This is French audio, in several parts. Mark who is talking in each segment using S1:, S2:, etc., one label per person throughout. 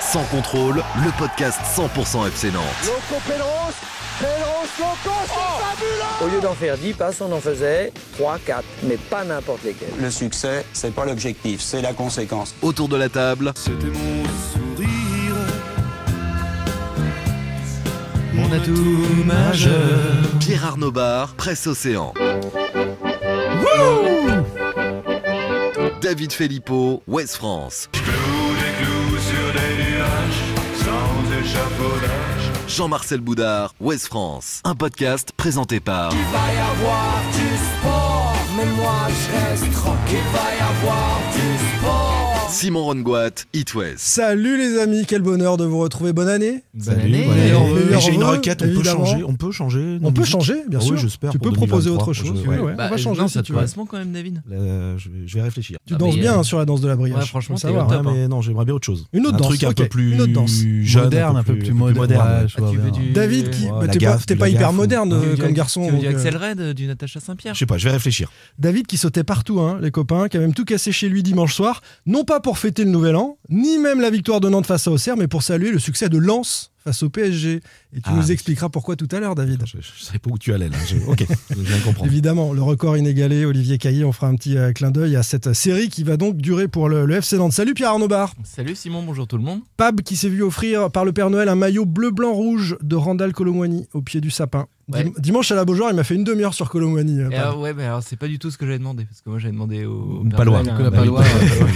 S1: Sans contrôle, le podcast 100% FC Nantes.
S2: Loco Pelos, Pelos, Loco, c'est
S3: Oh
S2: fabuleux
S4: Au lieu d'en faire 10 passes, on en faisait 3, 4, mais pas n'importe lesquels.
S5: Le succès, c'est pas l'objectif, c'est la conséquence.
S1: Autour de la table,
S3: C'était mon sourire.
S6: Mon atout majeur.
S1: Pierre Arnaud Bar, Presse Océan. David Filippo, Ouest France.
S3: Clous des clous sur des nuages, sans échafaudage.
S1: Jean-Marcel Boudard, Ouest France. Un podcast présenté par
S2: Il va y avoir du sport, mais moi je reste tranquille. Il va y avoir du sport.
S1: Simon Rongoat, It West.
S7: Salut les amis, quel bonheur de vous retrouver. Bonne année.
S6: Bonne année.
S7: Et
S6: Meilleur
S7: meilleur
S8: Et J'ai une
S7: vœu,
S8: requête, on peut
S7: évidemment.
S8: changer, on peut changer.
S7: On peut changer, bien
S8: Ah oui,
S7: sûr.
S8: j'espère
S7: tu
S8: pour
S7: peux proposer
S8: 2023,
S7: autre chose.
S8: je- ouais.
S7: Oui, ouais, on va changer si
S6: Bah, ça te
S7: tu veux.
S6: correspond quand même, David.
S8: Là, Euh, je, vais, je vais réfléchir.
S7: Tu
S6: Ah,
S7: danses
S6: mais,
S7: bien
S6: euh,
S7: hein, sur la danse de la brioche.
S6: ouais, franchement,
S7: faut
S6: t'es
S7: savoir.
S6: au
S8: Ouais,
S6: top,
S8: hein, mais non, j'aimerais bien autre chose.
S7: Une autre
S8: un
S7: danse,
S8: truc un
S7: ok.
S8: peu plus
S7: Une autre danse.
S8: jeune,
S6: Moderne,
S8: un peu plus, un peu plus moderne. je vois bien. bah,
S7: David qui.
S8: Ouais,
S7: mais
S8: la
S7: t'es pas,
S8: gaffe,
S7: t'es
S8: la
S7: pas hyper
S8: gaffe,
S7: moderne
S8: ou-
S7: euh, comme garçon.
S6: Tu veux du
S7: donc, euh,
S6: Axel Red, du Natacha Saint-Pierre
S8: Je sais pas, je vais réfléchir.
S7: David qui sautait partout, hein, les copains, qui a même tout cassé chez lui dimanche soir. Non pas pour fêter le nouvel an, ni même la victoire de Nantes face à Auxerre, mais pour saluer le succès de Lens face au PSG. Et tu
S8: Ah,
S7: nous
S8: oui.
S7: expliqueras pourquoi tout à l'heure, David.
S8: Je, je savais pas où tu allais là. Je- ok, je viens de comprendre.
S7: Évidemment, le record inégalé, Olivier Caillé, on fera un petit euh, clin d'œil à cette série qui va donc durer pour le, le FC Nantes. Salut Pierre Arnaud Barre.
S6: Salut Simon, bonjour tout le monde.
S7: Pab qui s'est vu offrir par le Père Noël un maillot bleu-blanc-rouge de Randall Colomwani au pied du sapin.
S6: Ouais.
S7: Dim- dimanche à la Beaujoire, il m'a fait une demi-heure sur Colomwani. euh,
S6: Et
S7: Pab.
S6: alors, ouais, mais alors c'est pas du tout ce que j'avais demandé, parce que moi j'avais demandé au. au
S7: ah
S6: Père
S8: Palois.
S6: Noël, Nicolas
S8: Bah oui,
S6: Palois.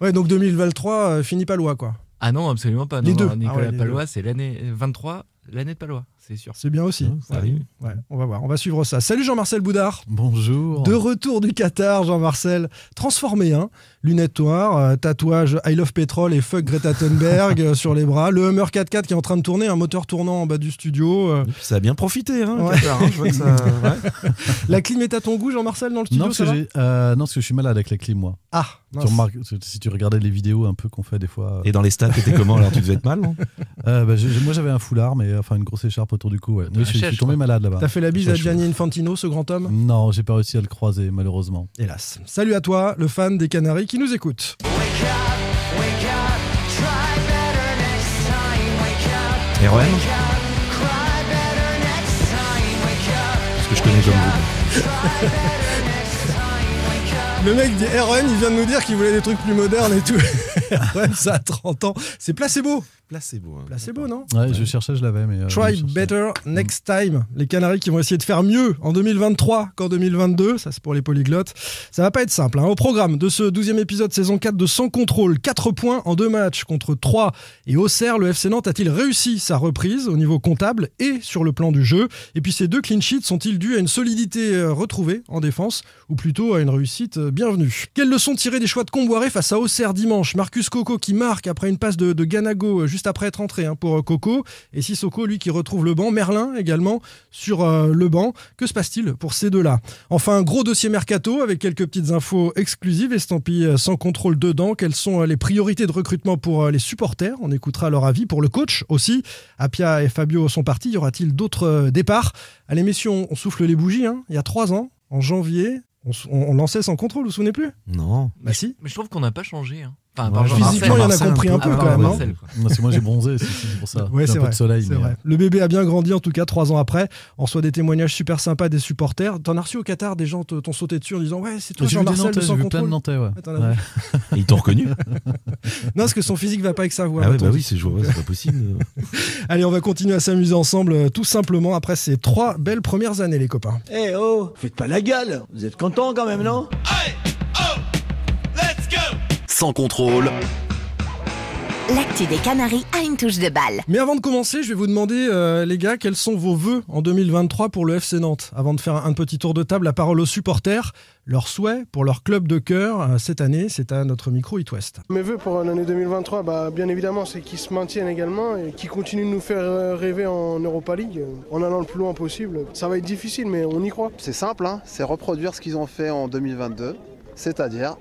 S7: Ouais, donc 2023, euh, fini palois, quoi.
S6: Ah non, absolument pas. Non,
S7: Les deux.
S6: non, Nicolas
S7: Ah ouais, les
S6: Palois, c'est l'année 23, l'année de Palois, c'est sûr.
S7: C'est bien aussi.
S8: Hein, Ça arrive.
S7: Ouais, on va voir, on va suivre ça. Salut Jean-Marcel Boudard.
S8: Bonjour.
S7: De retour du Qatar, Jean-Marcel. Transformé, hein. Lunettes noires, euh, tatouage I love pétrole et fuck Greta Thunberg euh, sur les bras. Le Hummer 4x4 qui est en train de tourner, un moteur tournant en bas du studio. euh.
S8: Et puis, Ça a bien profité, hein,
S7: Ouais.
S8: Qatar, hein, je vois que ça- ouais.
S7: La clim est à ton goût, Jean-Marcel, dans le studio
S9: Non parce,
S7: ça
S9: que
S7: va
S9: j'ai- euh, non, parce que je suis malade avec la clim, moi.
S7: Ah,
S9: Tu
S7: mince.
S9: remarques- si tu regardais les vidéos un peu qu'on fait des fois. euh,
S8: Et dans les stats, t'étais comment alors Tu devais être mal, non
S9: euh, bah, j'ai- moi, j'avais un foulard, mais enfin une grosse écharpe autour du cou. ouais. Oui, je, je
S6: chèche,
S9: suis tombé malade là-bas.
S7: T'as fait la bise
S9: Ça,
S7: à
S9: je-
S7: Gianni Infantino, ce grand homme
S9: Non, j'ai pas réussi à le croiser, malheureusement.
S7: Hélas. Salut à toi, le fan des Canaries qui nous écoute.
S2: Wake up, wake up, try better next time. Wake up,
S8: Erwan,
S2: wake up, cry better next time. Wake up,
S8: parce que je connais comme vous.
S7: Le mec dit Erwan, il vient de nous dire qu'il voulait des trucs plus modernes et tout. Erwan, ça a 30 ans. C'est placebo.
S8: Placebo. hein.
S7: Placebo, non
S9: Ouais, je cherchais, je l'avais, mais. euh, je
S7: Try
S9: cherchais.
S7: better next time. Les Canaries qui vont essayer de faire mieux en 2023 qu'en 2022. Ça, c'est pour les polyglottes. Ça va pas être simple. hein. Au programme de ce 12e épisode saison 4 de Sans contrôle, 4 points en deux matchs contre 3 et Auxerre. Le FC Nantes a-t-il réussi sa reprise au niveau comptable et sur le plan du jeu Et puis ces deux clean sheets sont-ils dus à une solidité euh, retrouvée en défense ou plutôt à une réussite euh, bienvenue Quelles leçons tirer des choix de Comboiré face à Auxerre dimanche Marcus Coco qui marque après une passe de, de Ganago euh, juste après être entré hein, pour euh, Coco. Et Sissoko, lui, qui retrouve le banc. Merlin également sur euh, le banc. Que se passe-t-il pour ces deux-là Enfin, un gros dossier mercato avec quelques petites infos exclusives, estampillées euh, sans contrôle dedans. Quelles sont euh, les priorités de recrutement pour euh, les supporters On écoutera leur avis. Pour le coach aussi, Apia et Fabio sont partis. Y aura-t-il d'autres euh, départs À l'émission, on souffle les bougies. hein. Il y a trois ans, en janvier, on, s- on- on lançait sans contrôle, vous vous souvenez plus
S8: Non.
S7: Bah si.
S6: Mais je trouve qu'on n'a pas changé. Hein. Enfin, à
S8: Ouais,
S6: part Jean-Marcel.
S7: Physiquement, il y en a
S8: Marcel,
S7: compris un
S6: À
S7: peu
S6: part
S7: quand même. hein.
S6: Marcel, quoi.
S9: Non, Parce que moi, j'ai bronzé, c'est- c'est pour ça.
S7: Ouais,
S9: J'ai
S7: c'est
S9: un peu
S7: vrai,
S9: de soleil.
S7: c'est
S9: mais,
S7: vrai. Le bébé a bien grandi, en tout cas, trois ans après. On reçoit des témoignages super sympas des supporters. T'en as reçu au Qatar, des gens te- t'ont sauté dessus en disant Ouais, c'est
S9: euh,
S7: toi,
S9: J'ai vu des
S7: Jean-Marcel,
S9: Nantais,
S7: de
S9: j'ai
S7: sans
S9: vu plein de
S7: contrôle.
S9: Nantais, ouais.
S7: Ouais, t'en as
S9: Ouais.
S8: Et ils t'ont reconnu
S7: Non, parce que son physique va pas avec sa voix.
S8: Ah ouais,
S7: mettons.
S8: bah oui, c'est joué, c'est pas possible.
S7: Allez, on va continuer à s'amuser ensemble, euh, tout simplement, après ces trois belles premières années, les copains.
S2: Eh oh, faites pas la gueule. Vous êtes contents quand même, non
S1: Sans contrôle,
S10: L'actu des Canaries a une touche de balle.
S7: Mais avant de commencer, je vais vous demander, euh, les gars, quels sont vos vœux en 2023 pour le FC Nantes Avant de faire un, un petit tour de table, la parole aux supporters. Leurs souhaits pour leur club de cœur euh, cette année, c'est à notre micro It West.
S11: Mes voeux pour l'année 2023, bah, bien évidemment, c'est qu'ils se maintiennent également et qu'ils continuent de nous faire euh, rêver en Europa League, euh, en allant le plus loin possible. Ça va être difficile, mais on y croit.
S12: hein,
S2: C'est simple, c'est reproduire ce qu'ils ont fait en 2022, c'est-à-dire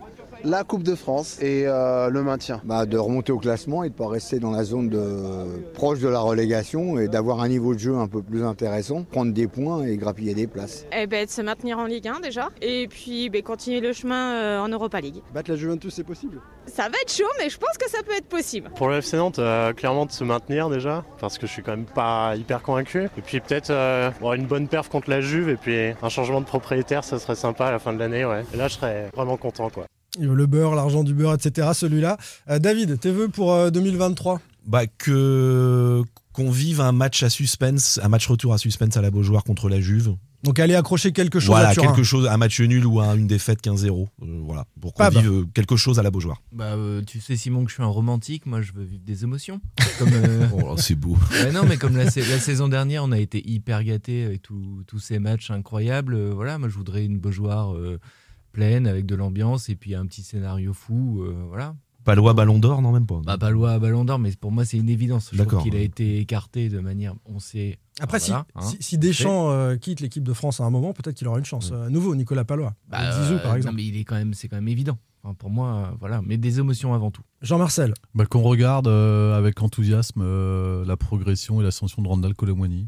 S12: la Coupe de France et euh, le maintien
S13: bah, De remonter au classement et de ne pas rester dans la zone de... proche de la relégation et d'avoir un niveau de jeu un peu plus intéressant, prendre des points et grappiller des places.
S14: Eh ben, de se maintenir en Ligue 1 déjà, et puis ben, continuer le chemin euh, en Europa League.
S15: Battre la Juventus, c'est possible
S14: Ça va être chaud, mais je pense que ça peut être possible.
S16: Pour le FC Nantes, euh, clairement de se maintenir déjà, parce que je suis quand même pas hyper convaincu. Et puis peut-être euh, bon, une bonne perf contre la Juve, et puis un changement de propriétaire, ça serait sympa à la fin de l'année, ouais. Et là, je serais vraiment content, quoi.
S7: Il veut Le beurre, l'argent du beurre, etc. Celui-là. Euh, David, tes vœux pour euh, 2023
S8: Bah que qu'on vive un match à suspense, un match retour à suspense à la Beaujoire contre la Juve.
S7: Donc aller accrocher quelque chose
S8: voilà,
S7: à Turin.
S8: quelque chose, un match nul ou un- une défaite 15-0. Euh, voilà, pour qu'on
S7: Pab.
S8: vive euh, quelque chose à la Beaujoire.
S6: Bah, euh, tu sais, Simon, que je suis un romantique. Moi, je veux vivre des émotions. Comme, euh,
S8: Oh là, c'est beau.
S6: Bah non, mais comme la, sa- la saison dernière, on a été hyper gâtés avec tout- tous ces matchs incroyables. euh, voilà, moi, je voudrais une Beaujoire euh, pleine avec de l'ambiance et puis un petit scénario fou. euh, voilà.
S8: Palois Ballon d'Or, non même pas.
S6: Bah, Palois à Ballon d'Or, mais pour moi, c'est une évidence. Je
S8: D'accord.
S6: trouve qu'il a été écarté de manière. On sait.
S7: Après,
S6: Alors, voilà,
S7: si,
S6: hein.
S7: si- si Deschamps euh, quitte l'équipe de France à un moment, peut-être qu'il aura une chance. Euh, à nouveau, Nicolas Palois,
S6: Bah,
S7: Zizou
S6: euh,
S7: par exemple.
S6: Non, mais il est quand même, c'est quand même évident. Enfin, pour moi, euh, voilà. Mais des émotions avant tout.
S7: Jean-Marcel.
S9: Bah, qu'on regarde euh, avec enthousiasme euh, la progression et l'ascension de Randall Colomwani.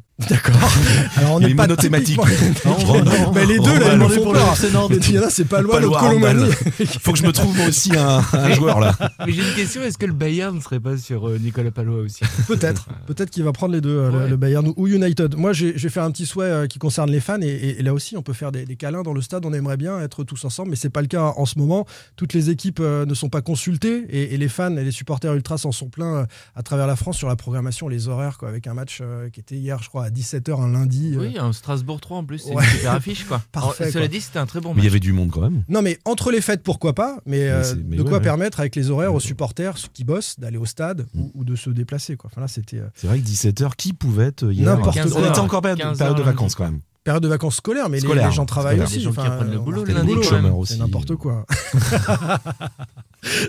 S7: Alors, on
S9: Il
S7: n'est
S9: est
S7: pas
S9: monothématique,
S7: typiquement-
S9: lui. Randall-
S7: Mais les deux, là, ils
S9: Randall
S7: m'en font
S9: pour
S7: peur.
S9: le FC Nantes.
S7: Il y en a, c'est Palois, l'autre
S8: Palois, Randall.
S7: Colomani.
S8: Faut que je me trouve moi aussi un, un joueur là.
S6: Mais j'ai une question, est-ce que le Bayern ne serait pas sur euh, Nicolas Palois aussi
S7: Peut-être. Peut-être qu'il va prendre les deux, euh, le- le Bayern ou- ou United. Moi, j'ai- je vais faire un petit souhait euh, qui concerne les fans. Et, et- et là aussi, on peut faire des, des câlins dans le stade. On aimerait bien être tous ensemble, mais c'est pas le cas en ce moment. Toutes les équipes euh, ne sont pas consultées. Et, et les fans et les supporters ultras s'en sont pleins euh, à travers la France sur la programmation, les horaires, quoi, avec un match euh, qui était hier, je crois, à 17h un lundi. euh.
S6: Oui, un Strasbourg 3 en plus, c'est
S7: Ouais.
S6: une super affiche quoi.
S7: Parfait,
S6: Alors, cela
S7: quoi.
S6: dit, c'était un très bon
S8: Mais il y
S6: match.
S8: avait du monde quand même.
S7: Non, mais entre les fêtes, pourquoi pas Mais, euh,
S8: c'est- mais
S7: de
S8: ouais,
S7: quoi
S8: ouais. Mm.
S7: permettre avec les horaires aux supporters ceux qui bossent d'aller au stade ou, ou de se déplacer. Quoi. Enfin, là, c'était euh,
S8: C'est vrai que 17h, qui pouvait être hier euh,
S7: N'importe
S8: On
S7: quoi.
S8: était encore période,
S7: 15 heures
S8: période de
S7: lundi.
S6: hein.
S8: vacances quand même.
S7: période de vacances scolaires, mais les-
S8: Scolaire,
S7: les, gens travaillent
S8: scolaire.
S7: aussi.
S8: hein. Les gens qui
S7: enfin, euh,
S8: reprennent le
S7: on
S8: boulot
S7: a
S8: le
S7: fait
S8: lundi,
S7: boulot,
S8: quand même.
S7: ouais,
S8: aussi.
S7: C'est n'importe quoi.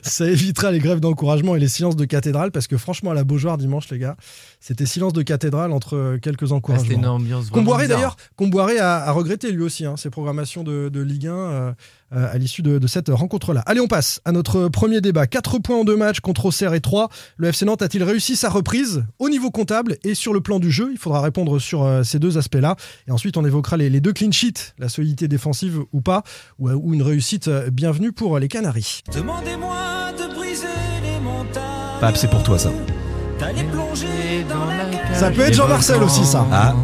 S7: Ça évitera les grèves d'encouragement et les silences de cathédrale, parce que franchement, à la Beaujoire dimanche, les gars, c'était silence de cathédrale entre euh, quelques encouragements.
S6: Ah, c'était une ambiance vraiment
S7: Comboiré
S6: bizarre.
S7: d'ailleurs, Comboiré a, a regretté lui aussi hein, ses programmations de, de Ligue 1 euh, euh, à l'issue de, de cette rencontre-là. Allez, on passe à notre premier débat. 4 points en deux matchs contre Auxerre et 3. Le FC Nantes a-t-il réussi sa reprise au niveau comptable et sur le plan du jeu Il faudra répondre sur euh, ces deux aspects-là. Et ensuite, on évoquera les, les deux clean sheets, la solidité défensive ou pas, ou, ou une réussite euh, bienvenue pour euh, les Canaries.
S2: Demandez-moi de briser les montagnes.
S8: Pap, c'est pour toi ça.
S2: D'aller plonger dans la cage.
S7: Ça peut être Jean-Marcel aussi, ça.
S8: Ah,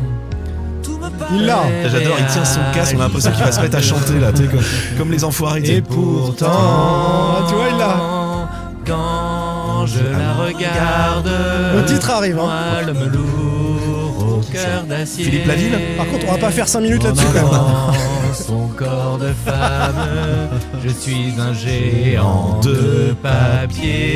S7: Il l'a.
S8: Eh, j'adore, il tient son casque, on a l'impression qu'il va se mettre à chanter là, tu sais, comme, comme les enfoirés. tu sais.
S7: Et pourtant, Ah, tu vois, il l'a.
S6: Quand je
S8: Ah,
S6: la regarde.
S15: Euh,
S7: Le titre arrive. hein.
S6: Moi, l'homme lourd au cœur d'acier.
S7: Philippe Laville Par contre, on va pas faire 5 minutes là-dessus
S6: En
S7: quand même.
S6: avant son corps de femme, je suis un géant de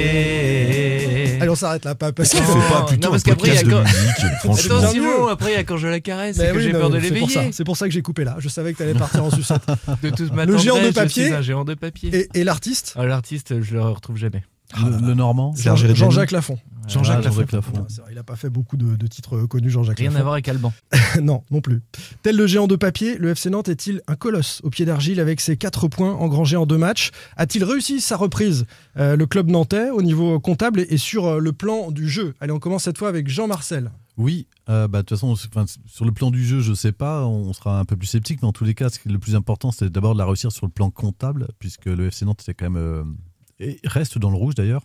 S6: papier.
S7: Allez, on s'arrête là, pas parce
S8: Est-ce
S7: que.
S8: qu'il fait pas plutôt
S6: parce
S8: un
S6: qu'après,
S8: podcast
S6: il y a
S8: de
S6: quand-
S8: musique, franchement
S6: Attends, Simon, après, il y a quand je la caresse,
S7: Mais
S6: c'est que
S7: oui,
S6: j'ai
S7: non,
S6: peur de
S7: c'est pour ça.
S6: l'éveiller.
S7: C'est pour ça que j'ai coupé là. Je savais que t'allais partir en sucette.
S6: De toute ma
S7: Le géant de
S6: tendresse, je
S7: papier
S6: suis un géant de papier.
S7: Et, et l'artiste
S6: Ah, L'artiste, je le retrouve jamais.
S7: Ah
S9: Le, le Normand. Ah,
S8: Serge Reggiani.
S7: Jean-Jacques Lafont.
S9: Jean-Jacques
S8: Lafont.
S9: Lafont.
S7: Non, c'est vrai, il a pas fait beaucoup de, de titres euh, connus, Jean-Jacques
S6: Rien
S7: Lafont.
S6: à voir avec Alban.
S7: non, non plus. Tel le géant de papier, le FC Nantes est-il un colosse au pied d'argile avec ses 4 points engrangés en deux matchs A-t-il réussi sa reprise, euh, le club nantais, au niveau comptable et- et sur euh, le plan du jeu Allez, on commence cette fois avec Jean-Marcel.
S9: Oui, euh, bah, de toute façon, on s- enfin, s- sur le plan du jeu, je sais pas, on sera un peu plus sceptique, mais en tous les cas, ce qui est le plus important, c'est d'abord de la réussir sur le plan comptable, puisque le FC Nantes c'est quand même euh, et reste dans le rouge d'ailleurs.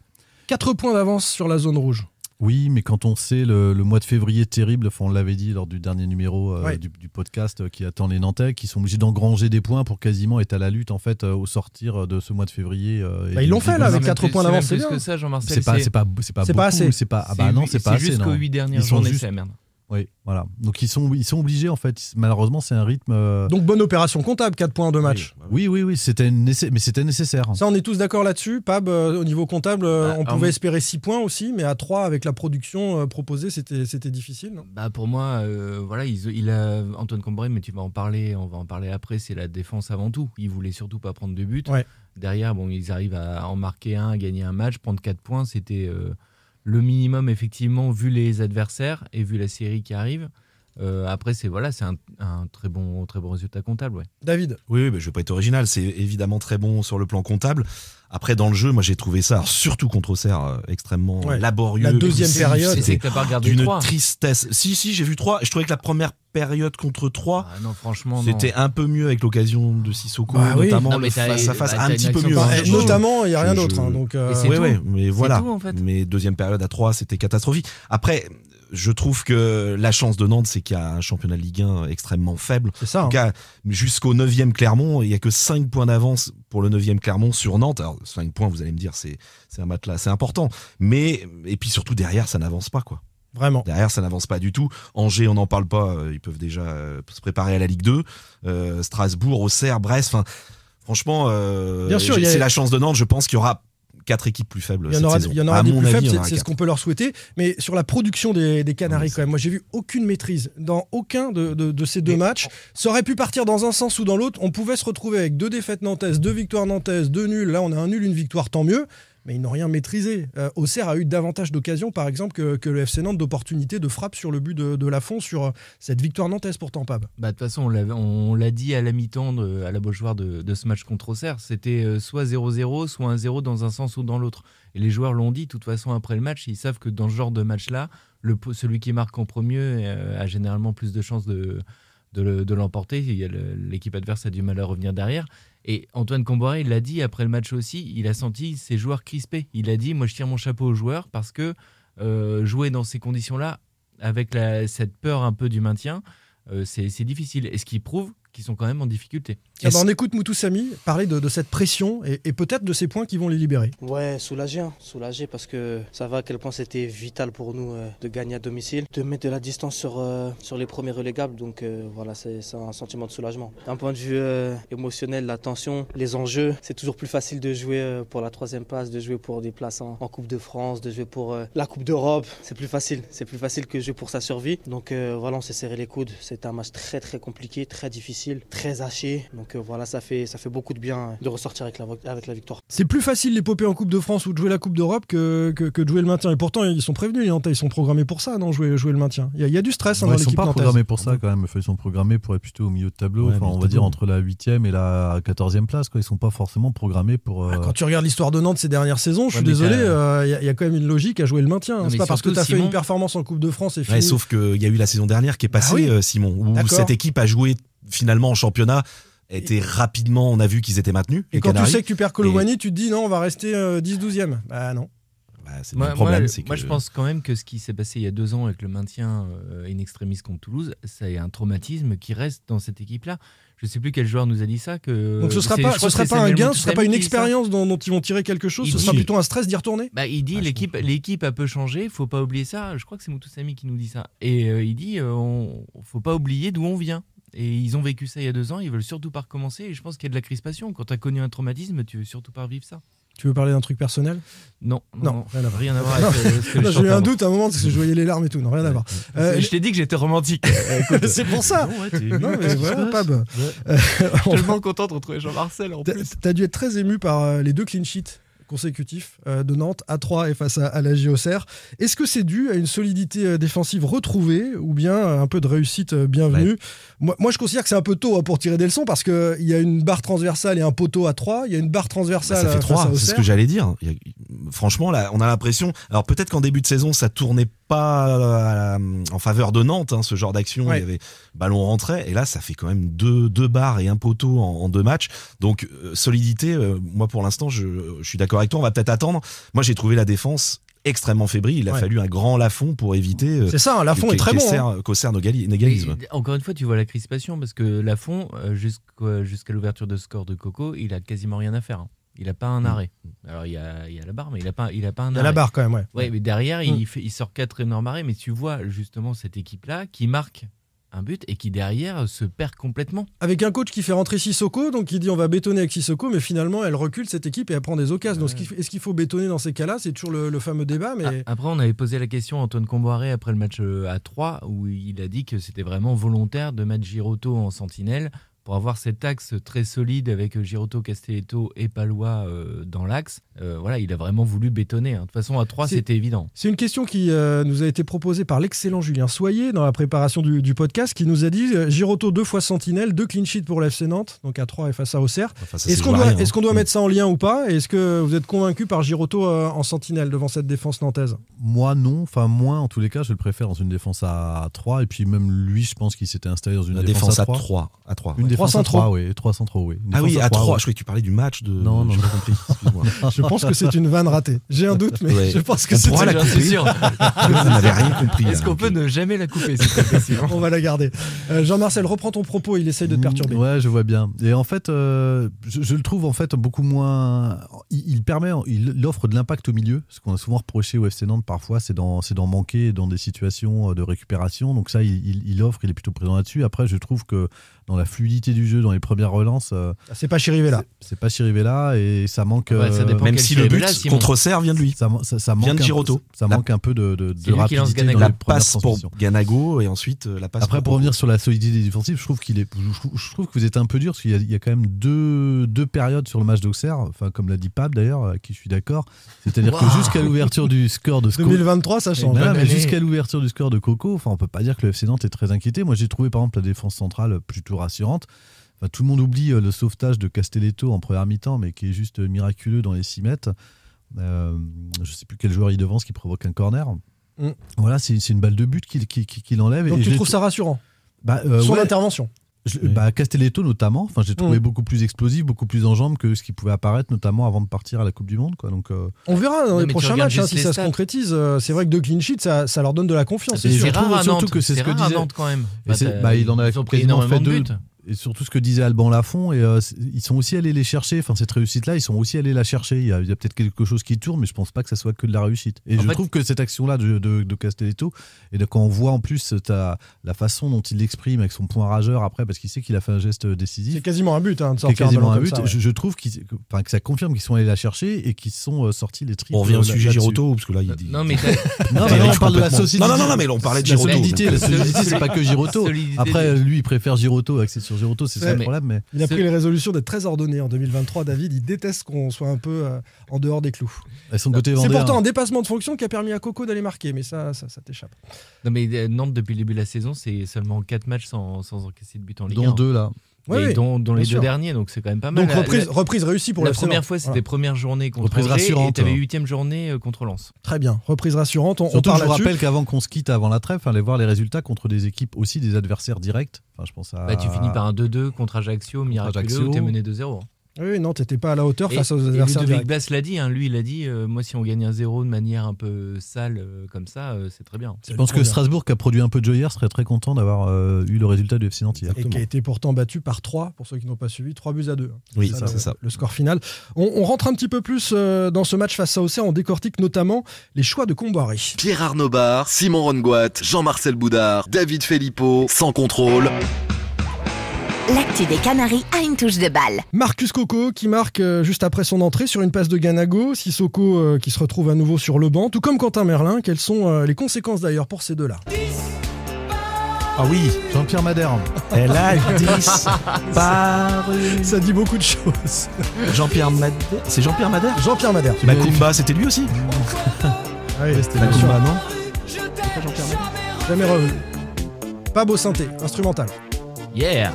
S7: 4 points d'avance sur la zone rouge.
S9: Oui, mais quand on sait le, le mois de février terrible, enfin, on l'avait dit lors du dernier numéro euh,
S7: Ouais.
S9: du, du podcast euh, qui attend les Nantais, qui sont obligés d'engranger des points pour quasiment être à la lutte en fait euh, au sortir de ce mois de février. euh, et
S7: Bah, ils
S9: du-
S7: l'ont
S9: du
S7: fait, là,
S9: bon-
S7: avec 4 points d'avance, c'est
S6: C'est même plus
S7: bien.
S6: que ça, Jean-Marcel.
S9: C'est pas, c'est pas, c'est pas,
S7: c'est pas
S9: beaucoup,
S7: assez.
S9: C'est pas, ah bah non,
S6: huit-
S9: c'est pas assez.
S6: jusqu'aux
S9: non.
S6: 8 dernières
S9: Ils sont
S6: journées,
S9: juste-
S6: c'est la merde.
S9: Oui, voilà. Donc ils sont, ils sont obligés en fait. Ils- Malheureusement, c'est un rythme. euh,
S7: Donc bonne opération comptable, 4 points en deux matchs.
S9: Oui, oui, oui. C'était nécessaire, mais c'était nécessaire.
S7: Ça, on est tous d'accord là-dessus. Pab, euh, au niveau comptable, euh,
S6: Bah,
S7: on
S6: en-
S7: pouvait espérer 6 points aussi, mais à 3, avec la production euh, proposée, c'était c'était difficile. non
S6: Bah pour moi, euh, voilà, ils- il a Antoine Combré, mais tu vas en parler, on va en parler après. C'est la défense avant tout. Ils voulaient surtout pas prendre de but.
S7: Ouais.
S6: Derrière, bon, ils arrivent à en marquer un, à gagner un match, prendre quatre points. C'était euh, le minimum effectivement vu les adversaires et vu la série qui arrive. Euh, après, c'est voilà, c'est un, un très, bon, très bon résultat comptable. Ouais.
S7: David
S8: Oui, oui, mais je vais pas être original. C'est évidemment très bon sur le plan comptable. Après, dans le jeu, moi, j'ai trouvé ça, alors, surtout contre Auxerre, euh, extrêmement
S7: Ouais.
S8: laborieux.
S7: La deuxième
S8: poussé,
S7: période.
S8: c'était
S7: C'est que t'as pas regardé
S8: D'une
S7: trois.
S8: tristesse. Si, si, j'ai vu 3. Je trouvais que la première période contre 3,
S6: Ah non, franchement, non.
S8: c'était un peu mieux avec l'occasion de Sissoko,
S7: Bah oui.
S8: notamment
S6: Non, mais
S8: le
S6: t'as-
S8: face à face,
S6: bah,
S8: un
S6: t'as
S8: petit
S6: une
S8: peu
S6: action
S8: mieux.
S6: par
S8: hein.
S6: action.
S8: Je-
S7: Notamment, il y a rien
S8: je-
S7: d'autre. hein, donc, euh,
S8: Ouais, ouais, mais
S6: C'est
S8: voilà.
S6: tout, en fait.
S8: Mais deuxième période à 3, c'était catastrophique. Après, je trouve que la chance de Nantes, c'est qu'il y a un championnat de Ligue 1 extrêmement faible.
S7: ça, hein.
S8: En tout cas, jusqu'au 9e Clermont, il n'y a que 5 points d'avance pour le 9e Clermont sur Nantes. Alors, 5 points, vous allez me dire, c'est c'est un match là, c'est important. Mais, et puis surtout, derrière, ça n'avance pas, quoi.
S7: Vraiment.
S8: Derrière, ça n'avance pas du tout. Angers, on n'en parle pas. euh, Ils peuvent déjà euh, se préparer à la Ligue 2. Euh, Strasbourg, Auxerre, Brest. Enfin, franchement, euh,
S7: Bien sûr,
S8: j'ai-
S7: il y a-
S8: c'est la chance de Nantes. Je pense qu'il y aura quatre équipes plus faibles.
S7: Il y en
S8: cette
S7: aura,
S8: saison.
S7: il y en aura
S8: À
S7: des
S8: mon
S7: plus
S8: avis,
S7: faibles,
S8: il y en
S7: c'est
S8: aura
S7: c'est ce
S8: quatre.
S7: qu'on peut leur souhaiter. Mais sur la production des, des Canaries, quand même, moi j'ai vu aucune maîtrise dans aucun de, de- de ces deux matchs. Ça aurait pu partir dans un sens ou dans l'autre. On pouvait se retrouver avec deux défaites nantaises, deux victoires nantaises, deux nuls. Là, on a un nul, une victoire, tant mieux. Mais ils n'ont rien maîtrisé. Euh, Auxerre a eu davantage d'occasions, par exemple, que, que le FC Nantes d'opportunités de frappe sur le but de, de Lafont sur euh, cette victoire nantaise pourtant, Pab.
S6: Bah, De toute façon, on l'avait- on l'a dit à la mi-temps, de- à la Beaujoire de, de ce match contre Auxerre, c'était euh, soit 0-0, soit 1-0 dans un sens ou dans l'autre. Et les joueurs l'ont dit, de toute façon, après le match, ils savent que dans ce genre de match-là, le po- celui qui marque en premier euh, a généralement plus de chances de, de le- de l'emporter. Il y a le- L'équipe adverse a du mal à revenir derrière. Et Antoine Comboiré, il l'a dit après le match aussi, il a senti ses joueurs crispés. Il a dit, moi je tire mon chapeau aux joueurs parce que euh, jouer dans ces conditions-là, avec la- cette peur un peu du maintien, euh, c'est c'est difficile. Et ce qui prouve qu'ils sont quand même en difficulté.
S7: Tiens, bah, on écoute Moutou Samy parler de, de cette pression et- et peut-être de ces points qui vont les libérer.
S15: Ouais, soulagé, hein, soulagé parce que ça va à quel point c'était vital pour nous euh, de gagner à domicile, de mettre de la distance sur, euh, sur les premiers relégables. Donc euh, voilà, c'est c'est un sentiment de soulagement. D'un point de vue euh, émotionnel, la tension, les enjeux, c'est toujours plus facile de jouer euh, pour la troisième place, de jouer pour des places en, en Coupe de France, de jouer pour euh, la Coupe d'Europe. C'est plus facile, c'est plus facile que jouer pour sa survie. Donc euh, voilà, on s'est serré les coudes. C'était un match très très compliqué, très difficile, très haché. Donc euh, voilà, ça fait, ça fait beaucoup de bien euh, de ressortir avec la, vo- avec la victoire.
S7: C'est plus facile l'épopée en Coupe de France ou de jouer la Coupe d'Europe que, que, que de jouer le maintien. Et pourtant, ils sont prévenus, les Nantais, ils sont programmés pour ça, non, jouer, jouer le maintien. Il y, a- il y a du stress hein,
S8: Bah,
S9: Ouais,
S7: dans
S9: ils sont
S7: l'équipe
S9: pas
S7: nantaise.
S9: programmés pour ça quand même. Enfin, Ils sont programmés pour être plutôt au milieu de tableau.
S7: Ouais,
S9: Enfin,
S7: milieu
S9: on
S7: de
S9: va dire
S7: tableau.
S9: entre la 8e et la 14e place. Quoi. Ils sont pas forcément programmés pour.
S8: Ah,
S9: euh,
S7: Quand tu regardes l'histoire de Nantes ces dernières saisons, je
S9: Ouais,
S7: suis
S9: mais
S7: désolé,
S9: t'as-
S7: euh, il y, a- il y a quand même une logique à jouer le maintien. hein.
S9: Non,
S7: C'est
S9: mais
S7: pas parce que
S9: surtout,
S7: tu as fait
S9: Simon-
S7: une performance en Coupe de France et fini.
S8: Ouais, sauf qu'il y a eu la saison dernière qui est passée,
S7: Bah oui.
S8: euh, Simon, où
S7: D'accord.
S8: cette équipe a joué finalement en championnat, était rapidement, on a vu qu'ils étaient maintenus.
S7: et
S8: les
S7: quand tu
S8: Canaries.
S7: sais que tu perds
S8: Et-
S7: Colomani, tu te dis non, on va rester euh, 10-12e. Bah non.
S8: bah, c'est le
S6: Moi,
S8: même problème.
S6: moi,
S8: c'est
S6: moi,
S8: que-
S6: je pense quand même que ce qui s'est passé il y a deux ans avec le maintien euh, in extremis contre Toulouse, c'est un traumatisme qui reste dans cette équipe-là. Je ne sais plus quel joueur nous a dit ça. Que
S7: Donc ce sera
S6: c'est-
S7: pas,
S6: je crois
S7: ce
S6: que
S7: sera
S6: c'est
S7: pas un
S6: Samuel
S7: gain, ce
S6: Moutoussamy
S7: sera pas une
S6: qui dit ça.
S7: expérience dont, dont ils vont tirer quelque chose,
S6: Il
S7: ce sera
S6: dit-
S7: plutôt un stress d'y retourner.
S6: Bah, il dit l'équipe, l'équipe a peu changé, il faut pas oublier ça. Je crois que c'est Moutoussamy qui nous dit ça. Et euh, il dit, euh, on, faut pas oublier d'où on vient. Et ils ont vécu ça il y a deux ans, ils veulent surtout pas recommencer. Et je pense qu'il y a de la crispation. Quand tu as connu un traumatisme, tu veux surtout pas revivre ça.
S7: Tu veux parler d'un truc personnel
S6: Non, non, non,
S7: rien à voir.
S6: rien à voir avec, euh, ce que
S7: Non, J'ai
S6: je
S7: eu
S6: chante
S7: un
S6: avant.
S7: doute à un moment parce que je voyais les larmes et tout, non, rien à voir. Euh,
S6: je t'ai dit que j'étais romantique. Euh, écoute.
S7: C'est pour ça.
S6: Non, ouais, t'es
S7: Non,
S6: ému,
S7: mais
S6: qu'est-ce qui
S7: voilà,
S6: se
S7: Pab.
S6: passe
S7: Euh,
S6: Je suis
S7: on-
S6: tellement content de retrouver Jean-Marcel en
S7: T'as-
S6: plus.
S7: T'as dû être très ému par euh, les deux clean sheets consécutifs euh, de Nantes à 3 et face à, à la JOCR. Est-ce que c'est dû à une solidité euh, défensive retrouvée ou bien euh, un peu de réussite euh, bienvenue moi, moi, je considère que c'est un peu tôt hein, pour tirer des leçons parce qu'il y a une barre transversale et un poteau à 3. Il y a une barre
S8: Bah,
S7: transversale.
S8: ça fait
S7: euh, face
S8: trois,
S7: à
S8: c'est ce
S7: Auxerre.
S8: que j'allais dire. Il y a- Franchement, là, on a l'impression. Alors peut-être qu'en début de saison, ça tournait pas euh, en faveur de Nantes, hein, ce genre d'action.
S7: Ouais.
S8: Il y avait ballon rentré, et là, ça fait quand même deux, deux barres et un poteau en, en deux matchs. Donc euh, solidité. euh, moi, pour l'instant, je, je suis d'accord avec toi. On va peut-être attendre. Moi, j'ai trouvé la défense extrêmement fébrile. Il a
S7: Ouais.
S8: fallu un grand Lafond pour éviter. euh,
S7: C'est ça, hein, Lafond
S8: qu'E- euh,
S7: est très bon,
S8: qu'Auxerre-
S7: hein.
S8: qu'Auxerre n'égali- n'égalise.
S6: Et- Encore une fois, tu vois la crispation parce que Lafont, euh, jusqu'au- jusqu'à l'ouverture de score de Coco, il a quasiment rien à faire. hein. Il a pas un arrêt. Alors il y a, il y a la barre, mais il a pas, il a pas
S7: Mm.
S6: un
S7: Il y a
S6: arrêt.
S7: la barre quand même, ouais.
S6: mais derrière,
S7: Mm.
S6: il, fait- il sort quatre énormes arrêts. Mais tu vois justement cette équipe-là qui marque un but et qui derrière se perd complètement.
S7: Avec un coach qui fait rentrer Sissoko, donc il dit on va bétonner avec Sissoko, mais finalement elle recule cette équipe et elle prend des occasions. Donc ce qu'il- est-ce qu'il faut bétonner dans ces cas-là C'est toujours le, le fameux débat, mais.
S6: Ah, Après, on avait posé la question à Antoine Comboiré après le match euh, à 3, où il a dit que c'était vraiment volontaire de mettre Giroto en sentinelle pour avoir cet axe très solide avec Girotto, Castelletto et Palois euh, dans l'axe. Euh, voilà, il a vraiment voulu bétonner. hein. De toute façon, à 3,
S7: C'est-
S6: c'était évident.
S7: C'est une question qui euh, nous a été proposée par l'excellent Julien Soyer dans la préparation du, du podcast qui nous a dit euh, Giroto deux fois Sentinelle, deux clean sheets pour l'FC Nantes, donc à 3 et face à Auxerre.
S8: ça,
S7: Est-ce
S8: c'est
S7: qu'on
S8: joué à
S7: doit,
S8: rien, hein.
S7: est-ce qu'on doit mettre ça en lien ou pas Et Est-ce que vous êtes convaincu par Giroto euh, en Sentinelle devant cette défense nantaise
S9: Moi, non. Enfin, moi, en tous les cas, je le préfère dans une défense à 3. Et puis, même lui, je pense qu'il s'était installé dans une
S8: La
S9: défense,
S8: défense à
S9: trois.
S8: trois, à trois,
S9: Une
S8: ouais.
S9: défense à
S8: 303.
S9: 3, oui. 303, oui. Une
S8: Ah
S9: défense
S8: oui, à 3.
S9: ouais.
S8: Je croyais que tu parlais du match de.
S9: Non, non,
S8: J'ai pas compris. Excuse-moi.
S7: Je pense que c'est une vanne ratée. J'ai un doute, mais
S8: Ouais.
S7: je pense que
S8: On
S7: c'est
S8: pourra
S7: une
S8: la
S7: vanne
S8: couper.
S7: ratée.
S8: Sûr. Vous n'avez rien compris,
S6: Est-ce
S8: là,
S9: hein,
S6: qu'on
S8: ok.
S6: peut ne jamais la couper hein s'il te plaît, Simon
S7: On va la garder. Euh, Jean-Marcel, reprends ton propos, il essaye de te perturber.
S9: Ouais, je vois bien. Et en fait, euh, je, je le trouve en fait beaucoup moins. Il, il permet, il, il offre de l'impact au milieu. Ce qu'on a souvent reproché au FC Nantes parfois, c'est d'en, c'est d'en manquer dans des situations euh, de récupération. Donc ça, il, il- il offre, il est plutôt présent là-dessus. Après, je trouve que dans la fluidité du jeu, dans les premières relances, euh,
S7: Ah, C'est pas Chirivella.
S9: c'est, pas pas là et ça manque. euh,
S8: Ouais, ça dépend Même quel si le but Chirivella, Simon. contre Serre vient de lui.
S9: Ça, ça- ça manque
S8: Vient de
S9: un peu-
S8: Giroto.
S9: Ça
S8: La-
S9: manque un peu de, de, de
S8: C'est lui qui lance
S9: rapidité
S8: Ganago.
S9: dans les
S8: La
S9: premières
S8: passe pour
S9: transmissions.
S8: Ganago et ensuite euh, la passe
S9: Après, pour
S8: pour
S9: revenir sur la solidité défensive, je trouve qu'il est, je trouve, je trouve que vous êtes un peu dur parce qu'il y a, il y a quand même deux, deux périodes sur le match d'Auxerre, enfin comme l'a dit Pab d'ailleurs, à qui je suis d'accord. C'est-à-dire
S7: Waouh.
S9: que jusqu'à l'ouverture du score de Sco-
S7: 2023, ça change.
S9: Eh ben,
S7: Bonne
S9: mais
S7: année.
S9: jusqu'à l'ouverture du score de Coco, enfin on peut pas dire que le FC Nantes est très inquiété. Moi, j'ai trouvé par exemple la défense centrale plutôt rassurante. Enfin, tout le monde oublie euh, le sauvetage de Castelletto en première mi-temps, mais qui est juste euh, miraculeux dans les 6 mètres. Euh, je sais plus quel joueur il devance qui provoque un corner.
S7: Mm.
S9: Voilà, c'est c'est une balle de but qu'il qu'il- qu'il- qu'il enlève.
S7: Donc
S9: et
S7: tu
S9: je
S7: trouves
S9: l'ai-
S7: ça rassurant
S9: bah, euh,
S7: Son
S9: ouais.
S7: intervention.
S9: Je- bah, Castelletto notamment, enfin, j'ai trouvé
S7: Mm.
S9: beaucoup plus explosif, beaucoup plus en jambes que ce qui pouvait apparaître, notamment avant de partir à la Coupe du Monde. Quoi. Donc, euh,
S7: On verra dans
S9: Non,
S7: les
S9: mais tu
S7: prochains
S9: regardes
S7: matchs hein,
S9: juste
S7: si
S9: les
S7: ça se
S9: stats.
S7: concrétise. euh, c'est vrai que deux clean sheets, ça, ça leur donne de la confiance.
S9: Et
S7: Et
S9: je
S7: surtout-
S9: trouve surtout que c'est ce que disait.
S6: quand même.
S9: Et
S6: Bah,
S9: c'est-
S6: t'as-
S9: bah, il en a
S6: ils ont pris
S9: quasiment fait
S6: énormément de
S9: deux.
S6: buts.
S9: Et surtout ce que disait Alban Lafont, et euh, c'est- ils sont aussi allés les chercher. Enfin, cette réussite-là, ils sont aussi allés la chercher. Il y a, il y a peut-être quelque chose qui tourne, mais je pense pas que ça soit que de la réussite. Et
S6: En
S9: je
S6: fait-
S9: trouve que cette action-là de, de, de Castelletto, et de, quand on voit en plus ta- la façon dont il l'exprime avec son point rageur après, parce qu'il sait qu'il a fait un geste décisif.
S7: C'est quasiment un but hein, de
S9: C'est
S7: sortir
S9: quasiment
S7: un
S9: un
S7: ballon
S9: but.
S7: comme ça, ouais.
S9: je, je trouve qu'ils- que, enfin, que ça confirme qu'ils sont allés la chercher et qu'ils sont euh, sortis les tripes.
S8: On revient au
S9: euh,
S8: sujet
S9: là-dessus.
S8: Giroto, parce que là, il dit.
S6: Non, mais t'as-
S9: Non,
S8: T'as
S9: mais là, on
S8: raison
S9: parle de la
S8: complètement.
S9: solidité.
S8: Non, non, non, non, mais on parlait de
S9: La
S8: Giroto.
S9: solidité, la solidité, c'est
S6: Solidité.
S9: pas que Giroto.
S6: Solidité
S9: Après, lui, il préfère Giroto, axé sur Giroto, c'est ça
S7: Ouais.
S9: le problème. Mais
S7: Il a pris les résolutions d'être très ordonné en 2023. David, il déteste qu'on soit un peu euh, en dehors des clous.
S9: Et son côté
S7: C'est
S9: vendeur.
S7: pourtant un dépassement de fonction qui a permis à Coco d'aller marquer, mais ça, ça, ça t'échappe.
S6: Non, mais euh, Nantes, depuis le début de la saison, c'est seulement 4 matchs sans, sans encaisser de but en Ligue 1.
S9: Dont deux, là.
S6: Et
S7: Oui, oui,
S6: dont, dont les
S7: bien
S6: deux
S7: sûr.
S6: derniers, donc c'est quand même pas mal.
S7: Donc,
S6: La-
S7: reprise-
S6: la-
S7: reprise réussie pour
S6: La
S7: le FC
S6: première
S7: Nantes.
S6: fois, c'était
S7: Voilà.
S6: première journée contre
S9: Reprise
S6: Angers,
S9: rassurante,
S6: Et t'avais
S9: hein.
S6: 8 journée euh, contre Lens.
S7: Très bien. Reprise rassurante. On, on
S9: Surtout,
S7: parle
S9: je vous
S7: là-dessus.
S9: rappelle qu'avant qu'on se quitte, avant la trêve, aller voir les résultats contre des équipes aussi des adversaires directs. Enfin, je pense à.
S6: Bah, tu
S7: Euh,
S6: finis par un 2-2 contre Ajaccio, miraculeux,
S9: Ajaccio.
S6: où t'es mené 2-0.
S7: Oui, oui, non, t'étais pas à la hauteur
S6: Et,
S7: face aux
S6: et
S7: adversaires
S6: Ludovic
S7: directs.
S6: Blas l'a dit, hein, lui il a dit euh, moi si on gagne un 0 de manière un peu sale euh, comme ça, euh, c'est très bien.
S9: Je pense que Strasbourg, qui a produit un peu de jeu hier, serait très content d'avoir euh, eu le résultat du FC Nantes hier.
S7: Et qui a été pourtant battu par 3, pour ceux qui n'ont pas suivi, 3 buts à 2.
S9: Oui,
S7: c'est
S9: ça, c'est ça.
S7: Le score final. On, on rentre un petit peu plus euh, dans ce match face à Auxerre, on décortique notamment les choix de Comboiré.
S1: Pierre Arnaud Bar, Simon Rongoat, Jean-Marcel Boudard, David Filippo, sans contrôle.
S10: L'actu des Canaries a une touche de balle.
S7: Marcus Coco qui marque euh, juste après son entrée sur une passe de Ganago, Sissoko euh, qui se retrouve à nouveau sur le banc, tout comme Quentin Merlin. Quelles sont euh, les conséquences d'ailleurs pour ces deux-là
S9: Ah oui, Jean-Pierre Madère.
S7: Elle
S9: a
S7: Ça dit beaucoup de choses.
S8: Jean-Pierre Madère. C'est Jean-Pierre Madère
S7: Jean-Pierre Madère.
S8: Macumba, c'était lui aussi
S7: Ah oui,
S9: c'était
S7: Macumba,
S9: non
S7: Jamais revenu. Pas beau synthé, instrumental.
S6: Yeah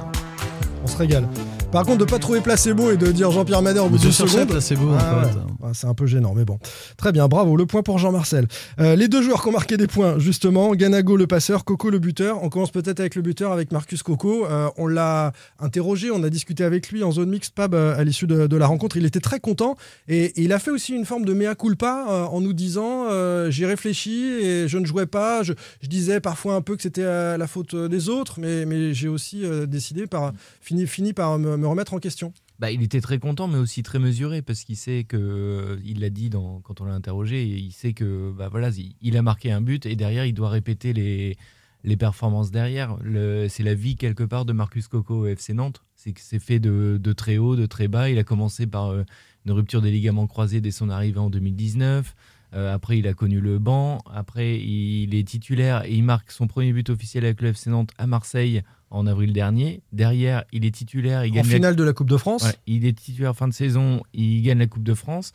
S7: On se régale. Par contre, de pas trouver placebo et de dire Jean-Pierre Madère au bout
S9: Mais
S7: de
S9: de
S7: deux
S9: chercher
S7: secondes.
S9: Placebo, en
S7: Ah
S9: fait.
S7: ouais. Ouais, c'est un peu gênant, mais bon. Très bien, bravo. Le point pour Jean-Marcel. Euh, les deux joueurs qui ont marqué des points, justement. Ganago, le passeur. Coco, le buteur. On commence peut-être avec le buteur, avec Marcus Coco. Euh, on l'a interrogé, on a discuté avec lui en zone mixte, Pab, euh, à l'issue de, de la rencontre. Il était très content et, et il a fait aussi une forme de mea culpa euh, en nous disant euh, J'ai réfléchi et je ne jouais pas. Je, je disais parfois un peu que c'était euh, la faute euh, des autres, mais, mais j'ai aussi euh, décidé, par, fini, fini par me- me remettre en question.
S6: Bah, il était très content, mais aussi très mesuré, parce qu'il sait que, euh, il l'a dit dans, quand on l'a interrogé, il sait que, bah, voilà, il, il a marqué un but et derrière, il doit répéter les, les performances derrière. Le- C'est la vie, quelque part, de Marcus Coco au FC Nantes. C'est que c'est fait de, de très haut, de très bas. Il a commencé par euh, une rupture des ligaments croisés dès son arrivée en 2019. Euh, après, il a connu le banc. Après, il est titulaire et il marque son premier but officiel avec le FC Nantes à Marseille en avril dernier. Derrière, il est titulaire. Il
S7: En
S6: gagne
S7: finale de la Coupe de France.
S6: Ouais, il est titulaire fin de saison. Il gagne la Coupe de France.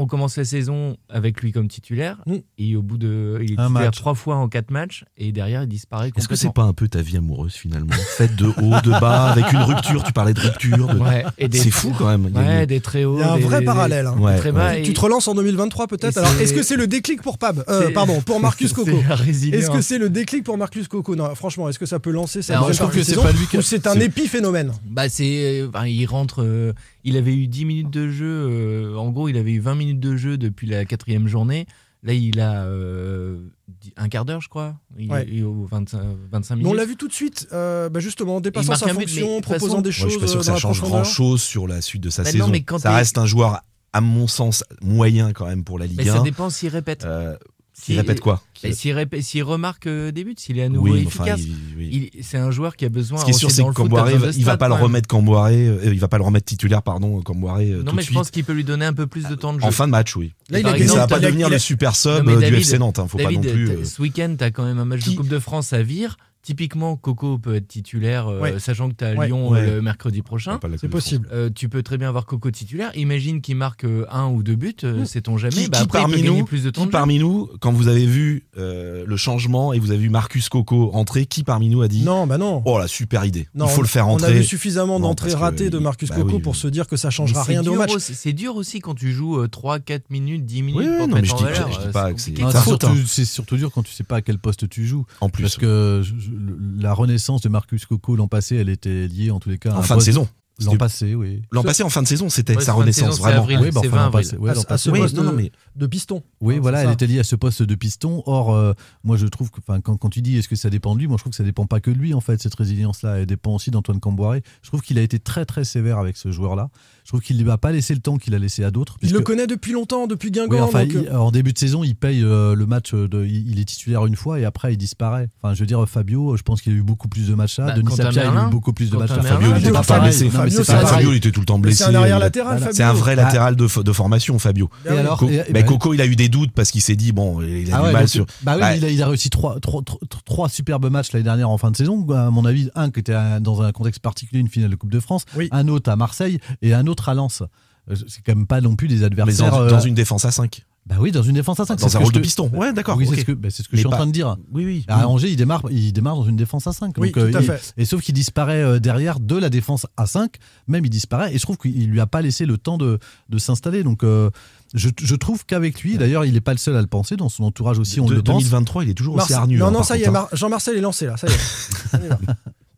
S6: On commence la saison avec lui comme titulaire.
S7: Mm.
S6: Et au bout de. Il est
S8: Un
S6: titulaire
S8: match.
S6: trois fois en quatre matchs. Et derrière, il disparaît
S8: Est-ce que
S6: complètement.
S8: c'est pas un peu ta vie amoureuse finalement Faite de haut, de bas, avec une rupture. Tu parlais de rupture. de-
S6: Ouais, et des-
S8: C'est fou quand même. Il y a
S6: Ouais,
S8: une-
S6: des très hauts.
S7: Il y a un
S6: des-
S7: vrai
S6: des-
S7: parallèle. hein.
S8: Ouais,
S6: très bas. Et-
S7: Tu te relances en 2023 peut-être.
S6: Et
S7: Alors,
S6: c'est-
S7: est-ce que c'est le déclic pour Pab Euh,
S6: C'est-
S7: Pardon, pour Marcus
S6: c'est
S7: Coco.
S6: la résilience.
S7: Est-ce que c'est le déclic pour Marcus Coco Non, franchement, est-ce que ça peut lancer ça
S6: Alors, je trouve que c'est pas lui qui a-
S7: c'est un
S6: c'est-
S7: épiphénomène.
S6: Bah c'est, euh, bah, il rentre. euh, il avait eu 10 minutes de jeu. euh, en gros, il avait eu 20 minutes de jeu depuis la quatrième journée. Là, il a euh, dix- un quart d'heure, je crois. Il
S7: Ouais.
S6: est au 25, 25
S7: Mais
S6: minutes.
S7: on l'a vu tout de suite, euh, bah justement, en dépassant
S6: marque
S7: sa
S6: un but, mais de
S7: fonction,
S6: toute
S7: proposant
S6: façon-
S7: des
S6: Ouais,
S7: choses.
S8: je suis pas sûr que
S7: dans
S8: ça
S7: la
S8: change
S7: profondeur.
S8: grand chose sur la suite de sa
S6: Bah non,
S8: saison.
S6: mais quand
S8: ça
S6: t'es-
S8: reste un joueur, à mon sens, moyen quand même pour la Ligue
S6: Mais
S8: 1.
S6: ça dépend s'il répète.
S8: Euh, s'il répète quoi
S6: Bah, S'il répète- s'il remarque euh, des buts, s'il est à nouveau
S8: Oui, mais enfin,
S6: efficace.
S8: il-
S6: Il- c'est un joueur qui a besoin.
S8: Ce qui est sûr,
S6: alors,
S8: c'est
S6: hein, dans
S8: que
S6: le foot,
S8: Camboire,
S6: t'as besoin de
S8: il va
S6: stats,
S8: pas le
S6: quand même.
S8: remettre Camboire, euh, il va pas le remettre titulaire, pardon, Camboire euh,
S6: Non,
S8: tout de
S6: mais je pense
S8: suite.
S6: qu'il peut lui donner un peu plus de temps de jeu.
S8: En fin de match, oui.
S6: Et par
S8: Mais ça va
S6: exemple,
S8: pas
S6: il a-
S8: devenir
S6: il a-
S8: le super
S6: Non,
S8: sub
S6: mais
S8: euh, du
S6: David-
S8: FC Nantes. hein, faut
S6: David,
S8: pas non plus.
S6: t'as-
S8: euh,
S6: Ce week-end, tu as quand même un match de Coupe de France à Vire. Typiquement, Coco peut être titulaire, euh,
S7: Ouais.
S6: sachant que tu as
S7: Ouais.
S6: Lyon
S7: Ouais.
S6: euh, le mercredi prochain.
S7: la Coupe C'est de France. possible.
S6: Euh, tu peux très bien avoir Coco titulaire. Imagine qu'il marque euh, un ou deux buts, euh,
S8: Mm.
S6: sait-on jamais.
S8: Qui,
S6: Bah, après,
S8: qui
S6: il peut
S8: parmi,
S6: gagner
S8: nous,
S6: plus de temps
S8: qui
S6: de jeu.
S8: parmi nous, quand vous avez vu euh, le changement et vous avez vu Marcus Coco entrer, qui parmi nous a dit
S7: Non, bah non.
S8: Oh la super idée,
S7: Non,
S8: il faut
S7: on-
S8: le faire
S7: On a
S8: entrer.
S7: vu suffisamment
S8: Non,
S7: d'entrées
S8: parce que
S7: ratées de
S8: il-
S7: Marcus
S8: bah
S7: Coco
S8: oui,
S7: pour se dire que ça
S6: Mais
S7: changera
S6: c'est
S7: rien de
S6: dur
S7: match.
S6: aussi- C'est dur aussi quand tu joues 3-4 minutes, 10 minutes.
S8: Oui,
S6: pour te
S8: non, mais
S6: mettre
S8: je
S6: en
S8: dis- je
S6: valeur,
S8: dis
S6: euh,
S8: pas
S6: c'est
S8: que c'est-
S6: compliqué.
S8: ta
S9: C'est
S8: faute,
S9: surtout-
S8: hein.
S9: C'est surtout dur quand tu sais pas à quel poste tu joues.
S8: En plus.
S9: Parce que je- je- la renaissance de Marcus Coco l'an passé, elle était liée en tous les cas. à
S8: En
S9: un
S8: fin de
S9: poste-
S8: saison.
S9: L'an
S8: C'était-
S9: passé, oui.
S8: L'an passé, en fin de saison, c'était Ouais, sa fin de renaissance, saison, c'est vraiment. avril,
S9: Oui, bah,
S8: c'est
S9: enfin,
S8: 20
S9: l'an passé,
S8: avril.
S9: ouais,
S8: À-
S9: l'an
S8: à ce
S9: passé.
S8: poste Oui, non, non, mais-
S7: de piston.
S9: Oui,
S7: Hein,
S9: voilà,
S7: c'est
S9: elle
S7: ça.
S9: était liée à ce poste de piston. Or, euh, moi, je trouve que, enfin, quand, quand tu dis est-ce que ça dépend de lui, moi, je trouve que ça dépend pas que de lui, en fait, cette résilience-là. Elle dépend aussi d'Antoine Camboiré. Je trouve qu'il a été très, très sévère avec ce joueur-là. Je trouve qu'il ne va pas laisser le temps qu'il a laissé à d'autres.
S7: Il le
S9: puisque-
S7: connaît depuis longtemps, depuis Guingamp.
S9: oui, enfin,
S7: donc,
S9: il- en début de saison, il paye euh, le match. euh, de- il il est titulaire une fois et après, il disparaît. Enfin, je veux dire, Fabio, je pense qu'il a eu beaucoup plus de matchs là.
S6: Bah,
S9: Denis
S6: Quentin
S9: Sapia, il a
S6: Merlin-
S9: eu beaucoup plus de matchs
S6: Quentin
S9: là.
S6: Merlin, Fabio, il était
S9: c'est
S8: tout le temps
S9: pas pareil.
S8: blessé.
S9: Non, mais
S8: Fabio,
S9: c'est
S8: c'est
S9: pas
S8: un-
S9: pareil.
S8: Fabio, il était tout le temps blessé.
S7: c'est un arrière
S8: il a-
S7: latéral,
S8: C'est
S7: Fabio.
S8: un vrai
S7: Ah.
S8: latéral de, fo- de formation, Fabio.
S9: Bah. Et alors,
S8: Co-
S9: et- et bah-
S8: mais Coco, il a eu des doutes parce qu'il s'est dit bon, il a
S9: Ah
S8: du
S9: ouais,
S8: mal
S9: donc,
S8: sur.
S9: bah oui,
S8: Bah,
S9: il, a, il a réussi trois, trois- trois- trois superbes matchs l'année dernière en fin de saison. À mon avis, un qui était un- dans un contexte particulier, une finale de Coupe de France, un autre à Marseille et un autre à Lens. Euh, C'est quand même pas non plus des
S8: mais
S9: adversaires.
S8: dans,
S9: euh,
S8: dans une défense à 5.
S9: Bah oui, dans une défense à 5.
S8: Dans un rôle de piston. Ouais, d'accord,
S9: Oui,
S8: ok.
S9: c'est ce que, bah, c'est ce que
S8: Mais
S9: je suis
S8: pas-
S9: en train de dire. Ah,
S8: Oui, oui.
S9: À
S8: Oui.
S9: Angers, il démarre, il démarre dans une défense à 5.
S7: Oui, tout à fait.
S9: Et sauf qu'il disparaît euh, derrière de la défense à 5, même il disparaît. Et je trouve qu'il lui a pas laissé le temps de, de s'installer. Donc euh, je, je trouve qu'avec lui, d'ailleurs, il n'est pas le seul à le penser. Dans son entourage aussi, on
S8: De-
S9: le pense.
S8: 2023, il est toujours hein,
S7: Marce- Non, non, ça y est, Mar- Jean-Marcel est lancé là, ça y est. On y va.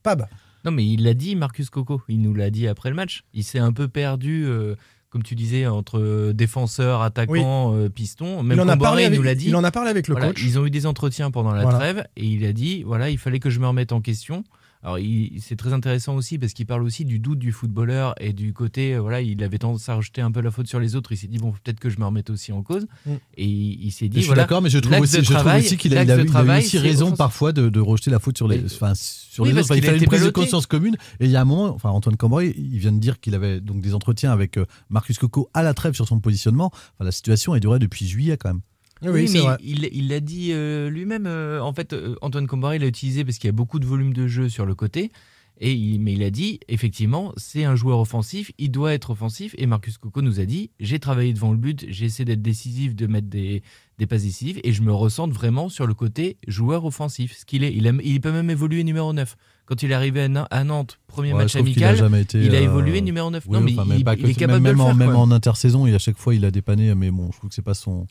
S7: Pab.
S6: Non, mais il l'a dit, Marcus Coco. Il nous l'a dit après le match. Il s'est un peu perdu, euh, comme tu disais, entre euh, défenseur, attaquant, euh, piston. Même
S7: Il en a
S6: Comboré,
S7: parlé avec-
S6: il nous l'a dit.
S7: il en a parlé avec le
S6: Voilà,
S7: coach.
S6: Ils ont eu des entretiens pendant la
S7: Voilà.
S6: trêve et il a dit voilà, il fallait que je me remette en question. Alors, il- c'est très intéressant aussi parce qu'il parle aussi du doute du footballeur et du côté, euh, voilà, il avait tendance à rejeter un peu la faute sur les autres. Il s'est dit, bon, peut-être que je me remette aussi en cause.
S9: Mm.
S6: Et il, il s'est dit,
S9: Je suis
S6: voilà,
S9: d'accord, mais je trouve
S6: l'axe
S9: aussi,
S6: de
S9: je trouve
S6: travail-
S9: aussi qu'il a,
S6: l'axe
S9: il a
S6: de
S9: eu- il a
S6: travail,
S9: eu aussi
S6: c'est
S9: raison
S6: offensif.
S9: parfois de, de rejeter la faute sur les,
S6: Mais-
S9: enfin, sur
S6: Oui,
S9: les
S6: parce
S9: autres. Enfin, il
S6: qu'il a
S9: fallait
S6: été
S9: une prise de
S6: peloté.
S9: conscience commune. Et il y a un moment, enfin, Antoine Cambroy, il vient de dire qu'il avait donc des entretiens avec euh, Marcus Coco à la trêve sur son positionnement. Enfin, la situation est durée depuis juillet quand même.
S6: Ah Oui, mais il il l'a dit euh, lui-même. euh, en fait, euh, Antoine Combaré l'a utilisé parce qu'il y a beaucoup de volume de jeu sur le côté. Et il- mais il a dit, effectivement, c'est un joueur offensif, il doit être offensif. Et Marcus Coco nous a dit, j'ai travaillé devant le but, j'ai essayé d'être décisif, de mettre des, des passes décisives, et je me ressente vraiment sur le côté joueur offensif, ce qu'il est. Il, a- il peut même évoluer numéro 9. Quand il est arrivé à Na- à Nantes, premier
S9: Ouais, je
S6: match
S9: trouve qu'il
S6: amical,
S9: jamais été,
S6: il a
S9: euh,
S6: évolué numéro 9.
S9: oui,
S6: non, mais
S9: enfin,
S6: il,
S9: même pas que-
S6: il est capable
S9: même
S6: de le
S9: en-
S6: faire.
S9: Même
S6: quoi.
S9: en intersaison, il, à chaque fois, il a dépanné, mais bon, je trouve que c'est pas son.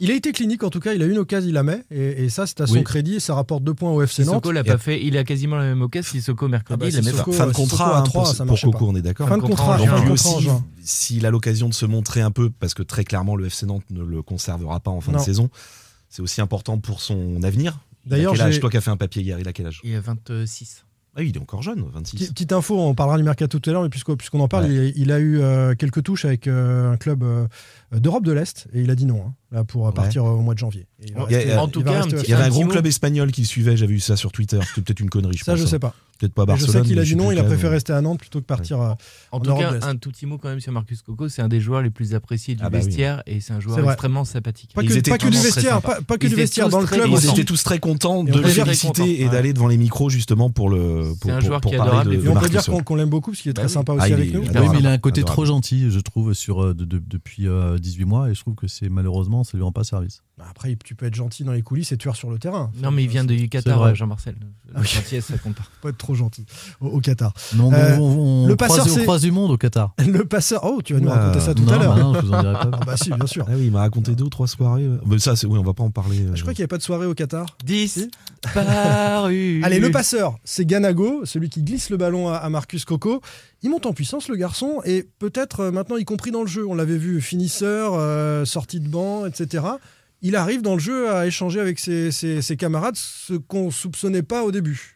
S7: Il a été clinique en tout cas, il a une occasion, il la met, et, et ça c'est à son
S9: Oui.
S7: crédit, et ça rapporte deux points au FC Nantes.
S6: Sissoko l'a pas fait, il a quasiment la même occasion. Sissoko mercredi,
S7: Ah bah,
S6: il la met
S7: Sissoko,
S6: pas.
S8: fin de contrat hein,
S7: trois,
S8: pour,
S7: ça
S8: pour
S7: marchait
S8: Coco,
S7: pas.
S8: on est d'accord.
S7: Fin de contrat,
S8: Donc
S7: fin de
S8: lui
S7: contrat en
S8: aussi,
S7: juin.
S8: s'il a l'occasion de se montrer un peu, parce que très clairement le FC Nantes ne le conservera pas en fin
S7: Non.
S8: de saison, c'est aussi important pour son avenir. Il a
S7: D'ailleurs,
S8: quel âge
S7: j'ai-
S8: Toi qui as fait un papier hier, il a quel âge
S6: Il a 26.
S8: Ah oui, il est encore jeune, 26.
S7: Petite- Petite info, on parlera du mercato tout à l'heure, mais puisqu'on puisqu'on en parle, il, il a eu euh, quelques touches avec euh, un club euh, d'Europe de l'Est et il a dit non. hein. là, pour euh, partir euh, au mois de janvier. Et il va
S8: Il y a-
S7: rester-
S8: il y
S7: il
S8: a-
S7: va rester-
S8: il y avait un gros club espagnol qui le suivait, j'avais vu ça sur Twitter. C'était peut-être une connerie, je
S7: Ça,
S8: pense,
S7: je
S8: hein.
S7: sais pas.
S8: Peut-être pas
S7: Mais
S8: Barcelone.
S7: Je sais qu'il a
S8: mais
S7: dit
S8: je sais
S7: non,
S8: plus
S7: il a
S8: quand même.
S7: préféré rester à Nantes plutôt que partir euh, en,
S6: En tout
S7: Europe
S6: cas,
S7: de l'Est.
S6: un tout petit mot quand même sur Marcus Coco. C'est un des joueurs les plus appréciés du
S8: Ah bah oui.
S6: vestiaire et c'est un joueur
S8: C'est vrai.
S6: extrêmement sympathique.
S7: Pas
S6: Et
S7: que-
S6: ils étaient
S7: pas que du
S6: vraiment très
S7: vestiaire,
S6: sympas.
S7: pas- pas que
S6: Ils
S7: du
S6: étaient
S7: vestiaire,
S6: tous
S7: dans le
S6: très
S7: club
S8: Ils
S6: contents.
S8: étaient tous très contents
S7: Et on
S8: de le
S7: peut dire-
S8: féliciter et d'aller devant les micros justement pour le.
S6: C'est
S8: pour-
S6: un
S8: pour-
S6: joueur
S8: pour
S6: qui est
S8: parler
S6: adorable
S8: de-
S6: et
S8: de
S7: Et on peut
S8: Marcus
S7: dire
S8: Coco.
S7: qu'on qu'on l'aime beaucoup parce qu'il est
S6: Bah
S7: très
S6: oui.
S7: sympa
S8: Ah,
S7: aussi
S8: il
S7: avec
S8: est
S7: nous.
S9: Oui, mais il a un
S8: Adorable,
S9: côté
S8: adorable.
S9: trop gentil, je trouve, sur, euh, de- de- depuis euh, 18 mois, et je trouve que c'est malheureusement, ça lui rend pas service.
S7: Bah, Après, tu peux être gentil dans les coulisses et tueur sur le terrain.
S6: Non, mais il vient de
S9: C'est
S6: Qatar,
S9: vrai.
S6: Jean-Marcel.
S7: Ah,
S6: La
S7: ok.
S6: gentillesse, ça compte pas.
S7: Faut pas être trop gentil au, au Qatar.
S9: Non, mais
S7: Euh,
S9: on, on- on
S7: le
S9: croise,
S7: passeur,
S9: on
S7: c'est
S9: croise du monde au Qatar.
S7: le passeur. Oh, tu vas nous
S8: Oula.
S7: raconter ça tout
S9: Non,
S7: à l'heure.
S9: bah non, je vous en dirai pas.
S7: Ah bah si, bien sûr.
S8: Ah oui, il m'a raconté deux ou trois soirées. euh. Mais ça, c'est oui, on va pas en parler. euh.
S7: Je crois qu'il n'y avait pas de soirée au Qatar.
S6: 10 par une.
S7: Allez, le passeur, c'est Ganago, celui qui glisse le ballon à, à Marcus Coco. Il monte en puissance, le garçon, et peut-être euh, maintenant, y compris dans le jeu. On l'avait vu, finisseur, euh, sortie de banc, etc. Il arrive dans le jeu à échanger avec ses, ses- ses camarades, ce qu'on soupçonnait pas au début.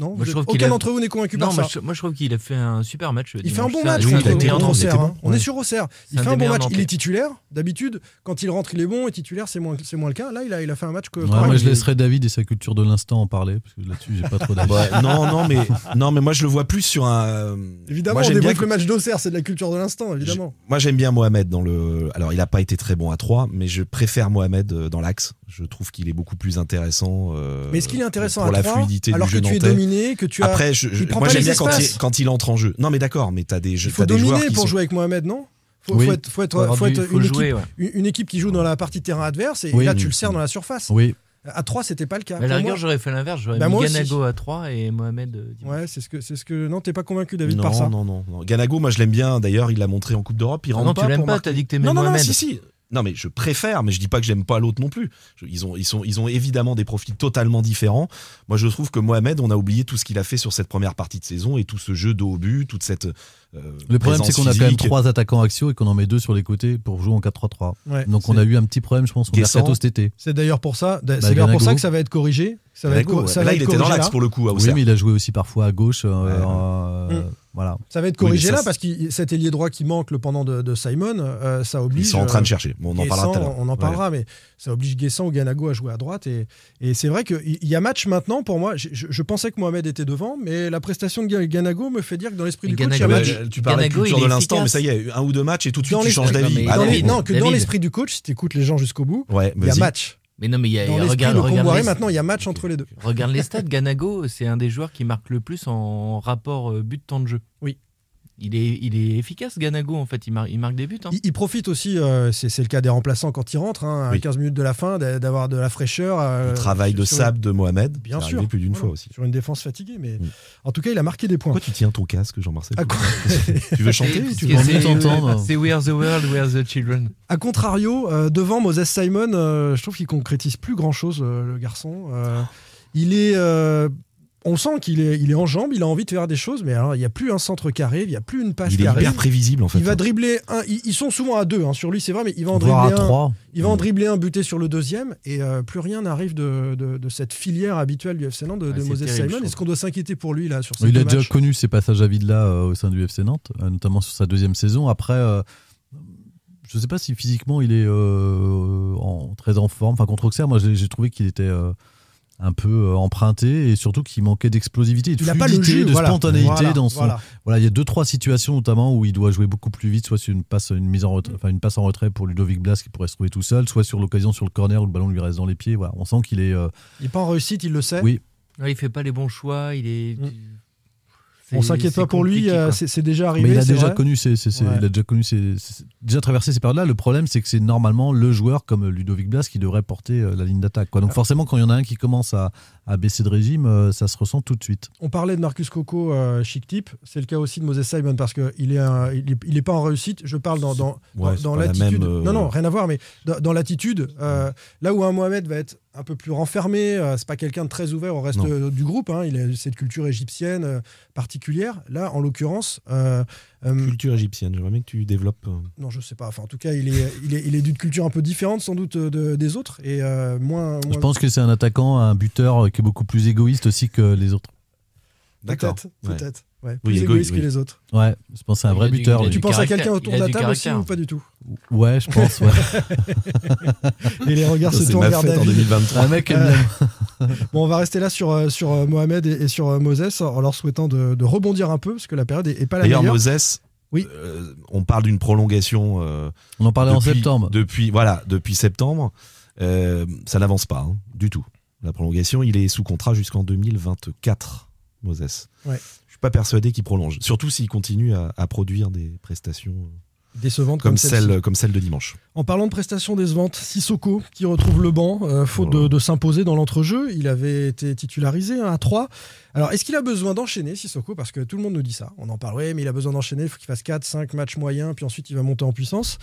S7: Non
S6: Moi, je trouve qu'il
S7: Aucun
S6: a-
S7: d'entre vous n'est convaincu
S6: Non,
S7: par
S6: moi,
S7: ça.
S6: Je, moi, je trouve qu'il a fait un super match.
S7: Il fait un bon match
S8: Oui,
S7: contre-
S8: il a été
S7: contre
S8: bon,
S7: Auxerre,
S8: il était
S7: hein.
S8: bon.
S7: On est
S8: Ouais.
S7: sur Auxerre.
S6: C'est
S7: Il
S6: un
S7: fait un
S6: des
S7: bon
S6: meilleurs
S7: match. Il
S6: Nantais.
S7: est titulaire. D'habitude, quand il rentre, il est bon. Et titulaire, c'est moins, c'est moins le cas. Là, il a, il a fait un match que.
S9: Ouais, moi, je laisserai David et sa culture de l'instant en parler, parce que là-dessus, j'ai pas trop d'avis.
S8: Bah, non, non, mais non, mais moi je le vois plus sur un.
S7: Évidemment,
S8: moi,
S7: on
S8: j'aime bien
S7: débriefe
S8: que-
S7: le match d'Auxerre. C'est de la culture de l'instant, évidemment.
S8: Moi, j'aime bien Mohamed dans le. Alors, il a pas été très bon à 3, mais je préfère Mohamed euh, dans l'axe. Je trouve qu'il est beaucoup plus intéressant. euh,
S7: Mais est-ce qu'il est intéressant
S8: pour
S7: à
S8: la
S7: trois,
S8: fluidité du
S7: alors
S8: jeu
S7: que tu es
S8: nantais.
S7: dominé, que tu as-
S8: Après, je,
S7: il
S8: je-
S7: prend
S8: moi
S7: pas
S8: j'aime
S7: les
S8: bien quand
S7: espaces.
S8: il, quand il entre en jeu. Non, mais d'accord, mais t'as des jeux,
S7: Il faut
S8: t'as des joueurs
S7: dominer
S8: qui
S7: pour
S8: sont-
S7: jouer avec Mohamed, non faut,
S9: Oui.
S7: faut être, faut être-
S9: Faut avoir
S7: faut
S9: du-
S7: être
S9: faut
S7: une,
S9: jouer,
S7: équipe,
S9: ouais.
S7: une- une équipe qui joue dans la partie terrain adverse. Et
S9: Oui,
S7: là, tu
S9: oui.
S7: le serres dans la surface.
S9: Oui.
S7: À 3, c'était pas le cas.
S6: Mais Bah, à la
S7: Pour
S6: rigueur,
S7: moi-
S6: j'aurais fait l'inverse. J'aurais
S7: Bah,
S6: mis
S7: moi aussi.
S6: Ganago à 3 et Mohamed. euh, dimanche.
S7: Ouais, c'est ce que, c'est ce que. Non, t'es pas convaincu, David,
S8: non,
S7: par ça.
S8: non, non, non. Ganago, moi je l'aime bien. D'ailleurs, il l'a montré en Coupe d'Europe. Il
S6: Ah
S8: rentre
S6: non, tu l'aimes
S8: pour
S6: pas,
S8: marquer.
S6: t'as dit que t'aimais
S8: Non, non, non,
S6: Mohamed.
S8: si, si. Non, mais je préfère, mais je dis pas que j'aime pas l'autre non plus. Je- Ils ont, ils, sont, ils ont évidemment des profils totalement différents. Moi, je trouve que Mohamed, on a oublié tout ce qu'il a fait sur cette première partie de saison et tout ce jeu dos au but, toute cette. euh,
S9: Le problème, c'est qu'on a quand même trois attaquants axiaux et qu'on en met deux sur les côtés pour jouer en 4-3-3.
S7: Ouais,
S9: Donc, on
S7: c'est-
S9: a eu un petit problème, je pense, au
S8: Guessant.
S9: mercato cet été.
S7: C'est d'ailleurs pour ça. c'est
S9: Bah,
S7: d'ailleurs pour ça
S9: Ganago.
S7: que ça va être corrigé. Ça va être, cor- ça va
S8: Là,
S7: être
S8: il était dans
S7: corrigé
S8: l'axe
S7: là.
S8: pour le coup à
S9: Oui,
S8: Auxerre.
S9: mais il a joué aussi parfois à gauche. euh, euh,
S7: Mm.
S9: Voilà.
S7: Ça va être
S9: Oui, mais
S7: corrigé
S9: ça,
S7: là parce que cet ailier droit qui manque, le pendant de, de Simon, euh, ça oblige.
S8: Ils sont en train de
S7: euh,
S8: chercher. Bon, on en
S7: Guessant,
S8: parlera tout à l'heure.
S7: On en
S8: Ouais.
S7: parlera, mais ça oblige Guessant ou Ganago à jouer à droite. Et, et c'est vrai qu'il y a match maintenant pour moi. Je, je- je pensais que Mohamed était devant, mais la prestation de Ga- Ganago me fait dire que dans l'esprit du
S6: Et
S7: coach, il y a
S6: Ganago,
S7: match.
S6: il-
S8: euh, Tu parlais de
S6: Ganago,
S8: culture
S6: il
S8: de
S6: est
S8: l'instant,
S6: efficace.
S8: mais ça y est, un ou deux matchs et tout de suite
S7: Dans
S8: tu
S7: les-
S8: changes
S7: Non,
S8: d'avis.
S6: mais
S8: Bah
S7: Dans
S8: non.
S7: les- non, que dans
S6: David.
S7: l'esprit du coach, si t'écoutes les gens jusqu'au bout,
S8: Ouais,
S7: il y a
S8: vas-y.
S7: match.
S6: Mais non, mais il y a,
S7: Dans l'esprit,
S6: regarde,
S7: le
S6: regarde
S7: Comboiré,
S6: les-
S7: maintenant, il y a match entre les deux.
S6: Regarde les stats, Ganago, c'est un des joueurs qui marque le plus en rapport euh, but-temps de jeu.
S7: Oui.
S6: Il est, il est efficace, Ganago, en fait. Il, mar- il marque des buts. hein.
S7: Il, il profite aussi, euh, c'est c'est le cas des remplaçants quand ils rentrent, hein, à
S8: Oui.
S7: 15 minutes de la fin, d'a- d'avoir de la fraîcheur. euh,
S8: Le travail de
S7: sur-
S8: sable de Mohamed.
S7: Bien
S8: c'est
S7: sûr.
S8: arrivé plus d'une
S7: Voilà.
S8: fois aussi.
S7: Sur une défense fatiguée, mais
S8: Mm.
S7: en tout cas, il a marqué des points.
S8: Pourquoi tu tiens ton casque, Jean-Marcel
S7: À quoi-
S8: Tu veux chanter ou tu
S6: Parce
S8: veux
S6: que
S8: mieux
S6: c'est-
S8: t'entendre
S6: C'est We Are the World, We Are the Children.
S7: A contrario, euh, devant Moses Simon, euh, je trouve qu'il concrétise plus grand chose, le garçon. Euh, il est. euh, on sent qu'il est, il est en jambes, il a envie de faire des choses, mais alors il n'y a plus un centre carré, il n'y a plus une passe
S8: Il est
S7: carrée.
S8: hyper prévisible en fait.
S7: Il va dribbler un. Ils ils sont souvent à deux hein, sur lui, c'est vrai, mais il va en
S9: Voire à
S7: dribbler un.
S9: 3.
S7: Il va en dribbler un, buter sur le deuxième, et euh, plus rien n'arrive de, de- de cette filière habituelle du FC Nantes de,
S6: Ouais,
S7: de
S6: Ah, c'est
S7: Moses
S6: terrible, je
S7: Simon.
S6: trouve.
S7: Est-ce qu'on doit s'inquiéter pour lui là sur ce
S9: Il a
S7: match
S9: déjà connu ces passages à vide là euh, au sein du FC Nantes, euh, notamment sur sa deuxième saison. Après, euh, je ne sais pas si physiquement il est euh, en- très en forme. Enfin, contre Auxerre, moi j'ai j'ai trouvé qu'il était euh, un peu euh, emprunté et surtout qu'il manquait d'explosivité, et de
S7: Il a
S9: fluidité,
S7: pas le jus,
S9: de
S7: voilà.
S9: spontanéité
S7: Voilà,
S9: dans son.
S7: voilà.
S9: Voilà. il y a deux trois situations notamment où il doit jouer beaucoup plus vite, soit sur une passe, une mise en retrait, enfin une passe en retrait pour Ludovic Blas qui pourrait se trouver tout seul, soit sur l'occasion sur le corner où le ballon lui reste dans les pieds. Voilà, on sent qu'il est. euh,
S7: Il n'est pas en réussite, il le sait.
S9: oui.
S6: Ouais, il fait pas les bons choix, il est.
S7: Mm. On s'inquiète
S6: c'est
S7: pas pour lui,
S6: compliqué,
S7: euh,
S6: quoi.
S7: c'est c'est déjà arrivé.
S9: Mais il a
S7: c'est
S9: déjà
S7: vrai.
S9: connu, ces- ces- ces-
S7: Ouais.
S9: il a déjà connu, ces- ces- déjà traversé ces périodes-là. Le problème, c'est que c'est normalement le joueur comme Ludovic Blas qui devrait porter euh, la ligne d'attaque. quoi. Donc forcément, quand il y en a un qui commence à, à baisser de régime, euh, ça se ressent tout de suite.
S7: On parlait de Marcus Coco, euh, chic type. C'est le cas aussi de Moses Simon parce qu'il est, un- il est, il est pas en réussite. Je parle dans, dans,
S8: C'est- ouais,
S7: dans-
S8: c'est
S7: dans
S8: pas la
S7: l'attitude.
S8: même, euh,
S7: Non, non, rien à voir, mais dans, dans l'attitude, euh, là où un Mohamed va être un peu plus renfermé, euh, c'est pas quelqu'un de très ouvert au reste
S8: Non.
S7: euh, du groupe. hein. il a cette culture égyptienne euh, particulière. Là, en l'occurrence, euh, euh,
S8: Culture égyptienne, j'aimerais bien que tu développes. euh,
S7: non, je sais pas. Enfin, en tout cas, il est, il est, il est d'une culture un peu différente, sans doute, de- des autres et euh, moins.
S9: Je
S7: moins-
S9: pense que c'est un attaquant, un buteur euh, qui est beaucoup plus égoïste aussi que les autres.
S8: D'accord.
S7: Peut-être,
S8: Ouais.
S7: peut-être. Ouais, plus égoïste que les autres.
S9: Ouais, je pense que c'est un
S7: Il a
S9: vrai
S7: du-
S9: buteur.
S7: il a
S9: lui.
S7: du Tu penses à caractère. quelqu'un autour Il a de la du table aussi caractère. hein. ou pas du tout
S9: Ouais, je pense, ouais.
S7: Et les regards
S9: Ça,
S7: se
S9: c'est
S7: tournent
S9: ma
S7: vers
S9: fête en
S7: David.
S9: 2023. Un mec aime
S7: Euh,
S9: bien.
S7: bon, on va rester là sur, euh, sur euh, Mohamed et, et sur euh, Moses en leur souhaitant de, de rebondir un peu parce que la période est, est pas la meilleure.
S8: D'ailleurs, Moses, euh, on parle d'une prolongation. euh,
S9: on en parlait en septembre.
S8: Depuis, voilà, depuis septembre, euh, ça n'avance pas hein, du tout. La prolongation, il est sous contrat jusqu'en 2024, Moses.
S7: Ouais.
S8: Je suis pas persuadé qu'il prolonge. Surtout s'il continue à, à produire des prestations euh,
S7: Décevantes
S8: comme,
S7: comme
S8: celle,
S7: celle-ci.
S8: comme celle de dimanche.
S7: En parlant de prestations décevantes, Sissoko qui retrouve le banc, euh, faute de, de s'imposer dans l'entrejeu. Il avait été titularisé hein, à 3. Alors, est-ce qu'il a besoin d'enchaîner Sissoko Parce que tout le monde nous dit ça. On en parle, ouais, mais il a besoin d'enchaîner. Il faut qu'il fasse 4, 5 matchs moyens, puis ensuite il va monter en puissance.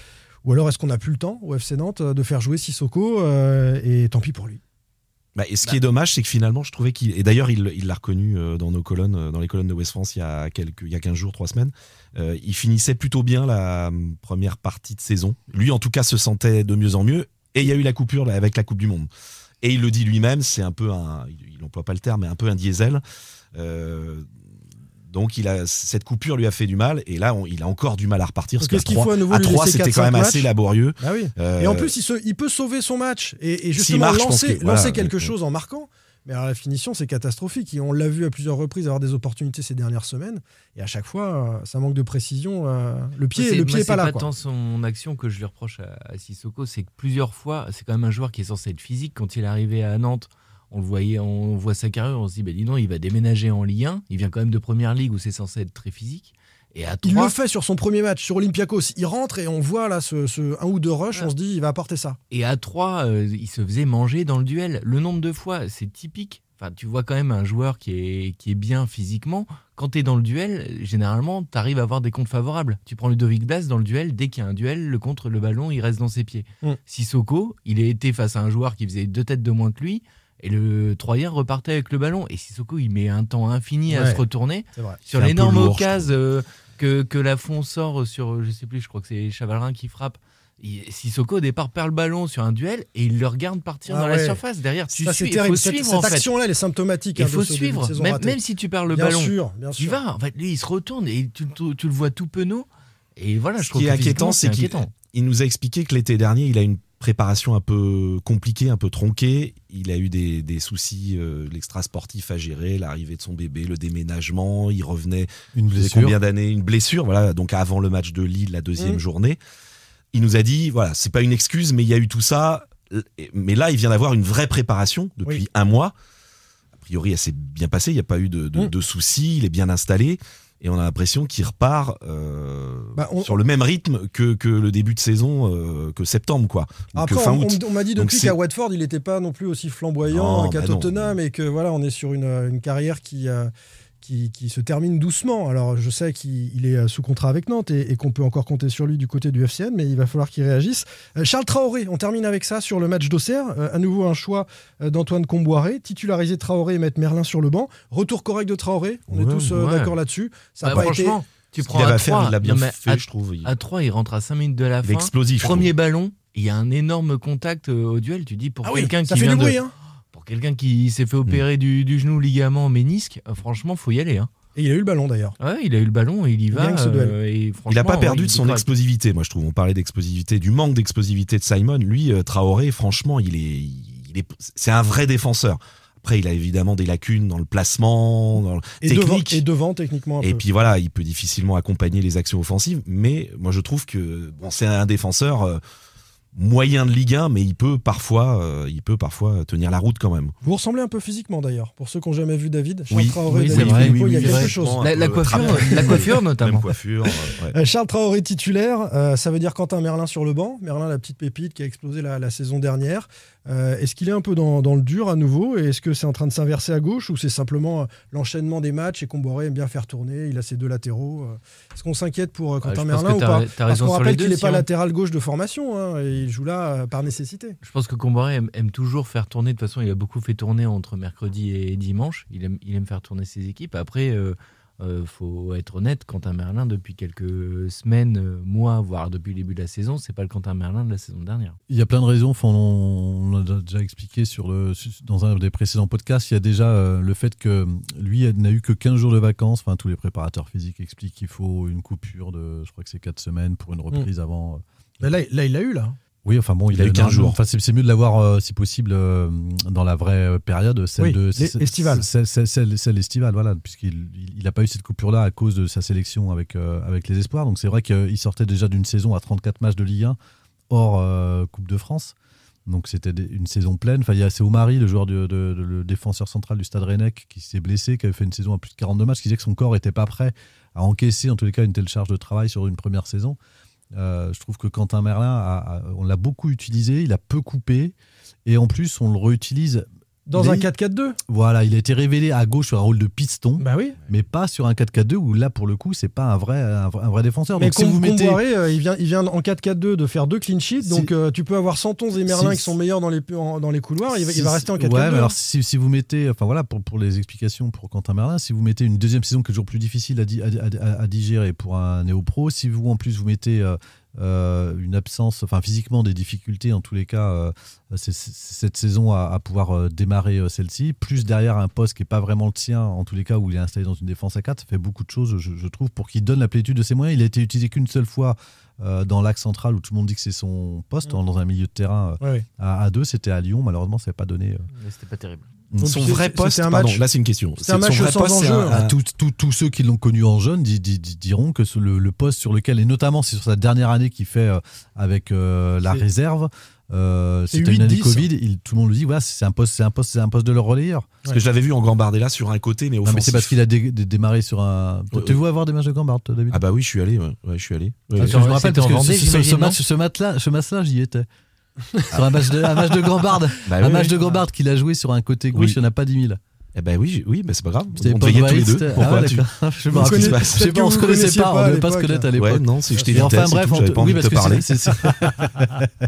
S7: Ou alors, est-ce qu'on n'a plus le temps au FC Nantes euh, de faire jouer Sissoko euh, Et tant pis pour lui.
S8: Bah, et ce qui est dommage, c'est que finalement, je trouvais qu'il. Et d'ailleurs, il il l'a reconnu euh, dans nos colonnes, euh, dans les colonnes de West France il y a, quelques, il y a 15 jours, 3 semaines. Euh, il finissait plutôt bien la euh, première partie de saison. Lui, en tout cas, se sentait de mieux en mieux. Et il y a eu la coupure là, avec la Coupe du Monde. Et il le dit lui-même, c'est un peu un. Il il n'emploie pas le terme, mais un peu un diesel. Euh, donc il a, cette coupure lui a fait du mal et là on- il a encore du mal à repartir
S7: Donc,
S8: parce
S7: est-ce qu'il
S8: qu'à
S7: faut à
S8: 3,
S7: nouveau
S8: à
S7: lui
S8: 3
S7: laisser
S8: c'était quand
S7: 4-5
S8: même assez
S7: matchs
S8: laborieux. Euh,
S7: Bah oui. Et en plus, il, se- il peut sauver son match et, et justement
S8: marche, je pense
S7: lancer,
S8: que- voilà,
S7: lancer quelque
S8: ouais.
S7: chose en marquant. Mais alors, la finition, c'est catastrophique. Et on l'a vu à plusieurs reprises avoir des opportunités ces dernières semaines. Et à chaque fois, euh, ça manque de précision. euh, Le
S6: Moi,
S7: pied,
S6: c'est-
S7: le
S6: moi,
S7: pied est pas
S6: C'est
S7: là.
S6: pas
S7: quoi.
S6: tant son action que je lui reproche à, à Sissoko, c'est que plusieurs fois, c'est quand même un joueur qui est censé être physique. Quand il est arrivé à Nantes, on le voyait, on voit sa carrière, on se dit, ben dis donc, il va déménager en Ligue 1. Il vient quand même de première ligue où c'est censé être très physique. Et à
S7: Il
S6: 3,
S7: le fait sur son premier match, sur Olympiakos. Il rentre et on voit là ce, ce un ou deux rushs. On se dit, il va apporter ça.
S6: Et à 3, il se faisait manger dans le duel. Le nombre de fois, c'est typique. Enfin, tu vois quand même un joueur qui est, qui est bien physiquement. Quand tu es dans le duel, euh, généralement, tu arrives à avoir des comptes favorables. Tu prends Ludovic Blas dans le duel, dès qu'il y a un duel, le contre, le ballon, il reste dans ses pieds.
S7: Mm.
S6: Sissoko, il a été face à un joueur qui faisait deux têtes de moins que lui, et le Troyen repartait avec le ballon. Et Sissoko, il met un temps infini à
S7: Ouais.
S6: se retourner.
S7: C'est vrai.
S6: Sur
S7: C'est un peu
S6: l'énorme
S7: lourd, je
S6: occasion euh, que, que Lafont sort sur, je sais plus, je crois que c'est Chavalrin qui frappe. Il- Sissoko au départ perd le ballon sur un duel et il le regarde partir
S7: Ah
S6: dans
S7: ouais.
S6: la surface. Derrière, tu
S7: Ça, c'est
S6: suis, il faut
S7: terrible. Cette,
S6: suivre
S7: cette
S6: en fait.
S7: action-là, elle est symptomatique.
S6: Il
S7: hein,
S6: faut
S7: de ce début de
S6: suivre,
S7: saison
S6: même,
S7: ratée.
S6: même si tu perds le
S7: Bien
S6: ballon.
S7: sûr, bien
S6: Tu
S7: sûr.
S6: vas, en fait, lui, il se retourne et tu, tu- tu le vois tout penaud. Et voilà, je
S8: Ce
S6: trouve
S8: qui est
S6: que physiquement,
S8: inquiétant, c'est qu'il
S6: inquiétant.
S8: il nous a expliqué que l'été dernier, il a une préparation un peu compliquée, un peu tronquée. Il a eu des, des soucis, euh, l'extra-sportif à gérer, l'arrivée de son bébé, le déménagement. Il revenait.
S9: Une
S8: faisait
S9: blessure.
S8: Combien d'années Une blessure, voilà. Donc avant le match de Lille, la deuxième
S9: Mhm.
S8: journée. Il nous a dit voilà, c'est pas une excuse, mais il y a eu tout ça. Mais là, il vient d'avoir une vraie préparation depuis
S9: Oui.
S8: un mois. A priori, elle s'est bien passée. Il n'y a pas eu de,
S7: Mm.
S8: de- de soucis. Il est bien installé. Et on a l'impression qu'il repart euh,
S7: Bah, on-
S8: sur le même rythme que, que le début de saison, euh, que septembre, quoi. Ou
S7: Après,
S8: que fin
S7: on,
S8: août.
S7: on- on m'a dit
S8: Donc
S7: depuis
S8: c'est-
S7: qu'à Watford, il n'était pas non plus aussi
S8: Non,
S7: flamboyant qu'à
S8: bah non.
S7: Tottenham et que voilà, on est sur une, une carrière qui, euh, qui, qui se termine doucement. Alors, je sais qu'il il est euh, sous contrat avec Nantes et, et qu'on peut encore compter sur lui du côté du FCN, mais il va falloir qu'il réagisse. Euh, Charles Traoré, on termine avec ça sur le match d'Auxerre. Euh, à nouveau, un choix euh, d'Antoine Comboiré, titulariser Traoré et mettre Merlin sur le banc. Retour correct de Traoré, on est
S6: Ouais,
S7: tous euh,
S6: ouais.
S7: d'accord là-dessus. Ça a
S6: Bah,
S7: pas été-
S6: franchement, tu
S8: Ce
S6: prends
S8: qu'il
S6: à
S8: avait à faire,
S6: 3,
S8: il l'a bien
S6: non, mais
S8: fait,
S6: à-
S8: je trouve. Il-
S6: À 3, il rentre à 5 minutes de la
S8: Il
S6: fin.
S8: est explosif, je
S6: Premier ballon, il y a un énorme contact euh, au duel. Tu dis pour
S7: Ah oui,
S6: quelqu'un
S7: ça
S6: qui
S7: fait
S6: vient
S7: du
S6: de-
S7: bruit, hein. Mm.
S6: pour quelqu'un qui s'est fait opérer du, du genou, ligament, ménisque, euh, franchement, faut y aller. hein.
S7: Et il a eu le ballon d'ailleurs.
S6: Ouais, il a eu le ballon et il y va.
S7: gagne ce duel.
S6: euh, et
S8: Il n'a
S6: franchement,
S8: pas perdu
S6: il
S8: de son
S6: décroche.
S8: explosivité, moi je trouve. On parlait d'explosivité, du manque d'explosivité de Simon. Lui, euh, Traoré, franchement, il est, il est, c'est un vrai défenseur. Après, il a évidemment des lacunes dans le placement, dans le
S7: Et devant,
S8: technique.
S7: et devant, techniquement. un
S8: et
S7: peu.
S8: puis voilà, il peut difficilement accompagner les actions offensives. Mais moi, je trouve que bon, c'est un défenseur euh, moyen de Ligue 1, mais il peut parfois, euh, il peut parfois tenir la route quand même.
S7: Vous ressemblez un peu physiquement d'ailleurs, pour ceux qui n'ont jamais vu David. Charles
S8: Oui,
S7: Traoré,
S8: oui,
S7: David
S8: c'est vrai,
S7: Filippo,
S8: oui,
S7: il y a
S8: oui,
S7: quelque
S8: oui.
S7: chose.
S6: La, la
S8: Euh,
S6: coiffure,
S8: trappe.
S6: la coiffure notamment.
S8: Même coiffure. euh, ouais.
S7: Euh, Charles Traoré titulaire, euh, ça veut dire Quentin Merlin sur le banc. Merlin, la petite pépite qui a explosé la, la saison dernière. Euh, est-ce qu'il est un peu dans, dans le dur à nouveau Et est-ce que c'est en train de s'inverser à gauche ou c'est simplement euh, l'enchaînement des matchs et Comboré aime bien faire tourner Il a ses deux latéraux. euh. Est-ce qu'on s'inquiète pour euh,
S6: Ah, je
S7: Quentin
S6: pense
S7: Merlin
S6: que
S7: ou
S6: t'as-
S7: pas
S6: t'as
S7: Parce
S6: raison
S7: qu'on
S6: sur les
S7: rappelle
S6: deux,
S7: qu'il n'est pas
S6: sinon.
S7: latéral gauche de formation hein, et il joue là euh, par nécessité.
S6: Je pense que Comboré aime, aime toujours faire tourner. De toute façon, il a beaucoup fait tourner entre mercredi et dimanche. Il aime, il aime faire tourner ses équipes. Après, euh, euh, faut être honnête, Quentin Merlin, depuis quelques semaines, euh, mois, voire depuis le début de la saison, c'est pas le Quentin Merlin de la saison dernière.
S9: Il y a plein de raisons. Enfin, on on l'a déjà expliqué sur le, dans un des précédents podcasts. Il y a déjà euh, le fait que lui n'a eu que 15 jours de vacances. Enfin, tous les préparateurs physiques expliquent qu'il faut une coupure de, je crois que c'est 4 semaines pour une
S7: Mm.
S9: reprise avant. euh,
S7: Mais là, là, il l'a eu, là.
S9: Oui, enfin bon, il,
S7: Il a eu 15 jours.
S9: Enfin, c'est c'est mieux de l'avoir, euh, si possible, euh, dans la vraie euh, période, celle
S7: Oui,
S9: de
S7: les-
S9: celle-
S7: estivale.
S9: Celle, celle- celle- celle estivale, voilà, puisqu'il il- il a pas eu cette coupure-là à cause de sa sélection avec euh, avec les espoirs. Donc c'est vrai qu'il sortait déjà d'une saison à 34 matchs de Ligue 1 hors euh, Coupe de France. Donc c'était des- une saison pleine. Enfin, il y a- c'est Omari, le joueur du- de- de- le défenseur central du Stade Rennais, qui s'est blessé, qui avait fait une saison à plus de 42 matchs, qui disait que son corps n'était pas prêt à encaisser, en tous les cas, une telle charge de travail sur une première saison. Euh, je trouve que Quentin Merlin, a- a- on l'a beaucoup utilisé, il a peu coupé, et en plus, on le réutilise.
S7: Dans
S9: Il
S7: un
S9: est-
S7: 4-4-2
S9: Voilà, il a été révélé à gauche sur un rôle de piston, mais pas sur un 4-4-2 où là, pour le coup, c'est pas un vrai, un vrai, un vrai défenseur.
S7: Mais
S9: Donc, si
S7: Com-
S9: vous mettez.
S7: Comboiré, euh, il, vient, il vient en 4-4-2 de faire deux clean sheets, donc euh, tu peux avoir Santonze et Merlin
S9: Si-
S7: qui sont meilleurs dans les, en- dans les couloirs, il va, il va
S9: Si-
S7: rester en 4-4-2.
S9: Ouais, mais alors
S7: hein.
S9: si, si vous mettez, enfin voilà, pour, pour les explications pour Quentin Merlin, si vous mettez une deuxième saison qui est toujours plus difficile à, di- à- à- à digérer pour un néo-pro, si vous en plus vous mettez euh, euh, une absence, enfin physiquement des difficultés en tous les cas, euh, c'est- c'est- cette saison à, à pouvoir euh, démarrer euh, celle-ci, plus derrière un poste qui n'est pas vraiment le sien, en tous les cas où il est installé dans une défense à 4, ça fait beaucoup de choses, je, je trouve, pour qu'il donne la plénitude de ses moyens. Il a été utilisé qu'une seule fois. euh, dans l'axe central où tout le monde dit que c'est son poste,
S7: Mhm.
S9: dans un milieu de terrain euh,
S7: Ouais, ouais.
S9: à, à deux, c'était à Lyon. Malheureusement, ça n'a pas donné. euh,
S6: Mais C'était pas terrible.
S7: Donc,
S8: son
S7: c'est-
S8: vrai
S7: c'était
S8: poste,
S7: un
S8: pardon,
S7: match-
S8: là c'est une question.
S7: c'était un match
S8: son vrai
S7: sans
S8: poste, c'est
S7: enjeu,
S8: un-
S9: à tous- tous- tous ceux qui l'ont connu en jeune di- di- di- diront que ce- le, le poste sur lequel, et notamment c'est sur sa dernière année qu'il fait euh, avec euh, la
S7: C'est-
S9: réserve, euh,
S7: c'est
S9: c'était une
S7: 8-10,
S9: année
S7: hein.
S9: Covid, il- tout le monde le dit, voilà, c'est un poste, c'est un poste, c'est un poste de leur relayeur.
S8: Parce que je l'avais vu en Gambardella sur un côté, mais
S9: Non, mais
S8: offensif.
S9: c'est parce qu'il a dé- dé- démarré sur un.
S8: Ouais,
S9: Tu vois avoir des matchs de Gambard, toi, David
S8: Ah bah oui, je suis allé, ouais, ouais, je suis allé.
S7: Ah,
S8: Ouais,
S9: Parce
S8: ouais.
S9: que je me rappelle parce que ce,
S8: Vendée,
S9: ce- ce
S8: j'imagine, Ah.
S9: match, ce match-là, ce match-là, j'y étais. sur un match de, un match de Gambard,
S8: Bah
S9: un
S8: oui,
S9: match
S8: oui.
S9: de Gambard qu'il a joué sur un côté gauche,
S8: Oui.
S9: il n'y en a pas 10 000.
S8: Eh ben oui, oui, mais c'est pas grave.
S9: C'était
S8: on
S9: pas
S8: devait y être
S9: Bright,
S8: tous les deux.
S9: c'était-
S8: Pourquoi
S9: ah ouais,
S8: tu-
S9: d'accord. Je sais pas,
S8: Vous
S9: je sais pas,
S8: connaissez-
S9: je sais pas, on se connaissait pas, on devait pas se connaître à l'époque.
S8: Ouais, non, c'est je t'ai
S9: Et enfin,
S8: vitesse,
S9: bref,
S8: j'avais pas envie de te parler.
S9: c'est- c'est-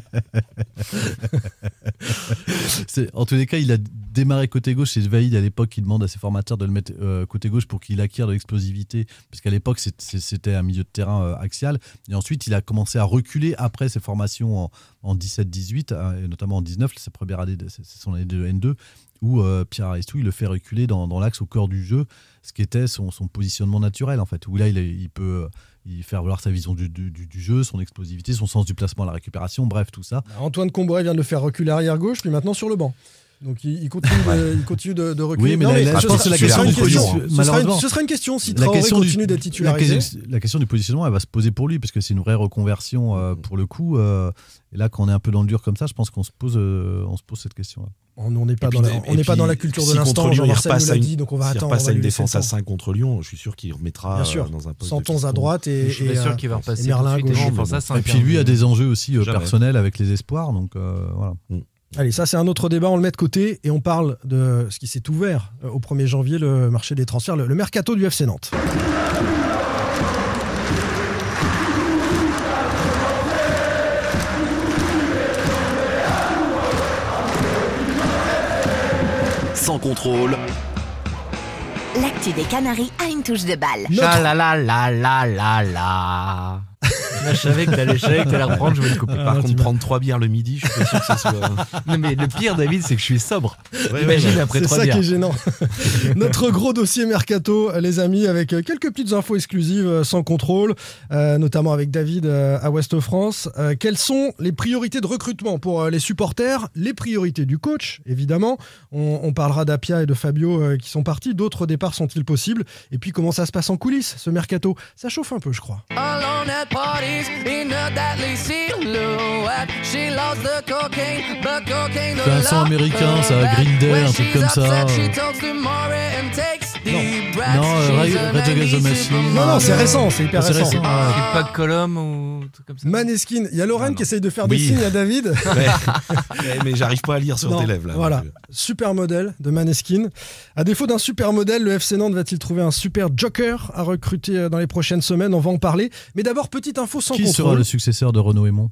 S9: C'est- en tous les cas, il a démarré côté gauche. C'est Vaïd à l'époque qui demande à ses formateurs de le mettre euh, côté gauche pour qu'il acquiert de l'explosivité, parce qu'à l'époque c'est- c'est- c'était un milieu de terrain euh, axial. Et ensuite, il a commencé à reculer après ses formations en, en 17-18 hein, et notamment en 19, sa première année, de- c'est c'est son année de N2 où euh, Pierre Aristou il le fait reculer dans, dans l'axe au corps du jeu, ce qui était son, son positionnement naturel en fait. Où là, il, est- il peut euh, il faire valoir sa vision du, du- du- du jeu, son explosivité, son sens du placement à la récupération, bref tout ça.
S7: Bah, Antoine Comboiré vient de le faire reculer arrière gauche, puis maintenant sur le banc. Donc il, il continue, de, il continue de, de reculer.
S9: Oui, mais
S7: Non,
S9: la- la-
S7: ce
S9: je pense
S7: sera-
S9: que la
S7: ce
S9: question
S7: sera une
S9: du positionnement,
S7: question- ce sera une-
S9: malheureusement.
S7: Ce sera une question si
S9: La
S7: Traoré
S9: question du-
S7: continue d'être
S9: La
S7: titularisé.
S9: question, la question du positionnement, elle va se poser pour lui, parce que c'est une vraie reconversion euh, pour le coup. euh, et là, quand on est un peu dans le dur comme ça, je pense qu'on se pose, euh, on se pose cette question.
S7: Oh, On on n'est
S9: Et
S7: pas, dans
S9: puis-
S7: la-
S9: et
S7: on n'est pas
S9: puis,
S7: dans la culture de
S9: si
S7: l'instant.
S9: contre Lyon, il
S7: Jean-Marcel
S9: repasse
S7: nous
S9: à
S7: l'a
S9: une-
S7: dit, donc on va
S8: S'il
S7: attendre. on
S8: repasse
S7: va
S8: à une
S7: lui laisser
S8: défense
S7: le
S8: à
S7: temps.
S8: 5 contre Lyon, je suis sûr qu'il remettra
S7: Bien
S8: euh,
S7: sûr.
S8: dans un poste.
S7: Sans
S8: de
S7: tons à
S8: piston.
S7: droite et- Je suis pas et, sûr euh, qu'il va repasser et Merlin tout de suite à gauche. une défense à cinq,
S9: Et puis lui a des enjeux aussi euh,
S8: Jamais.
S9: personnels avec les espoirs, donc euh, voilà.
S7: Mm. Allez, ça c'est un autre débat, on le met de côté et on parle de ce qui s'est ouvert euh, au 1er janvier, le marché des transferts, le, le mercato du FC Nantes.
S1: Sans contrôle,
S10: L'actu des Canaries a une touche de balle.
S6: Cha la la la la la la. Là, Ah. je savais que t'allais, je savais que t'allais reprendre, je vais le couper.
S8: Par contre, prendre 3 bières le midi, je suis pas sûr que ça soit.
S6: Non, mais le pire, David, c'est que je suis sobre.
S8: Ouais,
S6: Imagine
S8: ouais.
S6: après
S7: C'est
S6: 3
S7: ça
S6: bières.
S7: qui est gênant. Notre gros dossier mercato, euh, les amis, avec euh, quelques petites infos exclusives euh, sans contrôle, euh, notamment avec David euh, à Ouest France. Euh, Quelles sont les priorités de recrutement pour euh, les supporters Les priorités du coach, évidemment. On, on parlera d'Apia et de Fabio euh, qui sont partis. D'autres départs sont-ils possibles Et puis comment ça se passe en coulisses, ce mercato Ça chauffe un peu, je crois.
S2: Alone at parties in a deadly silhouette. She loves the cocaine, but cocaine
S9: C'est un sang américain, ça, Green Day, un truc comme ça. Non, euh, Ra- Rage Against the Machine.
S7: Non, non, c'est récent, c'est hyper
S9: C'est
S7: récent. Ah,
S9: récent, ouais.
S6: Ah, C'est pas Colom ou un truc comme ça.
S7: Maneskin, il y a Lorraine qui essaye de faire des
S8: Oui.
S7: signes à David.
S8: Ouais. Ouais, Eh, mais j'arrive pas à lire sur
S7: Non,
S8: tes lèvres là.
S7: Voilà,
S9: euh.
S8: Donc,
S7: super modèle de Maneskin. À défaut d'un super modèle, le FC Nantes va-t-il trouver un super joker à recruter euh, dans les prochaines semaines On va en parler. Mais d'abord, petite info sans
S9: Qui sera
S7: contrôle.
S9: le successeur de Renaud Aymon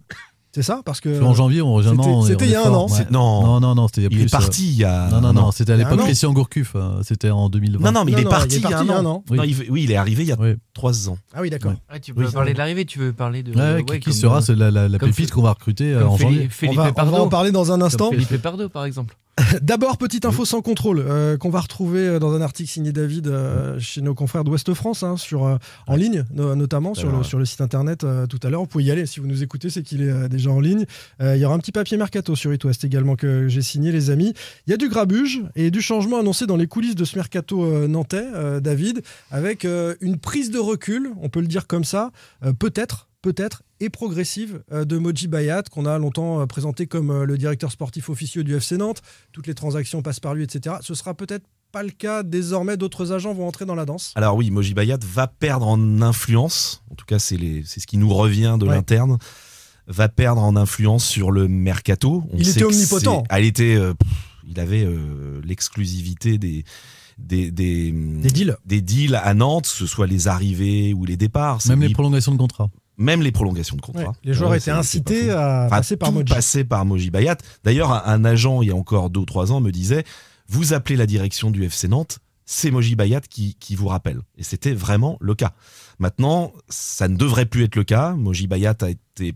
S7: C'est ça Parce que.
S9: En janvier, on généralement, on est-
S7: C'était c'était il y a
S9: on est
S7: un
S9: fort,
S7: an.
S9: ouais.
S7: C'est-
S9: Non, non, non, c'était il y a
S8: Il
S9: plus,
S8: est parti
S9: euh,
S8: il y a.
S9: Non, non, non, c'était à
S7: Il y a
S9: l'époque
S7: un an.
S9: Christian Gourcuff. euh, C'était en 2020.
S8: Non, non, mais il est
S7: il
S8: parti
S7: est
S8: il
S9: hein,
S8: y a
S7: parti hein,
S8: un an.
S9: Oui.
S8: Non, il- oui, il est arrivé il y a trois ans.
S7: Ah oui, d'accord.
S6: Ah, tu veux
S8: Oui.
S6: parler de l'arrivée, tu veux parler de.
S9: Ouais, qui- qui sera c'est la, la, la pépite qu'on va recruter euh, en janvier.
S7: on, va, on va en parler dans un instant.
S6: Philippe Pardo, par exemple.
S7: D'abord, petite info sans contrôle euh, qu'on va retrouver euh, dans un article signé David euh, chez nos confrères d'Ouest France, hein, sur, euh, en ligne no- notamment,
S9: Bah
S7: sur le,
S8: Alors,
S7: sur le site internet euh, tout à l'heure. Vous pouvez y aller si vous nous écoutez, c'est qu'il est euh, déjà en ligne. Euh, il y aura un petit papier mercato sur It West également que j'ai signé, les amis. Il y a du grabuge et du changement annoncé dans les coulisses de ce mercato euh, nantais, euh, David, avec euh, une prise de recul, on peut le dire comme ça, euh, peut-être, peut-être, et progressive euh, de Moji Bayat, qu'on a longtemps euh, présenté comme euh, le directeur sportif officieux du FC Nantes. Toutes les transactions passent par lui, etc. Ce sera peut-être pas le cas désormais. D'autres agents vont entrer dans la danse.
S8: Alors oui, Moji Bayat va perdre en influence, en tout cas c'est les- c'est ce qui nous revient de
S7: Ouais.
S8: l'interne, va perdre en influence sur le mercato. On
S7: Il
S8: sait
S7: était
S8: que
S7: omnipotent.
S8: c'est- ah, il, était, euh, pff, il avait euh, l'exclusivité des... Des, des, hum,
S7: deals.
S8: des deals à Nantes, que ce soit les arrivées ou les départs. C'est-
S9: Même les
S8: il-
S9: prolongations de contrat.
S8: même les prolongations de contrat.
S7: Ouais, les joueurs
S8: Ouais,
S7: étaient
S8: c'est-
S7: incités à
S8: Enfin,
S7: passer par
S8: tout
S7: Moji.
S8: passé par Moji Bayat. D'ailleurs, un, un agent, il y a encore deux ou trois ans, me disait Vous appelez la direction du FC Nantes, c'est Moji Bayat qui, qui vous rappelle. Et c'était vraiment le cas. Maintenant, ça ne devrait plus être le cas. Moji Bayat a été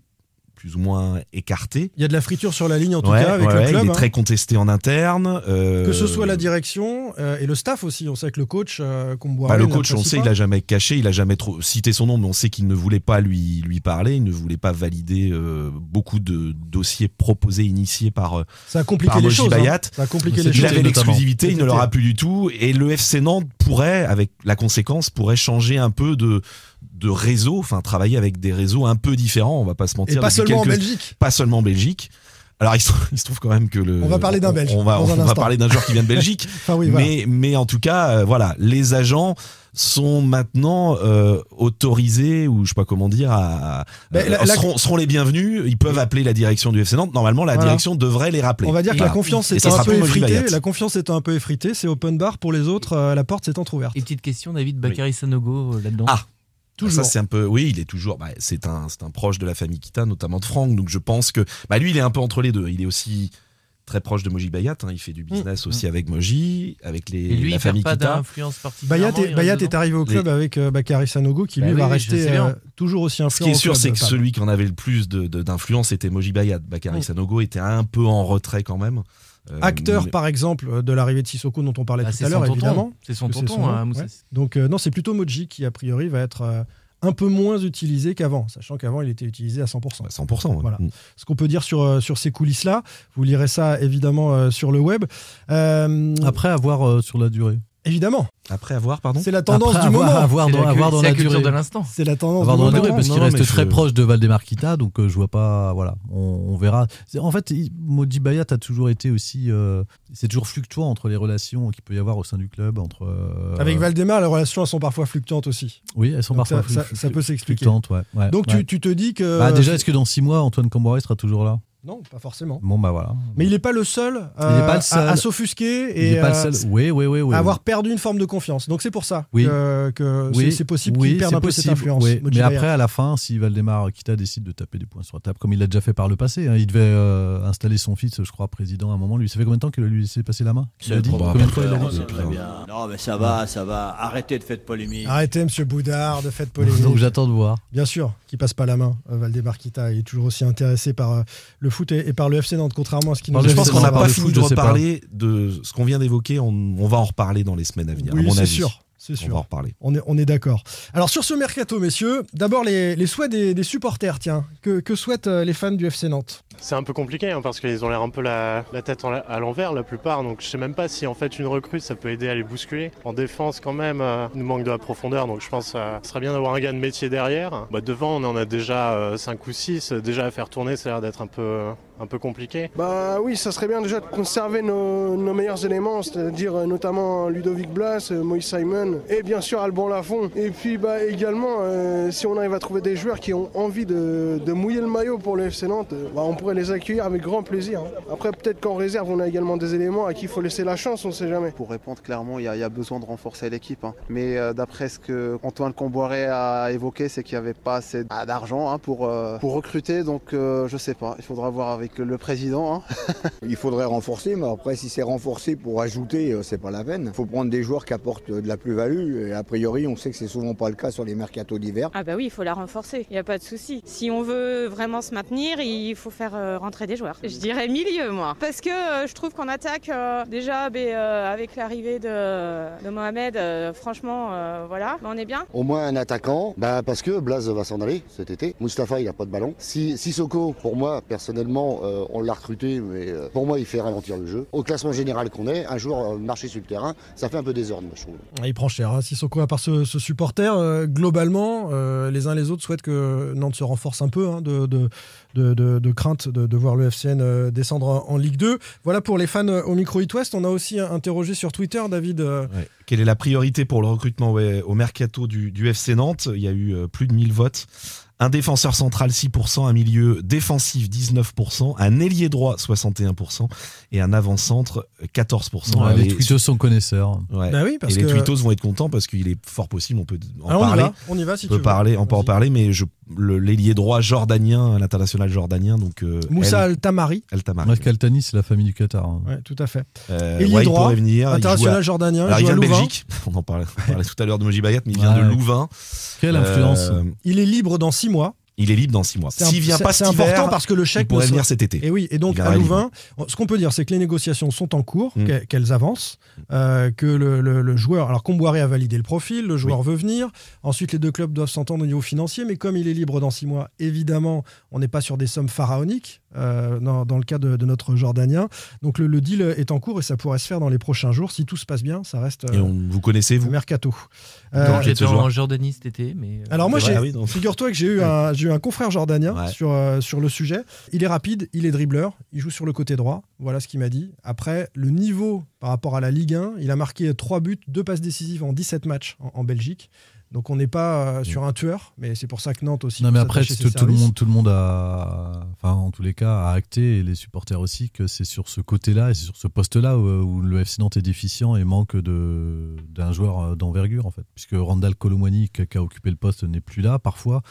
S8: plus ou moins écarté.
S7: Il y a de la friture sur la ligne en tout
S8: Ouais,
S7: cas avec
S8: ouais,
S7: le
S8: ouais,
S7: club.
S8: il est
S7: hein.
S8: très contesté en interne. euh,
S7: Que ce soit la direction euh, et le staff aussi. On sait que le coach, euh, Comboiré
S8: Bah, le
S7: n'apprécie
S8: coach, on sait,
S7: pas.
S8: il a jamais caché, il a jamais trop cité son nom, mais on sait qu'il ne voulait pas lui, lui parler, il ne voulait pas valider euh, beaucoup de dossiers proposés, initiés par, euh,
S7: Ça a compliqué
S8: par
S7: les
S8: Moji
S7: choses, hein.
S8: Bayat.
S7: Ça a compliqué
S8: il
S7: les choses,
S8: avait
S7: notamment.
S8: l'exclusivité, il ne
S7: Cet
S8: l'aura
S7: été.
S8: plus du tout, et le FC Nantes pourrait, avec la conséquence, pourrait changer un peu de de réseau, enfin travailler avec des réseaux un peu différents, on va pas se mentir.
S7: Et pas
S8: depuis
S7: seulement en
S8: quelques-
S7: Belgique.
S8: Pas seulement en Belgique. Alors il se, il se trouve quand même que le...
S7: On va parler d'un Belge
S8: On va,
S7: dans
S8: on
S7: un
S8: va
S7: instant.
S8: parler d'un joueur qui vient de Belgique.
S7: Enfin, oui, voilà.
S8: mais, mais en tout cas, euh, voilà, les agents sont maintenant euh, autorisés, ou je sais pas comment dire, à,
S7: Ben,
S8: euh,
S7: la- la-
S8: seront, seront les bienvenus, ils peuvent appeler la direction du FC Nantes. Normalement, la
S7: Voilà.
S8: direction devrait les rappeler.
S7: On va dire que la
S8: Voilà.
S7: confiance
S8: Et
S7: est
S8: ça
S7: un
S8: sera
S7: peu
S8: plus Moji
S7: effritée.
S8: Bayat.
S7: La confiance étant un peu effritée, c'est open bar pour les autres. euh, la porte s'est entrouverte.
S6: Et petite question, David Bakary Sanogo euh, là-dedans.
S8: Ah
S7: Toujours.
S8: Ça, c'est un peu. Oui, il est toujours. bah, c'est un, c'est un proche de la famille Kita, notamment de Franck. Donc je pense que. Bah, lui, il est un peu entre les deux. Il est aussi très proche de Moji Bayat. hein. Il
S7: Mm.
S8: fait du business aussi avec Moji, avec les.
S6: Et lui,
S8: la
S6: il
S8: famille
S6: perd pas
S8: Kita.
S6: d'influence particulière.
S7: Bayat est, Bayat est arrivé au club
S8: Les-
S7: avec euh, Bakary Sanogo qui
S8: Bah
S7: lui
S8: oui,
S7: va
S8: oui, je sais
S7: rester
S8: bien.
S7: euh, toujours aussi
S8: Ce
S7: influent.
S8: qui est
S7: au
S8: sûr,
S7: club,
S8: c'est que
S7: Pab.
S8: celui qui en avait le plus de- de- d'influence était Moji Bayat. Bakary
S7: Mm.
S8: Sanogo était un peu en retrait quand même. Euh,
S7: Acteur,
S8: mais-
S7: par exemple, euh, de l'arrivée de Sissoko dont on parlait
S6: Bah,
S7: tout
S6: c'est
S7: à l'heure,
S6: son tonton.
S7: évidemment.
S6: C'est son
S7: Parce que
S6: tonton,
S7: nom,
S6: hein, Moussa.
S7: Donc, euh, non, c'est plutôt Moji qui, a priori, va être euh, un peu moins utilisé qu'avant, sachant qu'avant, il était utilisé à 100%.
S9: Bah,
S8: 100%. ouais.
S7: Voilà.
S8: Mm.
S7: Ce qu'on peut dire sur, euh, sur ces coulisses-là, vous lirez ça, évidemment, euh, sur le web. Euh,
S9: Après avoir sur la durée.
S7: évidemment.
S8: Après avoir, pardon
S7: C'est la tendance
S9: Après
S7: du
S9: avoir-
S7: moment.
S9: avoir C'est dans- la cu- avoir dans c'est la la culture durée. de
S6: l'instant.
S7: C'est la tendance
S9: Avoir
S7: du
S9: dans la
S7: moment.
S9: durée, parce
S8: non,
S9: qu'il
S8: non,
S9: reste
S8: mais
S9: très
S8: je-
S9: proche de Valdemar Kita, donc euh, je vois pas. Voilà, on, on verra. C'est- En fait, il- Modi Bayat a toujours été aussi. euh, c'est toujours fluctuant entre les relations qu'il peut y avoir au sein du club. Entre, euh,
S7: Avec Valdemar, les relations, elles sont parfois fluctuantes aussi.
S9: Oui, elles sont
S7: Donc
S9: parfois
S7: ça-
S9: fluc-
S7: ça- ça peut s'expliquer.
S9: fluctuantes, ouais, ouais,
S7: Donc,
S9: ouais.
S7: tu, tu te dis que.
S9: Bah, déjà, est-ce que dans six mois, Antoine Camboire sera toujours là
S7: Non, pas forcément.
S9: Bon, bah voilà.
S7: Mais il n'est pas le seul,
S9: il
S7: euh,
S9: n'est pas
S7: à-
S9: le seul.
S7: à, s'offusquer et
S9: il n'est pas
S7: euh,
S9: le seul. Oui, oui, oui. oui
S7: à avoir perdu une forme de confiance. Donc c'est pour ça
S9: Oui.
S7: que, que
S9: Oui,
S7: c'est- c'est possible
S9: oui,
S7: qu'il perde
S9: c'est
S7: un peu cette
S9: possible,
S7: influence.
S9: oui.
S7: Moji
S9: Mais
S7: Bayat.
S9: après, à la fin, si Valdemar Kita décide de taper des points sur la table, comme il l'a déjà fait par le passé, hein, il devait euh, installer son fils, je crois, président à un moment. Lui, ça fait combien de temps qu'il a lui laissé passer la main Il a dit bah, Combien de fois il a dit
S17: Non, mais ça va, ça va. Arrêtez de faire de polémique.
S7: Arrêtez, monsieur Boudard, de faites polémique.
S9: Donc j'attends de voir.
S7: Bien sûr, qui passe pas la main, euh, Valdemar Kita. Il est toujours aussi intéressé par euh, le foot et, et par le FC Nantes, contrairement à ce qu'il nous
S8: je
S7: a
S8: pense
S7: fait
S8: qu'on n'a
S7: savoir.
S8: pas fini de reparler de ce qu'on vient d'évoquer. On, on va en reparler dans les semaines à venir,
S7: Oui,
S8: à mon
S7: c'est
S8: avis.
S7: sûr, c'est sûr.
S8: On va en reparler.
S7: On est, on est d'accord. Alors sur ce mercato, messieurs, d'abord les, les souhaits des, des supporters, tiens. Que, que souhaitent euh, les fans du FC Nantes
S16: C'est un peu compliqué hein, parce qu'ils ont l'air un peu la, la tête en la- à l'envers la plupart, donc je sais même pas si en fait une recrue ça peut aider à les bousculer. En défense quand même, euh, il nous manque de la profondeur, donc je pense euh, ce serait bien d'avoir un gars de métier derrière. Bah, devant on en a déjà 5 ou 6, déjà à faire tourner ça a l'air d'être un peu, euh, un peu compliqué.
S11: Bah oui, ça serait bien déjà de conserver nos, nos meilleurs éléments, c'est-à-dire euh, notamment Ludovic Blas, euh, Moïse Simon et bien sûr Alban Lafont. Et puis bah également, euh, si on arrive à trouver des joueurs qui ont envie de, de mouiller le maillot pour le FC Nantes, euh, bah, on pourrait les accueillir avec grand plaisir. hein. Après, peut-être qu'en réserve, on a également des éléments à qui il faut laisser la chance, on sait jamais.
S12: Pour répondre clairement, il y, a- il y a besoin de renforcer l'équipe. hein. Mais euh, d'après ce que Antoine Comboiré a évoqué, c'est qu'il n'y avait pas assez ah, d'argent hein, pour, euh, pour recruter. Donc euh, je sais pas, il faudra voir avec le président. hein.
S13: Il faudrait renforcer, mais après, si c'est renforcé pour ajouter, euh, c'est pas la peine. Il faut prendre des joueurs qui apportent euh, de la plus-value. Et a priori, on sait que c'est souvent pas le cas sur les mercatos d'hiver.
S14: Ah bah oui, il faut la renforcer, il n'y a pas de souci. Si on veut vraiment se maintenir, il faut faire euh, rentrer des joueurs. Je dirais milieu, moi. Parce que euh, je trouve qu'en attaque, euh, déjà ben, euh, avec l'arrivée de, de Mohamed, euh, franchement, euh, voilà, ben, on est bien.
S18: Au moins un attaquant, bah parce que Blaze va s'en aller cet été. Mustapha, il n'a pas de ballon. Si Sissoko, pour moi, personnellement, euh, on l'a recruté, mais euh, pour moi, il fait ralentir le jeu. Au classement général qu'on est, un joueur euh, marché sur le terrain, ça fait un peu désordre, moi, je trouve.
S7: Ah, Il prend cher, hein, Sissoko, à part ce, ce supporter. euh, globalement, euh, les uns les autres souhaitent que Nantes se renforce un peu hein, de, de, de- de- de crainte de, de voir le FCN euh, descendre en, en Ligue 2. Voilà pour les fans euh, au micro It West. On a aussi euh, interrogé sur Twitter, David. euh,
S8: Ouais. Quelle est la priorité pour le recrutement ouais, au mercato du, du FC Nantes Il y a eu euh, plus de 1000 votes. Un défenseur central 6%, un milieu défensif 19%, un ailier droit 61% et un avant-centre 14%.
S9: Ouais, les
S8: Et-
S9: tweetos sont connaisseurs.
S8: Ouais.
S7: Bah oui, parce
S8: et les
S7: que-
S8: tweetos vont être contents parce qu'il est fort possible, on peut en
S7: Ah, on y
S8: parler.
S7: va, on y va si
S8: on
S7: tu
S8: peut
S7: veux.
S8: parler, on peut en parler, mais je- le- l'ailier droit jordanien, l'international jordanien, donc euh,
S7: Moussa
S8: El-
S7: Al-Tamari.
S8: Al-Tamari.
S9: Marc Altani, c'est la famille du Qatar. hein.
S7: Ouais, tout à fait.
S8: Euh,
S7: Ailier
S8: ouais, il
S7: droit,
S8: pourrait venir, il
S7: international
S8: joue à-
S7: jordanien,
S8: Alors,
S7: il
S8: il
S7: joue à
S8: vient de
S7: Louvain. Ah.
S8: Belgique. On en parlait, on parlait tout à l'heure de Moji Bayat, mais il vient
S9: Ouais.
S8: de Louvain.
S9: Quelle
S8: Euh,
S9: influence.
S7: Il est libre dans six mois.
S8: il est libre dans six mois.
S7: C'est un-
S8: S'il vient
S7: c'est-
S8: pas cet
S7: C'est
S8: hiver,
S7: important parce que le chèque
S8: il pourrait
S7: ne sera-
S8: venir cet été.
S7: Et oui, et
S8: Il
S7: donc
S8: viendra
S7: à
S8: libre.
S7: Louvain, ce qu'on peut dire, c'est que les négociations sont en cours,
S8: Mm.
S7: qu'e- qu'elles avancent, euh, que le, le- le joueur. Alors, Comboiré a validé le profil, le joueur veut venir. Ensuite, les deux clubs doivent s'entendre au niveau financier, mais comme il est libre dans six mois, évidemment, on n'est pas sur des sommes pharaoniques euh, dans, dans le cas de, de notre Jordanien. Donc, le, le deal est en cours et ça pourrait se faire dans les prochains jours. Si tout se passe bien, ça reste. euh,
S8: Et on- vous connaissez, vous
S7: Mercato.
S8: Vous
S7: Euh,
S8: enquêtez ce
S6: en
S8: joueur
S6: Jordanie cet été, mais. euh,
S7: alors moi,
S6: c'est
S7: j'ai-
S9: ah
S7: Ah
S6: vrai, oui, donc.
S7: figure-toi que j'ai eu, un, j'ai eu un confrère jordanien sur, euh, sur le sujet. Il est rapide, il est dribbleur, il joue sur le côté droit. Voilà ce qu'il m'a dit. Après, le niveau par rapport à la Ligue 1, il a marqué 3 buts, 2 passes décisives en 17 matchs en, en Belgique. Donc on n'est pas euh, sur un tueur, mais c'est pour ça que Nantes aussi...
S9: Mm. Non mais
S7: peut
S9: après
S7: s'attacher
S9: tout,
S7: ses
S9: tout le
S7: services.
S9: monde, tout le monde a, enfin en tous les cas, a acté et les supporters aussi que c'est sur ce côté-là et c'est sur ce poste-là où, où le FC Nantes est déficient et manque de d'un joueur euh, d'envergure en fait, puisque Randall Colomwani qui, a- qui a occupé le poste n'est plus là. Parfois,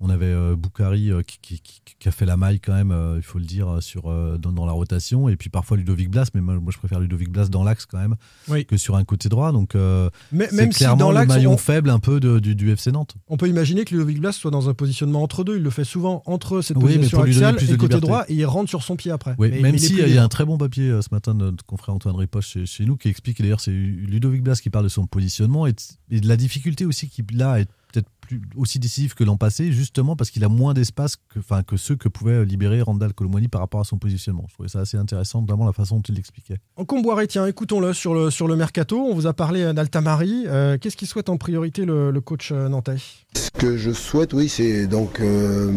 S9: on avait euh, Boukari euh, qui, qui- qui- qui a fait la maille quand même, euh, il faut le dire, euh, sur euh, dans, dans la rotation et puis parfois Ludovic Blas, mais moi, moi, je préfère Ludovic Blas dans l'axe quand même
S7: Oui.
S9: que sur un côté droit. Donc euh,
S7: Mais-
S9: c'est
S7: même si
S9: clairement
S7: dans
S9: le
S7: l'axe,
S9: maillon
S7: on-
S9: faible un peu de- du, du FC Nantes.
S7: On peut imaginer que Ludovic Blas soit dans un positionnement entre deux. Il le fait souvent entre cette
S9: Oui, mais
S7: position
S9: pour lui donner
S7: axiale
S9: plus
S7: et
S9: de
S7: côté
S9: liberté.
S7: droit et il rentre sur son pied après.
S9: Oui,
S7: Mais-
S9: même
S7: mais est
S9: si
S7: plus
S9: euh, il y
S7: libre.
S9: a un très bon papier euh, ce matin de notre confrère Antoine Ripoche chez, chez nous qui explique, et d'ailleurs c'est Ludovic Blas qui parle de son positionnement et de, et de la difficulté aussi qu'il a à être peut-être plus aussi décisif que l'an passé, justement parce qu'il a moins d'espace que, enfin, que ceux que pouvait euh, libérer Randall Colomoni par rapport à son positionnement. Je trouvais ça assez intéressant, notamment la façon dont il l'expliquait.
S7: Comboiré, tiens, écoutons-le sur le, sur le mercato. On vous a parlé d'Altamari. Euh, Qu'est-ce qu'il souhaite en priorité le, le coach euh, nantais
S19: Ce que je souhaite, oui, c'est donc euh,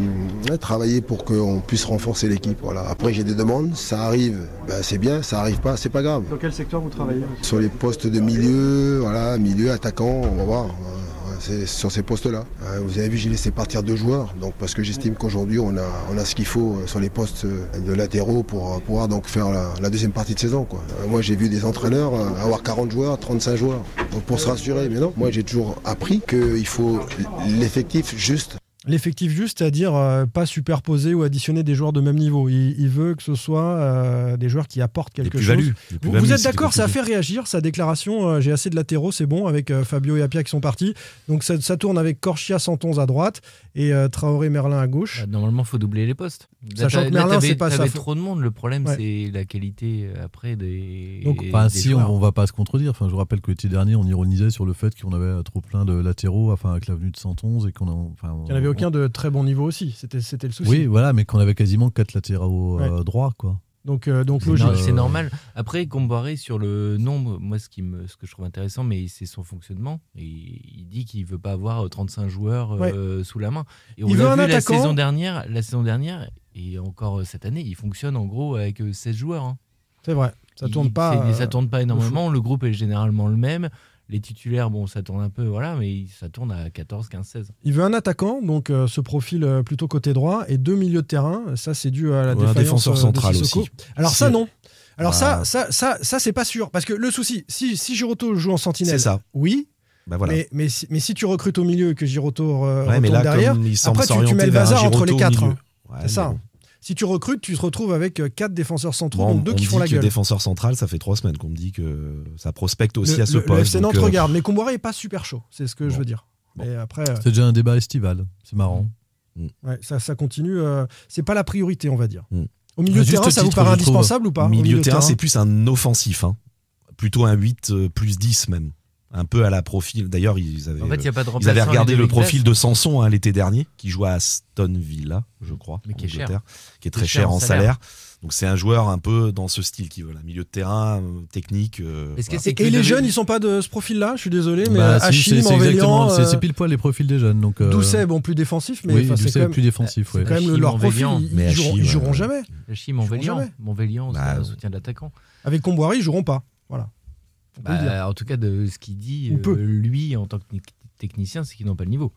S19: travailler pour qu'on puisse renforcer l'équipe. Voilà. Après, j'ai des demandes, ça arrive, ben, c'est bien, ça arrive pas, c'est pas grave.
S11: Dans quel secteur vous travaillez
S19: Sur les postes de milieu, voilà, milieu, attaquant, on va voir. euh, C'est sur ces postes-là. Euh, Vous avez vu, j'ai laissé partir deux joueurs, donc parce que j'estime qu'aujourd'hui on a, on a ce qu'il faut euh, sur les postes euh, de latéraux pour euh, pouvoir donc faire la, la deuxième partie de saison. Quoi. Euh, Moi j'ai vu des entraîneurs euh, avoir 40 joueurs, 35 joueurs. Donc pour se rassurer, mais non, moi j'ai toujours appris qu'il faut l'effectif juste.
S7: L'effectif juste, c'est-à-dire euh, pas superposer ou additionner des joueurs de même niveau. Il, il veut que ce soit euh, des joueurs qui apportent quelque chose.
S8: plus-values, des
S7: Vous- Vous,
S8: plus-values,
S7: êtes
S8: c'était
S7: d'accord, ça a fait
S8: compliqué.
S7: réagir sa déclaration. euh, J'ai assez de latéraux, c'est bon, avec euh, Fabio et Apia qui sont partis. Donc ça, ça tourne avec Corchia 111 à droite et euh, Traoré Merlin à gauche.
S6: Bah, Normalement, faut doubler les postes.
S7: Sachant que
S6: Là, Bah, t'as- là,
S7: Merlin,
S6: t'avais-
S7: c'est pas ça.
S6: t'avais trop de monde. Le problème,
S7: Ouais.
S6: c'est la qualité euh, après des.
S7: Donc,
S6: des
S9: Enfin, si on,
S6: joueurs.
S9: on va pas se contredire. Enfin, je vous rappelle que l'été dernier, on ironisait sur le fait qu'on avait euh, trop plein de latéraux, enfin avec l'avenue de 111 et qu'on a- enfin,
S7: Il n'y en avait aucun de très bon niveau aussi. C'était c'était le souci.
S9: Oui, voilà, mais qu'on avait quasiment quatre latéraux euh,
S7: Ouais.
S9: droits, quoi.
S7: Donc, euh, donc
S6: C'est
S7: logique.
S6: no- C'est normal. Après, comparé sur le nombre, moi, ce, qui me, ce que je trouve intéressant, mais c'est son fonctionnement. Et il dit qu'il veut pas avoir euh, 35 joueurs euh, sous la main. Et
S7: Il
S6: on
S7: veut
S6: a
S7: un
S6: vu la
S7: attaquant.
S6: saison dernière, la saison dernière, Et encore euh, cette année, il fonctionne en gros avec euh, 16 joueurs. hein.
S7: C'est vrai. Ça
S6: Il-
S7: tourne pas,
S6: c'est-
S7: euh,
S6: ça tourne pas
S7: de
S6: énormément. Le groupe est généralement le même. Les titulaires, bon, ça tourne un peu, voilà, mais ça tourne à 14, 15, 16.
S7: Il veut un attaquant, donc euh, ce profil euh, plutôt côté droit, et deux milieux de terrain. Ça, c'est dû à la
S8: Ou un
S7: défense
S8: défenseur central aussi.
S7: Alors
S8: Si-
S7: ça, non. Alors
S8: Bah.
S7: ça, ça, ça, ça c'est pas sûr. Parce que le souci, si, si Giroto joue en sentinelle,
S8: C'est ça.
S7: oui.
S8: Bah voilà.
S7: mais, mais, si, mais si tu recrutes au milieu et que Giroto euh,
S8: Ouais, mais
S7: retourne
S8: là,
S7: derrière,
S8: comme il semble
S7: après tu, tu
S8: s'orienter
S7: mets le
S8: vers un
S7: bazar entre
S8: Giroto
S7: les
S8: au
S7: quatre.
S8: milieu.
S7: hein.
S8: Ouais,
S7: c'est
S8: mais
S7: ça.
S8: bon.
S7: Si tu recrutes, tu te retrouves avec euh, quatre défenseurs centraux,
S8: Bon,
S7: donc deux
S8: on
S7: qui
S8: me
S7: font
S8: dit
S7: la
S8: que
S7: gueule.
S8: défenseur central, ça fait trois semaines qu'on me dit que ça prospecte aussi
S7: le,
S8: à ce
S7: le- le
S8: poste.
S7: FC
S8: donc,
S7: Nantes
S8: euh,
S7: regarde, mais Comboiré est pas super chaud, c'est ce que je veux dire. Et après, euh,
S9: C'est déjà un débat estival. C'est marrant.
S7: ouais, ça, ça continue. euh, c'est pas la priorité, on va dire.
S8: Mm.
S7: Au milieu
S9: À
S7: de
S9: Hmm. Bah, juste
S7: terrain, ça vous
S9: titre,
S7: paraît
S9: je trouve.
S7: indispensable ou pas au
S8: Milieu,
S7: milieu de
S8: terrain,
S7: terrain
S8: c'est plus un offensif. hein. Plutôt un 8 euh, plus 10 même. Un peu à la profil. D'ailleurs, ils avaient,
S6: En fait, il y a pas de
S8: euh, ils
S6: remplaçant
S8: avaient
S6: à
S8: regardé le
S6: Ludovic
S8: profil
S6: Blas.
S8: de Sanson hein, l'été dernier, qui jouait à Aston Villa, je crois,
S6: Mais qui est
S8: en
S6: cher.
S8: Angleterre, qui est très cher, en salaire. Donc c'est un joueur un peu dans ce style qui veut. là. Milieu de terrain, euh, technique. euh,
S7: Est-ce que
S8: voilà.
S7: c'est que Ah, Et les jeunes, ils sont pas de ce profil-là, je suis désolé, mais
S9: Bah,
S7: euh,
S9: si,
S7: Achille,
S9: c'est- c'est
S7: Manvelian,
S9: exactement- c'est-
S7: euh,
S9: c'est pile poil les profils des jeunes. Donc, euh,
S7: Doucet, bon, plus défensif, mais
S9: Oui,
S7: enfin, c'est
S9: Doucet
S7: quand même,
S9: plus défensif,
S7: c'est
S9: ouais.
S7: quand même le-
S9: Achille,
S7: leur profil,
S9: Manvelian.
S7: ils,
S9: Mais
S7: ils
S9: Achille,
S7: joueront, ils
S9: ouais, Bah, euh,
S7: joueront
S8: euh,
S9: ouais.
S7: jamais.
S6: Achille,
S7: Ils joueront
S6: Montvélian.
S7: jamais.
S6: Montvélian, c'est un soutien de l'attaquant.
S7: Avec Comboiré, ils joueront pas. Voilà. On peut le
S6: Bah,
S7: dire.
S6: en tout cas, de ce qu'il dit,
S7: Ou
S6: euh,
S7: peu.
S6: lui, en tant que techni- technicien, c'est qu'ils n'ont pas le niveau.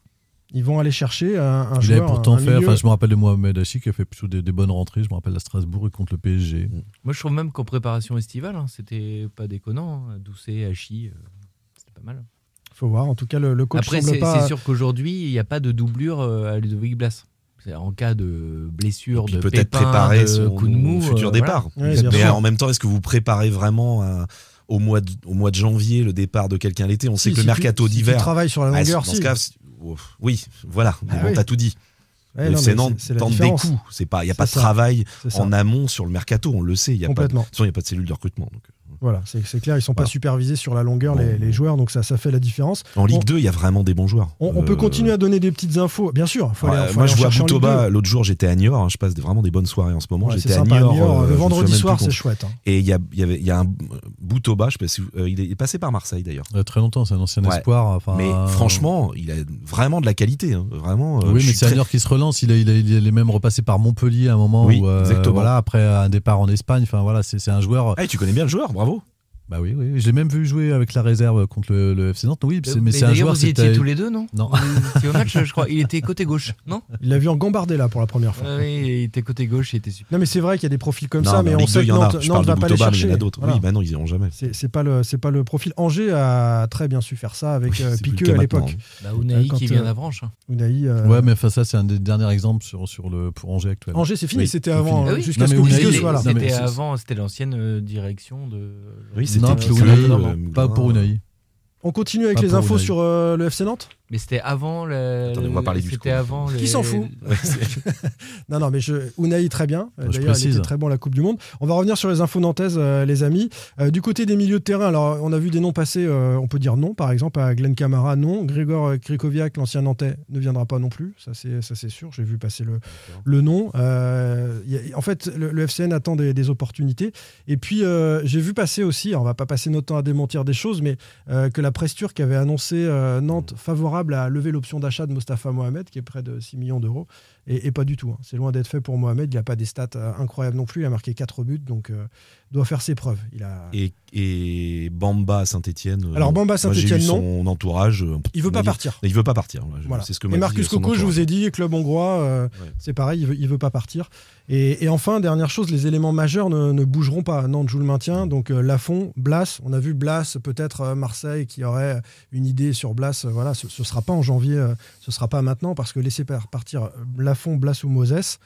S7: Ils vont aller chercher un, un
S9: Il avait
S7: joueur.
S9: pourtant
S7: un
S9: fait,
S7: milieu.
S9: enfin, je me rappelle de Mohamed Hachi qui a fait plutôt des, des bonnes rentrées. Je me rappelle à Strasbourg et contre le PSG.
S8: Mm.
S6: Moi, je trouve même qu'en préparation estivale, hein, c'était pas déconnant. hein. Doucet, Hachi, euh, c'était pas mal.
S7: Faut voir. En tout cas, le, le coach
S6: Après,
S7: semble
S6: c'est
S7: pas.
S6: c'est sûr qu'aujourd'hui, il n'y a pas de doublure euh, à Ludovic Blas. C'est-à-dire En cas de blessure, de
S8: peut-être
S6: pépin,
S8: préparer
S6: de
S8: son
S6: coup de mou,
S8: futur
S6: euh,
S8: départ.
S6: voilà.
S8: mais en même temps, est-ce que vous préparez vraiment un- au, mois de, au mois de janvier le départ de quelqu'un l'été On
S7: Si,
S8: sait que
S7: si
S8: le mercato
S7: tu- si tu
S8: d'hiver.
S7: travailles sur la
S8: Ah,
S7: longueur,
S8: dans
S7: si.
S8: ce cas, c'est- ouf, oui, voilà. Mais
S7: Ah
S8: bon,
S7: oui.
S8: t'as tout dit.
S7: Ouais,
S8: le
S7: non,
S8: FC
S7: mais
S8: Nantes
S7: c'est- c'est la
S8: tente des
S7: différence.
S8: coups. C'est pas, il y a
S7: C'est
S8: pas de
S7: ça.
S8: travail
S7: C'est ça.
S8: en amont sur le mercato. On le sait. Il y a pas. De de
S7: Complètement.
S8: toute façon, il y a pas de cellule de recrutement. donc.
S7: Voilà, c'est c'est clair, ils sont pas
S8: Voilà.
S7: supervisés sur la longueur, les, les joueurs, donc ça, ça fait la différence.
S8: En Ligue
S7: On-
S8: 2, il y a vraiment des bons joueurs.
S7: On, on peut
S8: Euh,
S7: continuer à donner des petites infos, bien sûr. Faut
S8: Ouais,
S7: aller, faut
S8: moi,
S7: aller
S8: je
S7: en
S8: vois
S7: chercher en Ligue
S8: Boutoba.
S7: 2.
S8: L'autre jour, j'étais à Niort. hein, je passe des- vraiment des bonnes soirées en ce moment.
S7: Ouais,
S8: j'étais
S7: c'est
S8: à
S7: sympa, à
S8: Niort. euh,
S7: Niort, le
S8: je me
S7: vendredi
S8: souviens même
S7: soir,
S8: plus
S7: c'est
S8: contre-
S7: chouette, hein.
S8: Et il y, a- il y avait- il y a un Boutoba. Je sais pas si vous- euh, il est passé par Marseille d'ailleurs.
S9: Euh, très longtemps, c'est un ancien
S8: Ouais.
S9: espoir. Enfin,
S8: mais
S9: euh,
S8: franchement, il a vraiment de la qualité. hein, Vraiment. euh,
S9: oui,
S8: je
S9: mais
S8: suis
S9: c'est un
S8: très-
S9: joueur qui se relance. Il, a, il, a- il est même repassé par Montpellier à un moment.
S8: Oui,
S9: où, euh,
S8: exactement.
S9: Voilà, après un départ en Espagne. Enfin, voilà, c'est c'est un joueur. euh,
S8: Eh, tu connais bien le joueur, bravo.
S9: Bah oui, oui. J'ai même vu jouer avec la réserve contre le, le FC Nantes. Oui, c'est- mais,
S6: Euh, Mais
S9: c'est un
S6: d'ailleurs,
S9: joueur.
S6: vous y
S9: c'était-
S6: étiez tous les deux, non
S9: Non.
S6: Vous étiez au match, je crois. Il était côté gauche, non
S7: Il l'a vu en Gambardella pour la première fois.
S6: Ah Oui, il était côté gauche, il était super.
S7: Non, mais c'est vrai qu'il y a des profils comme
S8: Non,
S7: ça,
S8: mais
S7: mais
S8: en
S7: on
S8: Ligue
S7: sait
S8: 2, il
S7: que
S8: y en a.
S7: Nantes, Nantes
S8: Je parle de
S7: va pas les
S8: Boutoba, mais il y
S7: chercher.
S8: en a d'autres.
S7: Voilà.
S8: Oui, bah non, ils iront jamais.
S7: C'est c'est pas le c'est pas le profil. Angers a très bien su faire ça avec euh,
S8: c'est plus le
S7: Piqueux
S8: cas hein.
S7: à l'époque.
S6: Bah, Ounahi
S7: Quand,
S6: qui vient
S7: euh,
S6: d'Avranches. hein.
S7: Ounahi, euh,
S9: Ouais, mais enfin, ça, c'est un des derniers exemples sur, sur le, pour Angers actuellement.
S7: Angers, c'est fini, c'était
S9: c'est
S7: avant,
S9: fini.
S7: euh, jusqu'à
S9: Non,
S7: ce
S9: mais
S7: que
S9: Ounahi,
S7: Busquets
S9: il-
S7: soit là.
S9: Ah non, mais
S6: Ah C'était
S9: c'est-
S6: avant, c'était l'ancienne euh, direction de.
S8: Oui,
S9: Non, parce que Ounahi, euh, pas pour Unai.
S7: On continue avec
S9: Pas
S7: les
S9: pour
S7: infos
S9: Ounahi.
S7: sur euh, le FC Nantes.
S6: Mais c'était avant le.
S8: Attendez, on va parler du
S6: Euh, C'était
S8: score.
S6: avant.
S7: Qui
S6: les-
S7: s'en fout
S8: Ouais, c'est-
S7: Non, non, mais je... Unai, très bien. Euh,
S9: Je
S7: D'ailleurs, il
S9: précise.
S7: était très bon à la Coupe du Monde. On va revenir sur les infos nantaises, euh, les amis. Euh, du côté des milieux de terrain, alors on a vu des noms passer, euh, on peut dire non, par exemple, à Glenn Camara, non. Grégor euh, Krikoviak, l'ancien nantais, ne viendra pas non plus. Ça, c'est ça, c'est sûr. J'ai vu passer le, le nom. Euh, y a- en fait, le, le FCN attend des, des opportunités. Et puis, euh, j'ai vu passer aussi, alors, on va pas passer notre temps à démentir des choses, mais euh, que la presse turque avait annoncé euh, Nantes favorable à lever l'option d'achat de Mostafa Mohamed, qui est près de 6 millions d'euros. Et, et pas du tout. hein. C'est loin d'être fait pour Mohamed. Il n'a pas des stats euh, incroyables non plus. Il a marqué 4 buts, donc euh, doit faire ses preuves. Il, a...
S8: Et, et Bamba euh, à Saint-Etienne.
S7: Alors, Bamba à Saint-Étienne,
S8: Son entourage. euh,
S7: Il veut
S8: on
S7: pas
S8: a dit-
S7: partir.
S8: Il veut pas partir. ouais, je-
S7: Voilà.
S8: C'est ce que m'a
S7: et
S8: dit
S7: Marcus
S8: son
S7: Coco, je
S8: entourage.
S7: vous ai dit, club hongrois, euh, c'est pareil, il veut, il veut pas partir. Et, et enfin, dernière chose, les éléments majeurs ne, ne bougeront pas. Nantes joue le maintien, donc euh, Lafont, Blas, on a vu Blas, peut-être euh, Marseille qui aurait une idée sur Blas. euh, voilà, ce, ce sera pas en janvier, euh, ce sera pas maintenant parce que laisser par- partir euh, Lafont, Blas ou Moses,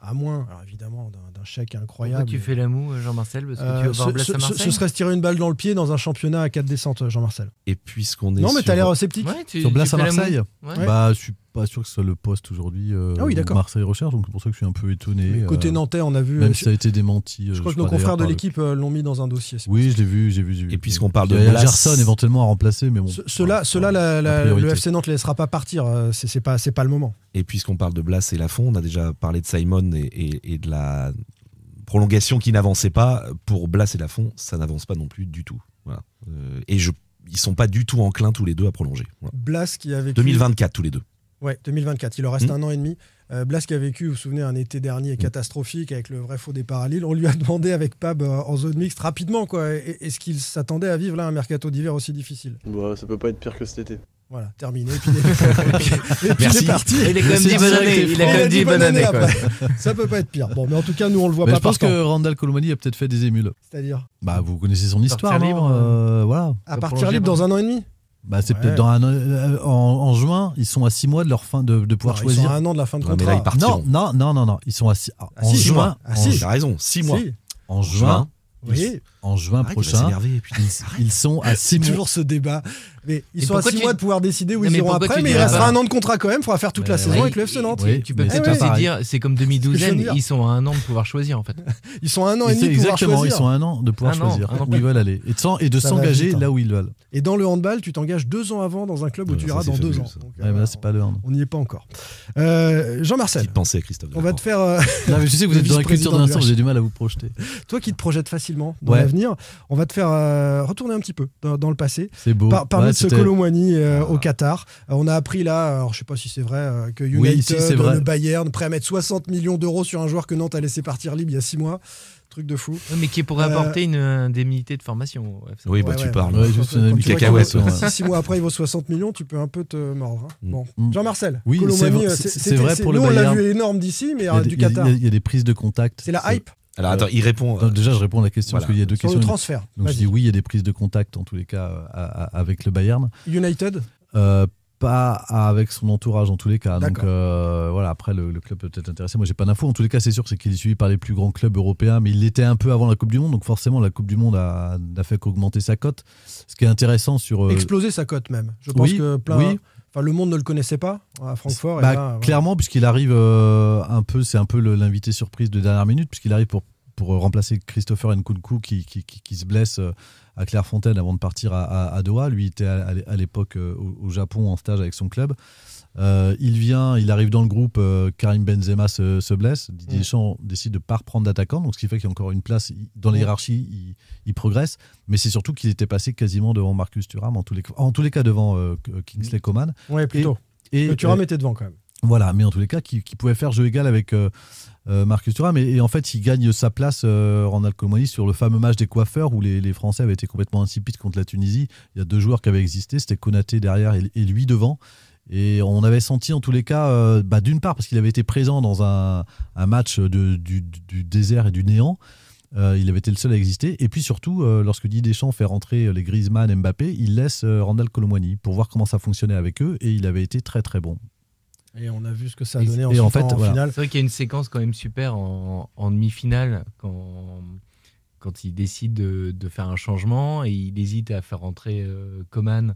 S7: à moins, alors évidemment, d'un- d'un chèque
S6: Pourquoi
S7: incroyable.
S6: tu fais la moue, Jean-Marcel Parce que tu
S7: Euh,
S6: veux voir
S7: ce,
S6: Blas
S7: ce-
S6: à
S7: ce-
S6: Marseille
S7: ce serait se tirer une balle dans le pied dans un championnat à 4 descentes, Jean-Marcel.
S8: Et puisqu'on est.
S7: Non, mais
S8: sur-
S7: t'as l'air sceptique.
S6: Ouais, tu-
S9: Sur Blas
S6: tu
S9: à
S6: fais la moue.
S9: Marseille
S6: Ouais.
S9: Bah, je suis pas sûr que ce soit le poste aujourd'hui. euh,
S7: Ah oui, d'accord.
S9: Marseille Recherche, donc c'est pour ça que je suis un peu étonné.
S7: Mais côté
S9: euh,
S7: nantais, on a vu, euh,
S9: Même
S7: je-
S9: si ça a été démenti. euh,
S7: Je crois que nos
S9: d'ailleurs,
S7: confrères de
S9: par le-
S7: l'équipe euh, l'ont mis dans un dossier. c'est
S9: Oui, je l'ai vu, j'ai vu, j'ai vu.
S8: Et puisqu'on parle de
S9: Il y a
S8: Blas-
S9: Gerson éventuellement à remplacer, mais bon.
S7: Ce- Cela, cela la- la-
S9: priorité.
S7: le FC Nantes ne laissera pas partir. euh, C'est c'est pas, c'est pas le moment.
S8: Et puisqu'on parle de Blas et Lafont, on a déjà parlé de Simon et, et- et de la prolongation qui n'avançait pas. Pour Blas et Lafont, ça n'avance pas non plus du tout. Voilà. Euh, et je, ils sont pas du tout enclins tous les deux à prolonger. Voilà.
S7: Blas qui a vécu.
S8: 2024 tous les deux.
S7: Ouais, 2024. Il leur reste
S20: Hmm.
S8: Mm.
S7: un an et demi. Euh, Blas qui a vécu, vous vous souvenez, un été dernier catastrophique avec le vrai faux départ à Lille. On lui a demandé avec Pab euh, en zone mixte rapidement, quoi. et- Est-ce qu'il s'attendait à vivre là un mercato d'hiver aussi difficile
S20: Bah, ça peut pas être pire que cet été.
S7: Voilà, terminé. Et puis, et puis- et puis
S20: Merci.
S7: il est parti.
S20: Il a quand même
S7: C'est
S20: dit bonne
S7: direct
S20: année, il
S7: et
S20: a
S7: franc.
S20: quand même
S7: a
S20: dit bonne année, quoi.
S7: après. Ça peut pas être pire. Bon, mais en tout cas, nous, on le voit
S9: Mais
S7: pas
S9: je pense
S7: partant.
S9: que Randall Colomani a peut-être fait des émules.
S7: C'est-à-dire
S9: Bah, vous connaissez son
S7: Partir
S9: histoire, non
S7: libre,
S9: Euh, Voilà.
S7: À partir libre dans un an et demi
S9: Bah, c'est
S7: Ouais.
S9: peut-être dans un an- euh, en, en juin, ils sont à 6 mois de leur fin de, de pouvoir
S7: Non, ils
S9: choisir.
S7: sont à un an de la fin de
S9: Ouais, mais là,
S7: contrat.
S9: ils partiront. non, non, non, non, non, ils sont à 6
S7: Ah,
S9: en
S7: si, six
S9: juin.
S7: mois. Ah, si.
S9: tu as
S7: Si.
S9: En juin.
S7: Oui.
S9: ils- En juin
S7: Arrête, il va
S9: prochain,
S7: s'énerver,
S9: ils, ils sont à 6
S7: C'est
S9: Ah, mois.
S7: toujours ce débat. Mais ils
S9: Et
S7: sont à
S9: pourquoi
S7: 6
S9: tu-
S7: mois de pouvoir décider où
S9: Non,
S7: ils
S9: mais
S7: iront
S9: pourquoi
S7: après,
S9: tu
S7: mais il
S9: dis
S7: restera
S9: pas
S7: un an de contrat quand même. Il faudra faire toute la
S9: Mais
S7: saison
S9: oui.
S7: avec le FC Nantes.
S9: Oui,
S6: Tu
S9: mais
S6: peux
S9: c'est
S6: peut-être
S9: pas
S6: aussi
S9: pareil.
S6: dire, c'est comme demi-douzaine,
S7: Chenillard.
S6: ils sont à un an de pouvoir choisir en fait.
S7: Ils sont à un an et
S9: Et c'est
S7: demi de pouvoir
S9: exactement, ils
S7: choisir.
S9: sont à un an de pouvoir
S6: Un an,
S9: choisir
S6: un an
S9: où ils veulent aller et de, s'en- et de
S7: Ça va
S9: s'engager
S7: vite, hein.
S9: là où ils veulent. Euh,
S7: Et dans le handball, tu t'engages deux ans avant dans un club où tu
S9: Ça,
S7: iras
S9: c'est
S7: dans deux
S9: fabuleux,
S7: ans.
S9: ça.
S7: Donc, euh,
S9: Ouais, mais là, c'est pas le hand.
S7: On n'y est pas encore. Euh, Jean-Marcel,
S8: Petite pensée à Christophe.
S7: on va te faire. euh,
S9: Non, mais je sais que vous
S7: le
S9: êtes dans la culture
S7: vice-président
S9: de l'instant,
S7: du
S9: j'ai du mal à vous projeter.
S7: Toi qui te projettes facilement dans
S9: Ouais.
S7: l'avenir, on va te faire euh, retourner un petit peu dans, dans le passé.
S9: C'est beau.
S7: Par, parler
S9: Ouais,
S7: de ce
S9: c'était- Ah.
S7: Colomwani euh, au Qatar. Euh, on a appris là, alors je sais pas si c'est vrai, euh, que
S9: Oui,
S7: United,
S9: si, c'est
S7: euh,
S9: vrai.
S7: le Bayern, prêt à mettre 60 millions d'euros sur un joueur que Nantes a laissé partir libre il y a 6 mois. Truc de fou.
S6: Ouais, Mais qui pourrait
S7: Euh,
S6: apporter une indemnité de formation. ouais, ça-
S8: Oui, bah, tu parles.
S9: Ouais, juste une
S8: Une
S9: amie
S8: cacahuète.
S9: cacahuète,
S8: ouais.
S7: Si 6 mois après il vaut 60 millions, tu peux un peu te mordre. hein. Bon.
S9: Mm.
S7: Jean-Marcel,
S9: Oui,
S7: Colomwani,
S9: c'est vrai-
S7: euh,
S9: c'est-
S7: c'est-
S9: c'est
S7: c'était-
S9: vrai
S7: c'est-
S9: pour le
S7: nous, on l'a
S9: Bayern.
S7: vu énorme d'ici, mais
S9: Il y
S7: euh,
S9: a des-
S7: du
S9: il y a des-
S7: Qatar.
S9: Il y a des prises de contact.
S7: C'est la hype.
S8: Alors attends, il répond. euh,
S9: Non, déjà, je réponds à la question parce
S8: Voilà.
S9: qu'il y a deux
S7: Sur le
S9: questions.
S7: transfert,
S9: Donc je
S7: vas-y.
S9: dis oui, il y a des prises de contact en tous les cas euh, à- à- avec le Bayern.
S7: United
S9: Euh, pas avec son entourage en tous les cas. Donc
S7: D'accord.
S9: euh, voilà, après le, le club peut être intéressé. Moi j'ai pas d'infos. En tous les cas, c'est sûr c'est qu'il est suivi par les plus grands clubs européens, mais il l'était un peu avant la Coupe du Monde. Donc forcément, la Coupe du Monde a, n'a fait qu'augmenter sa cote. Ce qui est intéressant sur. euh,
S7: Exploser sa cote même. Je pense
S9: oui,
S7: que plein.
S9: oui.
S7: Enfin, le monde ne le connaissait pas à Francfort. et
S9: Bah,
S7: là, voilà.
S9: Clairement, puisqu'il arrive euh, un peu, c'est un peu le- l'invité surprise de dernière minute, puisqu'il arrive pour, pour euh, remplacer Christopher Nkunku qui, qui, qui- qui se blesse euh, à Clairefontaine avant de partir à, à- à Doha. Lui il était à, à l'é- à l'époque euh, au, au Japon en stage avec son club. Euh, il vient, il arrive dans le groupe, euh, Karim Benzema se, se blesse, Didier
S7: Mm.
S9: Deschamps décide de ne pas reprendre d'attaquant, donc ce qui fait qu'il y a encore une place il- dans la
S7: Mm.
S9: hiérarchie, il, il progresse, mais c'est surtout qu'il était passé quasiment devant Marcus Thuram, en tous les, en tous les cas devant euh, Kingsley Coman.
S7: Ouais, plutôt.
S9: Et-
S7: que
S9: et-
S7: tu remettais devant quand même.
S9: Voilà, mais en tous les cas, qui, qui pouvait faire jeu égal avec euh, euh, Marcus Thuram. Et, et en fait, il gagne sa place euh, en Alcomani sur le fameux match des coiffeurs où les, les Français avaient été complètement insipides contre la Tunisie. Il y a deux joueurs qui avaient existé, c'était Konaté derrière et, et lui devant. Et on avait senti en tous les cas, euh, bah, d'une part parce qu'il avait été présent dans un, un match de- du, du désert et du néant, euh, il avait été le seul à exister. Et puis surtout, euh, lorsque Didier Deschamps fait rentrer euh, les Griezmann, Mbappé, il laisse euh, Randall Colomwani pour voir comment ça fonctionnait avec eux. Et il avait été très très bon.
S7: Et on a vu ce que ça a
S9: Et-
S7: donné
S9: et
S7: ensuite
S9: en fait, voilà.
S7: finale.
S6: C'est vrai qu'il y a une séquence quand même super en, en demi-finale quand, quand il décide de, de faire un changement et il hésite à faire rentrer euh, Coman.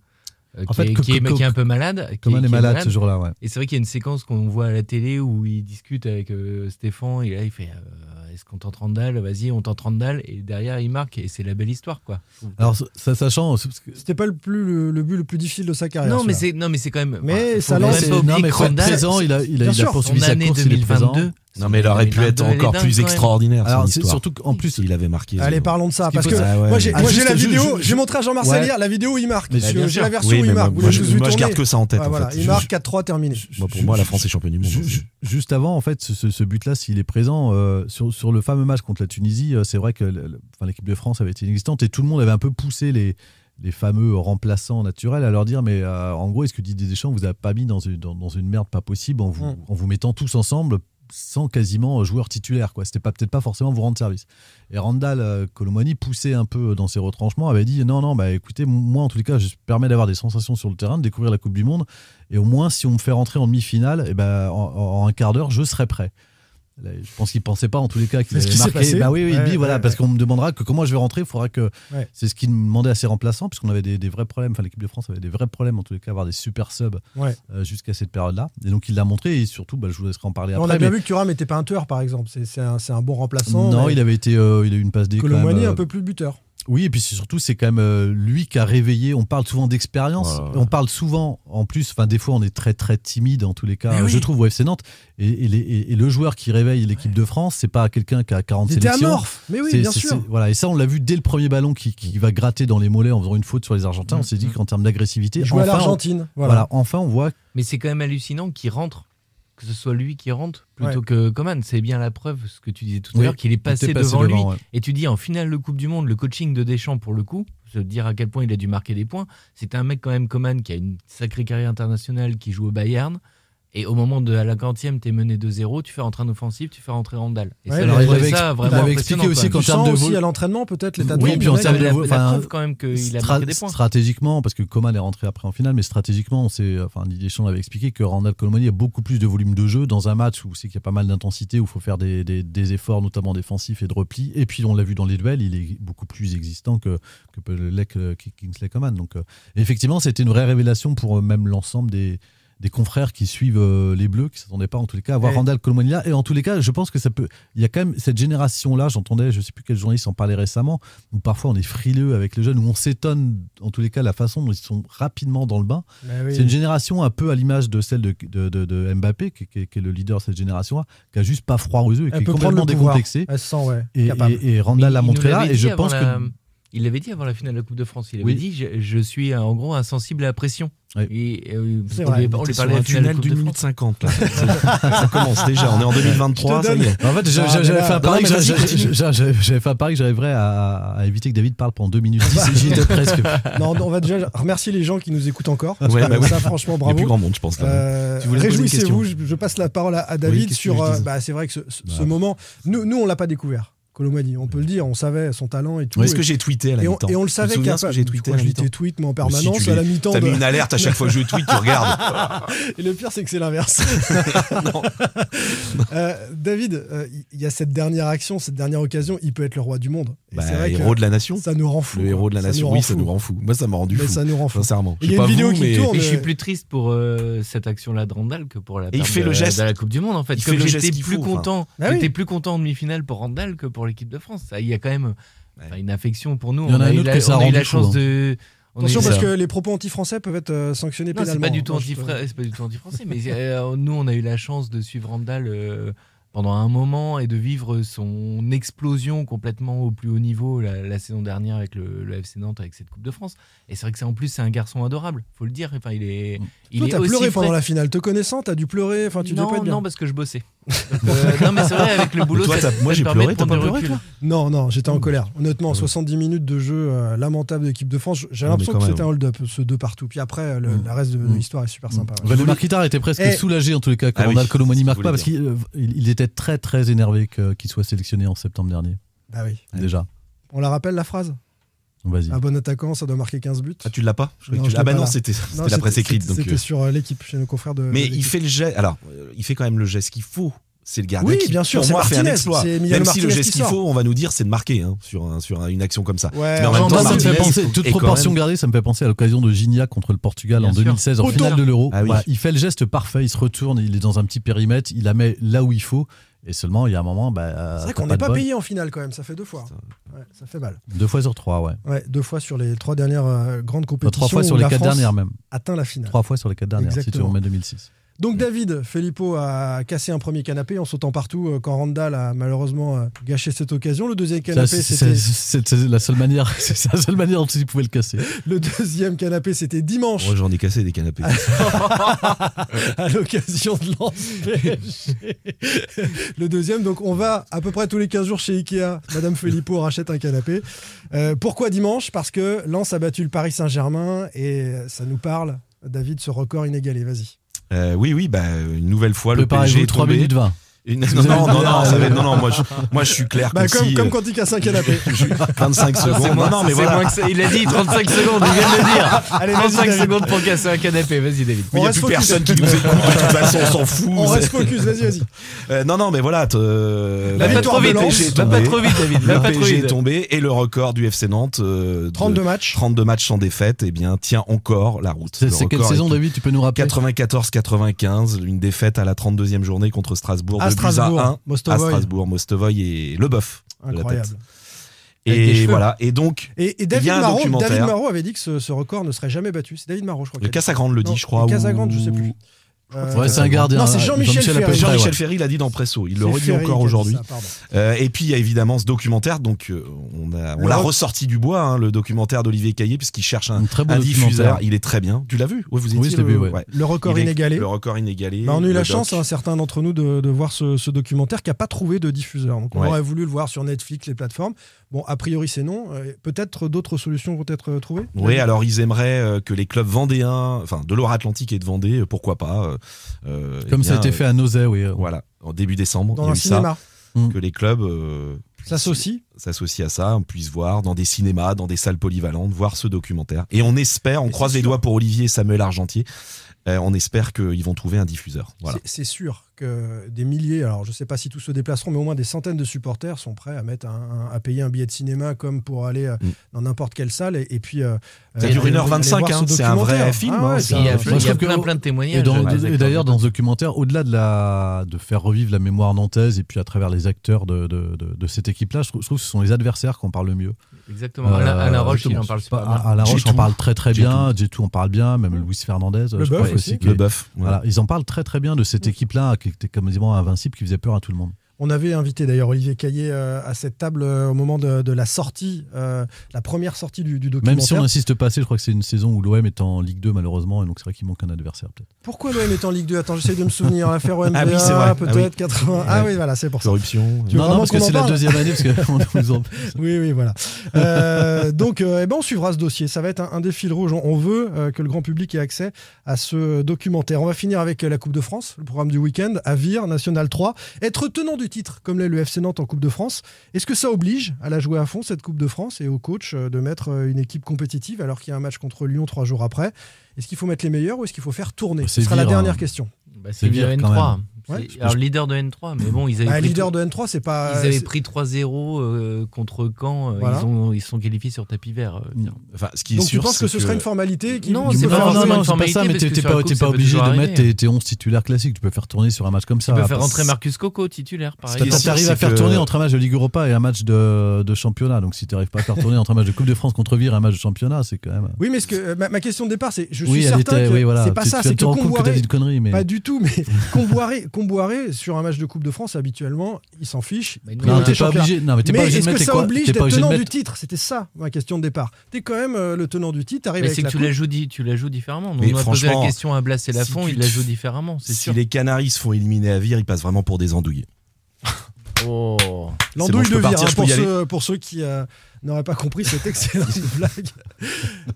S6: euh,
S9: En
S6: qui,
S9: fait,
S6: est,
S9: que-
S6: qui est-
S9: que-
S6: qui est un peu malade. qui
S9: Coman est
S6: qui
S9: malade ce jour-là, ouais.
S6: Et c'est vrai qu'il y a une séquence qu'on voit à la télé où il discute avec euh, Stéphane et là il fait euh, Est-ce qu'on t'entend dalle Vas-y, on t'entend dalle. Et derrière il marque et c'est la belle histoire quoi.
S9: Alors, ça, sachant.
S7: C'était pas le, plus, le, le but le plus difficile de sa carrière.
S6: Non mais,
S7: celui-là.
S6: c'est, non, mais c'est quand même.
S7: Mais
S6: faut
S7: ça
S6: quand
S7: lance-
S6: même pas oublier
S7: Non, mais
S6: que
S7: faut être
S6: Randall-
S7: présent, il a- il a- Bien il a sûr.
S9: poursuivi
S6: Son
S9: sa
S6: année
S9: course, il est présent.
S6: 2022.
S8: Non, mais il aurait pu être
S6: 2022, elle est
S8: encore
S6: dingue, quand
S8: plus
S6: même. Ah,
S8: extraordinaire.
S9: Alors,
S8: son
S9: c'est
S8: histoire.
S9: surtout qu'en plus,
S8: il avait marqué.
S7: Allez,
S8: son-
S7: parlons de ça.
S8: Ce qui
S7: Parce que
S8: pose- Ah ouais.
S7: moi, j'ai
S8: Ah,
S7: moi, j'ai
S8: juste,
S7: la
S8: je-
S7: vidéo.
S8: je-
S7: J'ai montré à Jean-Marcel
S8: Ouais.
S7: hier la vidéo où il marque.
S8: Mais
S7: J'ai
S8: bien sûr.
S7: la version où
S8: Oui,
S7: il
S8: mais
S7: marque.
S8: moi-
S7: Vous
S8: moi,
S7: l'avez
S8: je-
S7: tous vu
S8: moi, je garde
S7: tourner.
S8: que ça en tête,
S7: Ouais,
S8: en
S7: voilà.
S8: fait.
S7: Il
S8: Je-
S7: marque 4-3 terminé.
S8: Moi, pour moi, la France est championne du monde. hein,
S9: Ju- ju- Juste avant, en fait, ce, ce- ce but-là, s'il est présent, euh, sur, sur le fameux match contre la Tunisie, euh, c'est vrai que le- le- enfin, l'équipe de France avait été inexistante et tout le monde avait un peu poussé les, les fameux remplaçants naturels à leur dire Mais euh, en gros, est-ce que Didier Deschamps vous a pas mis dans une, dans, dans une merde pas possible en vous,
S7: Mm.
S9: en vous mettant tous ensemble sans quasiment joueur titulaire quoi c'était pas peut-être pas forcément vous rendre service et Randall euh, Colomani poussé un peu dans ses retranchements avait dit non non bah écoutez moi en tous les cas je permets d'avoir des sensations sur le terrain de découvrir la Coupe du Monde et au moins, si on me fait rentrer en demi-finale, eh ben, en, en un quart d'heure, je serai prêt. Là, Je pense qu'il ne pensait pas, en tous les cas, qu'il
S7: C'est ce
S9: allait
S7: qui s'est
S9: marquer.
S7: passé.
S9: Bah oui, oui, il
S7: Ouais,
S9: dit, voilà,
S7: ouais,
S9: parce
S7: ouais.
S9: qu'on me demandera que comment je vais rentrer, il faudra que.
S7: Ouais.
S9: C'est ce qu'il demandait à ses remplaçants, puisqu'on avait des, des vrais problèmes. Enfin, l'équipe de France avait des vrais problèmes, en tous les cas, avoir des super subs
S7: Ouais.
S9: euh, jusqu'à cette période-là. Et donc, il l'a montré, et surtout, bah, je vous laisserai en parler
S7: On
S9: après.
S7: a bien
S9: mais-
S7: vu que Thuram n'était pas un tueur, par exemple. C'est- C'est un, c'est un bon remplaçant.
S9: Non,
S7: mais
S9: il avait été, euh, il a eu une passe D. quand même,
S7: Colomwani,
S9: euh,
S7: un peu plus buteur.
S9: Oui, et puis c'est surtout, c'est quand même euh, lui qui a réveillé. On parle souvent d'expérience.
S8: Ouais, ouais.
S9: On parle souvent, en plus, enfin, des fois, on est très, très timide, en tous les cas,
S7: Mais
S9: euh,
S7: oui.
S9: je trouve, au FC Nantes. Et, et les- et- et le joueur qui réveille l'équipe de France, c'est pas quelqu'un qui a 40
S7: Il était
S9: sélections.
S7: amorphe. Mais oui,
S9: C'est-
S7: bien
S9: c'est-
S7: sûr.
S9: c'est- Voilà, et ça, on l'a vu dès le premier ballon qui, qui va gratter dans les mollets en faisant une faute sur les Argentins. On s'est dit qu'en termes d'agressivité,
S7: Mm, Il jouait à
S9: enfin, on-
S7: l'Argentine, voilà.
S9: voilà, enfin, on voit
S6: Mais c'est quand même hallucinant qu'il rentre. Que ce soit lui qui rentre plutôt
S9: Ouais.
S6: que Coman. C'est bien la preuve, ce que tu disais tout à
S9: Oui,
S6: l'heure, qu'il est
S9: il
S6: passé,
S9: était passé
S6: devant,
S9: devant,
S6: lui.
S9: ouais.
S6: Et tu dis en finale de Coupe du Monde, le coaching de Deschamps, pour le coup, se dire à quel point il a dû marquer des points. C'est un mec, quand même, Coman, qui a une sacrée carrière internationale, qui joue au Bayern. Et au moment de à la 40e, tu es mené 2-0, tu fais rentrer un offensif, tu fais rentrer Randall. Et
S7: Ouais,
S6: ça,
S7: mais
S6: leur
S7: il
S6: trouvait
S7: l'avait
S6: ça
S7: expli-
S6: vraiment
S7: il l'avait
S6: impressionnant,
S9: expliqué aussi
S6: quand
S9: qu'en
S6: même.
S9: termes
S7: sens
S9: de
S7: aussi
S9: vol-
S7: à l'entraînement, peut-être, l'état de
S9: Oui,
S7: forme
S9: puis
S7: du
S9: en
S7: mec.
S9: termes de
S6: La-
S9: vol-
S6: la
S9: enfin,
S6: preuve quand même qu'il a
S9: stra-
S6: marqué des points.
S9: Stratégiquement, parce que Coman est rentré après en finale, mais stratégiquement, on sait, enfin, Didier Deschamps l'avait expliqué que Randall Colomani a beaucoup plus de volume de jeu dans un match où c'est qu'il y a pas mal d'intensité, où il faut faire des, des- des efforts, notamment défensifs et de repli. Et puis, on l'a vu dans les duels, il est beaucoup plus existant que, que peut l'être, euh, Ki- Kingsley Coman. Donc, euh, effectivement, c'était une vraie révélation pour euh, même l'ensemble des des confrères qui suivent euh, les Bleus, qui s'attendaient pas en tous les cas à voir
S7: Ouais.
S9: Randall Colomani là. Et en tous les cas, je pense que ça peut. Il y a quand même cette génération-là. J'entendais, je sais plus quel journaliste en parlait récemment, où parfois on est frileux avec les jeunes, où on s'étonne en tous les cas la façon dont ils sont rapidement dans le bain.
S7: Bah oui.
S9: C'est une génération un peu à l'image de celle de, de- de- de Mbappé, qui, qui- qui est le leader de cette génération-là, qui a juste pas froid aux yeux et qui
S7: Elle
S9: est
S7: peut prendre le
S9: complètement
S7: pouvoir.
S9: décomplexée.
S7: Elle se sent, ouais,
S9: Et,
S7: capable.
S9: et- et Randall l'a
S6: Il nous
S9: montré là,
S6: l'avait
S9: et
S6: dit
S9: je
S6: avant
S9: pense
S6: la-
S9: que.
S6: Il l'avait dit avant la finale de la Coupe de France. Il avait
S9: Oui.
S6: dit je, je suis euh, en gros insensible à la pression. Et, euh,
S8: C'est
S6: on
S8: vrai,
S6: lui-
S8: on
S6: on lui parlait
S8: était sur un
S6: à la finale de
S8: tunnel
S6: Coupe
S8: d'une
S6: de
S8: minute
S6: France.
S8: cinquante, là. Ça commence déjà, on est en 2023, Je te ça y donne- est.
S9: En fait, je-
S8: Ah,
S9: je-
S8: mais
S9: j'avais
S8: là-
S9: fait un
S8: Non,
S9: pari
S8: mais
S9: que
S8: vas-y,
S9: j'a-
S8: continue.
S9: j'a- j'a- j'avais fait un pari que j'arriverais à, à éviter que David parle pendant 2 minutes 10 j'y étais presque.
S7: Non, on va déjà remercier les gens qui nous écoutent encore.
S9: Ouais, bah oui.
S7: Ça, franchement,
S9: Il y a
S7: bravo.
S9: plus grand monde, je pense, là.
S7: Euh,
S9: Tu voulais poser une
S7: Réjouissez-vous. Je,
S9: question.
S7: je passe la parole à, à David
S9: qu'est-ce que
S7: sur.
S9: je
S7: euh,
S9: disais
S7: bah, c'est vrai que ce, ce- ce
S9: Bah.
S7: moment, nous, nous on l'a pas découvert. Colomani, on peut le dire, on savait son talent et tout.
S8: Ouais, est-ce
S7: Et-
S8: que j'ai tweeté à la
S7: et on-
S8: mi-temps
S7: Et on le
S8: Tu te
S7: savait
S8: souviens
S7: qu'à
S8: ce que j'ai tweeté à
S7: Je
S8: la
S7: lis tes
S8: mi-temps
S7: tweets, mais en
S8: Mais si,
S7: permanence,
S8: tu
S7: à la
S8: les-
S7: mi-temps.
S8: t'as
S7: de-
S8: mis une alerte à chaque fois que je tweete, tu regardes.
S7: et le pire, c'est que c'est l'inverse. Euh, David, euh, il y a cette dernière action, cette dernière occasion, il peut être le roi du monde. Et
S8: Bah,
S7: c'est vrai que
S8: héros de la nation.
S7: Ça nous rend fou.
S8: Le héros de la
S7: Ça
S8: nation,
S7: nous
S8: oui,
S7: rend
S8: ça
S7: fou.
S8: nous rend fou. Moi, ça me rend du
S7: Mais
S8: fou.
S7: ça nous rend fou.
S8: Sincèrement.
S7: Il
S8: Je
S7: y
S8: sais
S7: a une
S8: pas
S7: vidéo
S8: vous,
S7: qui
S8: mais-
S7: tourne.
S6: Et je suis plus triste pour euh, cette action-là de Randall que pour la
S8: il
S6: perte
S8: fait
S6: de,
S8: le geste.
S6: de la Coupe du Monde en fait.
S8: Il
S6: Comme
S8: fait le
S6: j'étais
S8: geste qu'il
S6: plus
S8: faut, enfin.
S6: content,
S7: Ah
S8: Bah oui.
S6: j'étais plus content en demi-finale pour Randall que pour l'équipe de France. Ça, Il y a quand même enfin, une affection pour nous.
S9: Il y en
S6: on
S9: a un
S6: eu
S9: autre
S6: la,
S9: que ça
S6: on
S9: a
S6: eu
S9: rendu
S6: la
S9: fou,
S6: chance
S9: hein.
S6: de. on a
S7: Attention
S6: eu
S7: parce
S6: ça.
S7: que les propos anti-français peuvent être euh, sanctionnés
S6: Non, c'est
S7: pénalement.
S6: pas du tout
S7: Non, je te-
S6: anti-fra- c'est pas du tout anti-français, mais euh, nous, on a eu la chance de suivre Randall euh, pendant un moment et de vivre son explosion complètement au plus haut niveau la, la saison dernière avec le, le FC Nantes, avec cette Coupe de France. Et c'est vrai que c'est en plus, c'est un garçon adorable, faut le dire. Enfin, il
S8: Mm.
S6: est, il
S7: Toi,
S6: est
S7: t'as
S6: aussi
S7: pleuré pendant
S6: frais.
S7: la finale. Te connaissant, t'as dû pleurer. Enfin, tu devais
S6: non,
S7: pas être bien.
S6: non, parce que je bossais. Euh, non, mais c'est vrai, avec le boulot,
S8: Toi,
S6: ça,
S8: t'as- moi,
S6: ça
S8: j'ai
S6: te permet
S8: pleuré,
S6: de
S8: t'as
S6: prendre
S8: pas
S6: du recul.
S8: pleuré, toi Mmh. Ah
S7: Non, non, j'étais en colère. Honnêtement, 70 minutes de jeu euh, lamentable de l'équipe de France, j- j'ai
S9: mais
S7: l'impression
S9: quand
S7: que
S9: même.
S7: c'était un hold-up, ce deux partout. Puis après,
S8: Mmh.
S7: le, le reste de, de l'histoire est super sympa. ouais.
S9: René Marquitar était presque
S7: Eh,
S9: soulagé en tous les cas quand
S8: Ah oui,
S9: Randall Colomani
S8: c'est ce
S9: marque
S8: que
S9: pas
S8: je
S9: parce qu'il euh, il il était très très énervé que- qu'il soit sélectionné en septembre dernier.
S7: Bah oui.
S9: Déjà.
S7: On la rappelle la phrase
S9: Vas-y.
S7: Un bon attaquant, ça doit marquer 15 buts.
S8: Ah, tu l'as pas Je croyais que tu
S7: je
S8: l'as- Ah
S7: l'ai
S8: bah
S7: pas
S8: non,
S7: là.
S8: c'était
S7: Non,
S8: c'était la presse écrite. donc,
S7: C'était
S8: euh,
S7: sur euh, l'équipe, chez nos confrères de. de
S8: Mais
S7: l'équipe.
S8: il fait le geste. Alors, euh, il fait quand même le geste qu'il faut. C'est le gardien
S7: Oui,
S8: qui,
S7: bien sûr,
S8: pour
S7: c'est
S8: moi, fait un
S7: Martinez,
S8: exploit.
S7: c'est
S8: Même
S7: Miguel
S8: si le
S7: Martinez
S8: geste
S7: qui
S8: qu'il
S7: sort.
S8: faut, on va nous dire, c'est de marquer hein, sur, un- sur un- une action comme ça.
S7: Ouais,
S8: Mais en même
S9: Moi,
S8: temps,
S9: Euh, ça me fait
S8: Martinez
S9: penser, toute
S8: est quand
S9: proportion
S8: même-
S9: gardée, ça me fait penser à l'occasion de Gignac contre le Portugal
S8: Bien
S9: en
S8: sûr.
S9: 2016 en
S8: Autant.
S9: finale de l'Euro.
S8: Ah oui.
S9: Voilà, il fait le geste parfait, il se retourne, il est dans un petit périmètre, il la met là où il faut. Et seulement, il y a un moment, bah,
S7: C'est
S9: t'as
S7: vrai qu'on n'est
S9: de
S7: pas
S9: bol.
S7: payé en finale quand même, ça fait deux fois. hein. Ouais, ça fait mal.
S9: Deux fois sur trois, ouais.
S7: Ouais, deux fois sur les trois dernières euh, grandes
S9: Enfin,
S7: compétitions.
S9: trois fois sur
S7: où
S9: les
S7: la
S9: quatre
S7: France
S9: dernières même.
S7: Atteint la finale.
S9: Trois fois sur les quatre dernières, si tu
S7: Exactement.
S9: remets 2006.
S7: Donc David, Filippo a cassé un premier canapé en sautant partout euh, quand Randall a malheureusement euh, gâché cette occasion. Le deuxième
S9: Ça,
S7: canapé,
S9: C'est c'est-
S7: c'était
S9: c'est- c'est la seule manière, c'est la seule manière dont il pouvait le casser.
S7: le deuxième canapé, c'était dimanche
S8: Moi, j'en ai cassé des canapés.
S7: à l'occasion de l'empêcher. Le deuxième, donc on va à peu près tous les 15 jours chez Ikea. Madame Filippo rachète un canapé. Euh, pourquoi dimanche Parce que Lens a battu le Paris Saint-Germain et ça nous parle. David, ce record inégalé, vas-y.
S8: Euh, oui, oui, bah, une nouvelle fois, le
S9: Préparez-vous
S8: PSG est
S9: trois
S8: tombé.
S9: minutes vingt.
S8: Une-
S9: Vous
S8: Non,
S9: avez-
S8: non, non, non, ça va être- non, non,
S9: Euh,
S8: moi, je, moi, je suis clair
S7: Bah,
S8: comme,
S7: comme,
S8: si,
S7: comme
S8: euh,
S7: quand il casse un canapé.
S8: 25
S6: C'est
S8: secondes.
S6: moins-
S8: non, non, mais
S6: c'est
S8: voilà.
S6: moins que ça. Il a dit 35 secondes, il vient de le dire.
S7: Allez, vas-y,
S6: 35
S7: David.
S6: secondes pour casser un canapé, vas-y David.
S8: Mais il n'y a plus personne qui nous écoute, de toute façon, on s'en fout.
S7: On reste focus, vas-y, vas-y.
S8: Euh, non, non, mais voilà. t- euh,
S7: La
S8: le
S7: victoire de Lens.
S8: PSG est
S7: Va
S8: tombé.
S7: pas trop vite, David, va
S8: Le
S7: pas trop
S8: PSG
S7: vite.
S8: est tombé et le record du FC Nantes. euh, de
S7: 32 matchs.
S8: 32 matchs sans défaite, eh bien, tient encore la route.
S9: C'est-
S8: Le
S9: C'est quelle
S8: record
S9: saison,
S8: est-
S9: David Tu peux nous rappeler
S8: 94-95, une défaite à la 32e journée contre Strasbourg.
S7: À
S8: de buts
S7: Strasbourg,
S8: à 1
S7: Mostovoy.
S8: à Strasbourg. Mostovoy et Leboeuf. de la
S7: Incroyable.
S8: tête.
S7: Avec des
S8: Et
S7: cheveux.
S8: voilà. Et donc,
S7: Et, et
S8: il y
S7: David
S8: a un
S7: Marot,
S8: documentaire.
S7: David Marot avait dit que ce, ce record ne serait jamais battu. C'est David Marot, je crois.
S8: Le Casagrande le dit, je crois, ou-
S7: Casagrande, je sais plus.
S8: Je crois que
S7: Euh,
S8: gardien.
S7: Non, c'est Jean-Michel Ferry.
S8: Jean-Michel Ferry l'a dit dans Presso. Il le
S7: C'est
S8: redit
S7: Ferry
S8: encore
S7: qui a dit
S8: aujourd'hui.
S7: ça, pardon.
S8: Euh, et puis il y a évidemment ce documentaire. Donc euh, on a- on
S7: Le
S8: l'a
S7: rec-
S8: ressorti du bois, hein, le documentaire d'Olivier Caillé, puisqu'il cherche un,
S9: très beau
S8: un diffuseur.
S9: documentaire.
S8: Il est très bien. Tu l'as vu Oui, vous
S9: Oui,
S8: étiez
S9: je l'ai vu, ouais.
S7: Le record
S8: Il est-
S7: inégalé.
S8: Le record inégalé.
S7: Bah, on a eu
S8: le
S7: la
S8: doc.
S7: chance, hein, certains d'entre nous, de, de voir ce, ce documentaire qui n'a pas trouvé de diffuseur. Donc, on
S8: Ouais.
S7: aurait voulu le voir sur Netflix, les plateformes. Bon, a priori, c'est non. Euh, Peut-être d'autres solutions vont être euh, trouvées
S8: Oui, alors ils aimeraient euh, que les clubs vendéens, enfin de l'Or-Atlantique et de Vendée, euh, pourquoi pas. euh, euh, eh
S9: Comme ça a
S8: bien,
S9: été
S8: euh,
S9: fait à Nozay, oui. Hmm.
S8: Voilà, en début décembre,
S7: Dans
S8: il y a
S7: un
S8: eu
S7: cinéma.
S8: ça, que les clubs euh,
S7: S'associent.
S8: s'associent à ça, on puisse voir dans des cinémas, dans des salles polyvalentes, voir ce documentaire. Et on espère, on croise les doigts pour Olivier et Samuel Argentier, euh, on espère qu'ils vont trouver un diffuseur. Voilà.
S7: C'est- C'est sûr que des milliers, alors je ne sais pas si tous se déplaceront, mais au moins des centaines de supporters sont prêts à, mettre un- un- à payer un billet de cinéma comme pour aller
S9: Mm.
S7: euh, dans n'importe quelle salle. Et, et puis. euh,
S8: Ça
S7: aller-
S8: dure 1h25,
S7: aller voir
S8: hein,
S7: ce
S8: c'est un vrai
S7: documentaire.
S8: film,
S7: Ah
S8: hein,
S7: ouais,
S8: c'est
S7: c'est
S8: un-
S7: un-
S6: Il y a plein-
S9: Moi, je
S6: il y a
S9: trouve
S6: plein,
S9: que-
S6: plein de témoignages.
S9: Et, dans-
S6: des
S9: et
S6: acteurs
S9: d'ailleurs,
S6: de-
S9: dans ce documentaire, au-delà de, la, de faire revivre la mémoire nantaise et puis à travers les acteurs de, de, de- de cette équipe-là, je trouve, je trouve que ce sont les adversaires qu'on parle le mieux.
S6: Exactement. Alain- Alain Roche, il
S9: justement,
S6: en parle
S9: c'est pas-
S6: super bien.
S9: Alain Roche en
S6: Gétou.
S9: parle très très
S6: Gétou.
S9: bien. Gétou en parle bien. Même Luis Fernandez.
S6: Le
S9: je
S6: Bœuf
S9: trouve
S6: aussi.
S9: que-
S8: Le Bœuf, ouais.
S9: Voilà, ils en parlent très très bien de cette équipe-là qui était comme quasiment invincible, qui faisait peur à tout le monde.
S7: On avait invité d'ailleurs Olivier Caillé euh, à cette table euh, au moment de, de la sortie, euh, la première sortie du, du documentaire.
S9: Même si on insiste pas assez, je crois que c'est une saison où l'OM est en Ligue 2 malheureusement, et donc c'est vrai qu'il manque un adversaire peut-être.
S7: Pourquoi l'OM est en Ligue 2 Attends, j'essaie de me souvenir. Affaire OMPA,
S9: Ah oui, c'est vrai. Ah
S7: peut-être
S9: oui.
S7: 80. Ah oui, voilà, c'est pour ça.
S8: Corruption.
S7: Tu veux
S9: non, non,
S7: vraiment
S9: parce que
S7: qu'on en
S9: c'est la
S7: parle
S9: deuxième année, parce qu'on nous en
S7: Oui, oui, voilà. Euh, donc, euh, eh ben, on suivra ce dossier. Ça va être un, un des fils rouges. On, on veut euh, que le grand public ait accès à ce documentaire. On va finir avec euh, la Coupe de France, le programme du week-end, à Vire, National 3. Être tenant du titre, comme l'est le FC Nantes en Coupe de France, est-ce que ça oblige à la jouer à fond, cette Coupe de France, et au coach euh, de mettre euh, une équipe compétitive alors qu'il y a un match contre Lyon trois jours après Est-ce qu'il faut mettre les meilleurs ou est-ce qu'il faut faire tourner Ce
S9: C'est
S7: sera la
S9: Vire,
S7: dernière
S9: hein.
S7: question.
S6: Bah, c'est le
S9: Vire, quand
S6: N3.
S9: même.
S6: C'est-
S9: Ouais.
S6: Alors, leader de N3, mais bon, ils avaient
S7: Bah,
S6: pris
S7: leader
S6: trois-
S7: de N3, c'est pas-
S6: Ils avaient
S7: c'est-
S6: pris 3-0 euh, contre Caen. euh,
S7: Voilà.
S6: Ils, ont, ils sont qualifiés sur tapis vert. euh, Vire.
S8: Enfin, ce
S7: Donc, tu penses que ce serait une formalité qui
S6: Non,
S7: qui
S6: c'est
S7: peut
S6: pas
S7: faire
S9: Non,
S6: forcément
S9: non,
S6: une
S9: c'est pas
S6: formalité.
S9: ça, mais
S6: parce
S9: t'es
S6: que
S9: t'es
S6: sur la
S9: pas,
S6: coupe,
S9: t'es
S6: ça
S9: pas
S6: peut
S9: obligé
S6: toujours
S9: de
S6: arriver.
S9: mettre tes, tes 11 titulaires classiques. Tu peux faire tourner sur un match comme ça.
S6: Tu peux
S9: Après,
S6: faire rentrer
S9: c'est-
S6: Marcus Coco titulaire, par
S9: Parce
S6: exemple.
S9: que t'arrives à faire tourner entre un match de Ligue Europa et un match de, de championnat. Donc si t'arrives pas à faire tourner entre un match de Coupe de France contre Vire et un match de championnat, c'est quand même.
S7: Oui, mais ce que, euh, ma, ma question de départ, c'est je suis
S9: Oui, elle
S7: certain
S9: était-
S7: que
S9: oui, voilà.
S7: c'est pas
S9: Tu-
S7: ça,
S9: tu
S7: c'est
S9: te
S7: que
S9: rends compte que t'as
S7: Comboiré-
S9: dit une connerie, mais-
S7: pas du tout, mais Comboiré, Comboiré sur un match de Coupe de France habituellement, il s'en fiche.
S9: non, t'es
S7: Priorité
S9: pas
S7: championnat.
S9: obligé- non, mais t'es pas obligé de
S7: est-ce que
S9: mettre
S7: ça
S9: quoi
S7: oblige
S9: T'es pas
S7: d'être
S9: obligé de
S7: tenant du
S9: mettre-
S7: titre C'était ça ma question de départ. T'es quand même euh, le tenant du titre, t'arrives
S6: Mais
S7: avec
S6: c'est que
S7: la
S6: tu la,
S7: coupe.
S6: joues, di- tu la joues différemment. Nous,
S8: Mais
S6: on a posé la
S8: franchement,
S6: question à Blas et Lafont,
S8: tu
S6: il la
S8: te-
S6: joue différemment, c'est
S8: Si
S6: sûr.
S8: les Canaries se font éliminer à Vire, ils passent vraiment pour des andouilles.
S6: Oh.
S8: bon,
S7: L'andouille
S8: je
S7: de
S8: peux
S7: Vire,
S8: partir,
S7: hein,
S8: je peux
S7: pour,
S8: y
S7: ceux, pour ceux qui euh, n'auraient pas compris cette excellente blague.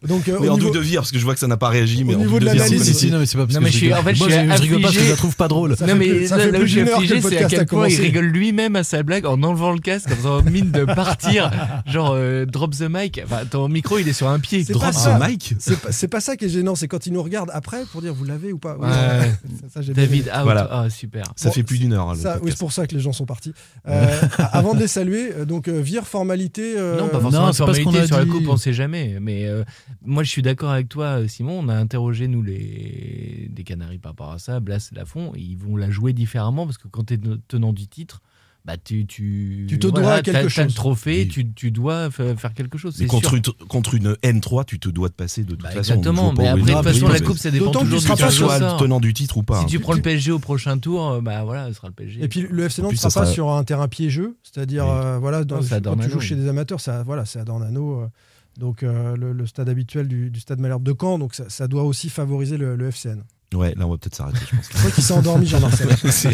S7: Donc, euh,
S8: Mais
S7: au
S8: en
S7: niveau-
S8: double de vire, parce que je vois que ça n'a pas réagi. Mais
S7: au
S8: en
S7: niveau
S8: double
S7: de
S8: vire,
S7: l'analyse-
S8: vous
S7: Si, si,
S8: connaissez.
S7: si, non, mais c'est pas parce
S6: Non, mais je suis, en fait, je, suis
S9: je rigole pas parce que je
S6: affligé.
S9: la trouve pas drôle. Ça
S6: non,
S9: fait
S6: mais
S9: plus- ça
S6: là,
S9: fait
S6: là
S9: plus
S6: où je suis
S9: d'une heure que le
S6: affligé, c'est à
S9: podcast
S6: quel
S9: a
S6: point il
S9: commencé.
S6: rigole lui-même à sa blague en enlevant le casque, en faisant mine de partir. Genre, euh, drop the mic. Enfin, ton micro, il est sur un pied.
S7: C'est pas ça. C'est pas, c'est pas ça qui est gênant, c'est quand ils nous regardent après pour dire vous l'avez ou pas. Oui,
S6: Ouais.
S7: ça, ça, j'ai bien
S6: David
S7: aimé.
S6: out. Voilà. Ah, super.
S8: Ça fait plus d'une heure, hein, le
S7: Ça, oui,
S8: podcast.
S7: c'est pour ça que les gens sont partis. Euh, avant de les saluer, euh, donc euh, vire formalité. euh,
S6: Non, pas forcément une formalité sur la coupe, on sait jamais. Mais euh, moi, je suis d'accord avec toi, euh, Simon. On a interrogé, nous, les des Canaries par rapport à ça. Blas, Lafont, ils vont la jouer différemment parce que quand tu es tenant du titre, bah, tu, tu,
S7: Tu te
S6: voilà,
S7: dois à quelque
S6: t'as- t'as le
S7: chose.
S6: trophée, tu, tu dois fa- faire quelque chose.
S8: Mais
S6: c'est
S8: contre
S6: sûr.
S8: une, contre une N3, tu te dois de passer de toute façon.
S6: Bah, Exactement,
S8: Donc, je vois
S6: mais
S8: pas où
S6: après, de
S8: est
S6: toute
S8: le
S6: façon,
S8: problème.
S6: la coupe, ça dépend
S8: D'autant
S6: toujours
S8: que tu
S6: du
S8: seras pas
S6: tirage au
S8: soit le
S6: sort.
S8: tenant du titre ou pas. hein.
S6: Si tu prends le PSG au prochain tour, euh, bah voilà, ce sera le PSG.
S7: Et puis le FC
S6: En
S7: Nantes
S6: plus,
S7: ne sera
S6: ça
S7: pas
S6: sera-
S7: sur un terrain piégeux, c'est-à-dire
S6: Oui.
S7: euh, voilà, dans-
S6: Non, c'est à
S7: quand tu
S6: Dornano,
S7: joues
S6: oui.
S7: chez des amateurs, ça, voilà, c'est à Dornano. euh, donc euh, le, le stade habituel du, du stade Malherbe de Caen, donc ça, ça doit aussi favoriser le, le FCN.
S8: Ouais, là, on va peut-être s'arrêter, je pense.
S7: Je crois qu'il s'est endormi, Jean-Marcel.
S8: C'est-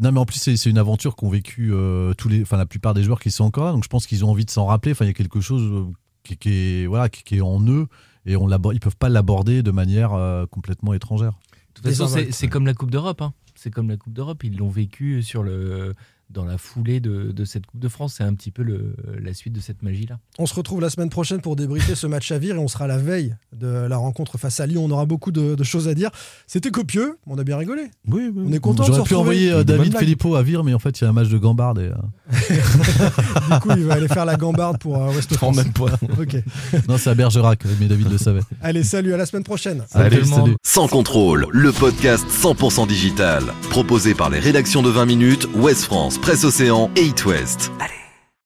S9: Non, mais en plus, c'est c'est une aventure qu'ont vécu euh, tous les, enfin, la plupart des joueurs qui sont encore là. Donc, je pense qu'ils ont envie de s'en rappeler. Enfin, il y a quelque chose euh, qui, qui est, voilà, qui, qui est en eux et on l'aborde- ils peuvent pas l'aborder de manière euh, complètement étrangère.
S6: De toute façon, c'est- c'est comme la Coupe d'Europe. hein. C'est comme la Coupe d'Europe. Ils l'ont vécu sur le, dans la foulée de, de cette Coupe de France. C'est un petit peu le, la suite de cette magie-là.
S7: On se retrouve la semaine prochaine pour débriefer ce match à Vire et on sera la veille de la rencontre face à Lyon. On aura beaucoup de, de choses à dire. C'était copieux, mais on a bien rigolé.
S8: Oui,
S7: On est content de se
S9: J'aurais pu
S7: retrouver.
S9: envoyer euh,
S7: Des bonnes
S9: David
S7: blagues.
S9: Filippo à Vire, mais en fait, il y a un match de Gambard. Et, euh,
S7: Du coup, il va aller faire la gambarde pour euh, West France.
S8: même pas.
S7: Ok.
S9: Non, c'est à Bergerac, mais David le savait.
S7: Allez, salut, à la semaine prochaine.
S1: Sans contrôle, le podcast 100% digital. Proposé par les rédactions de 20 minutes, Ouest France, Presse Océan et It West. Allez.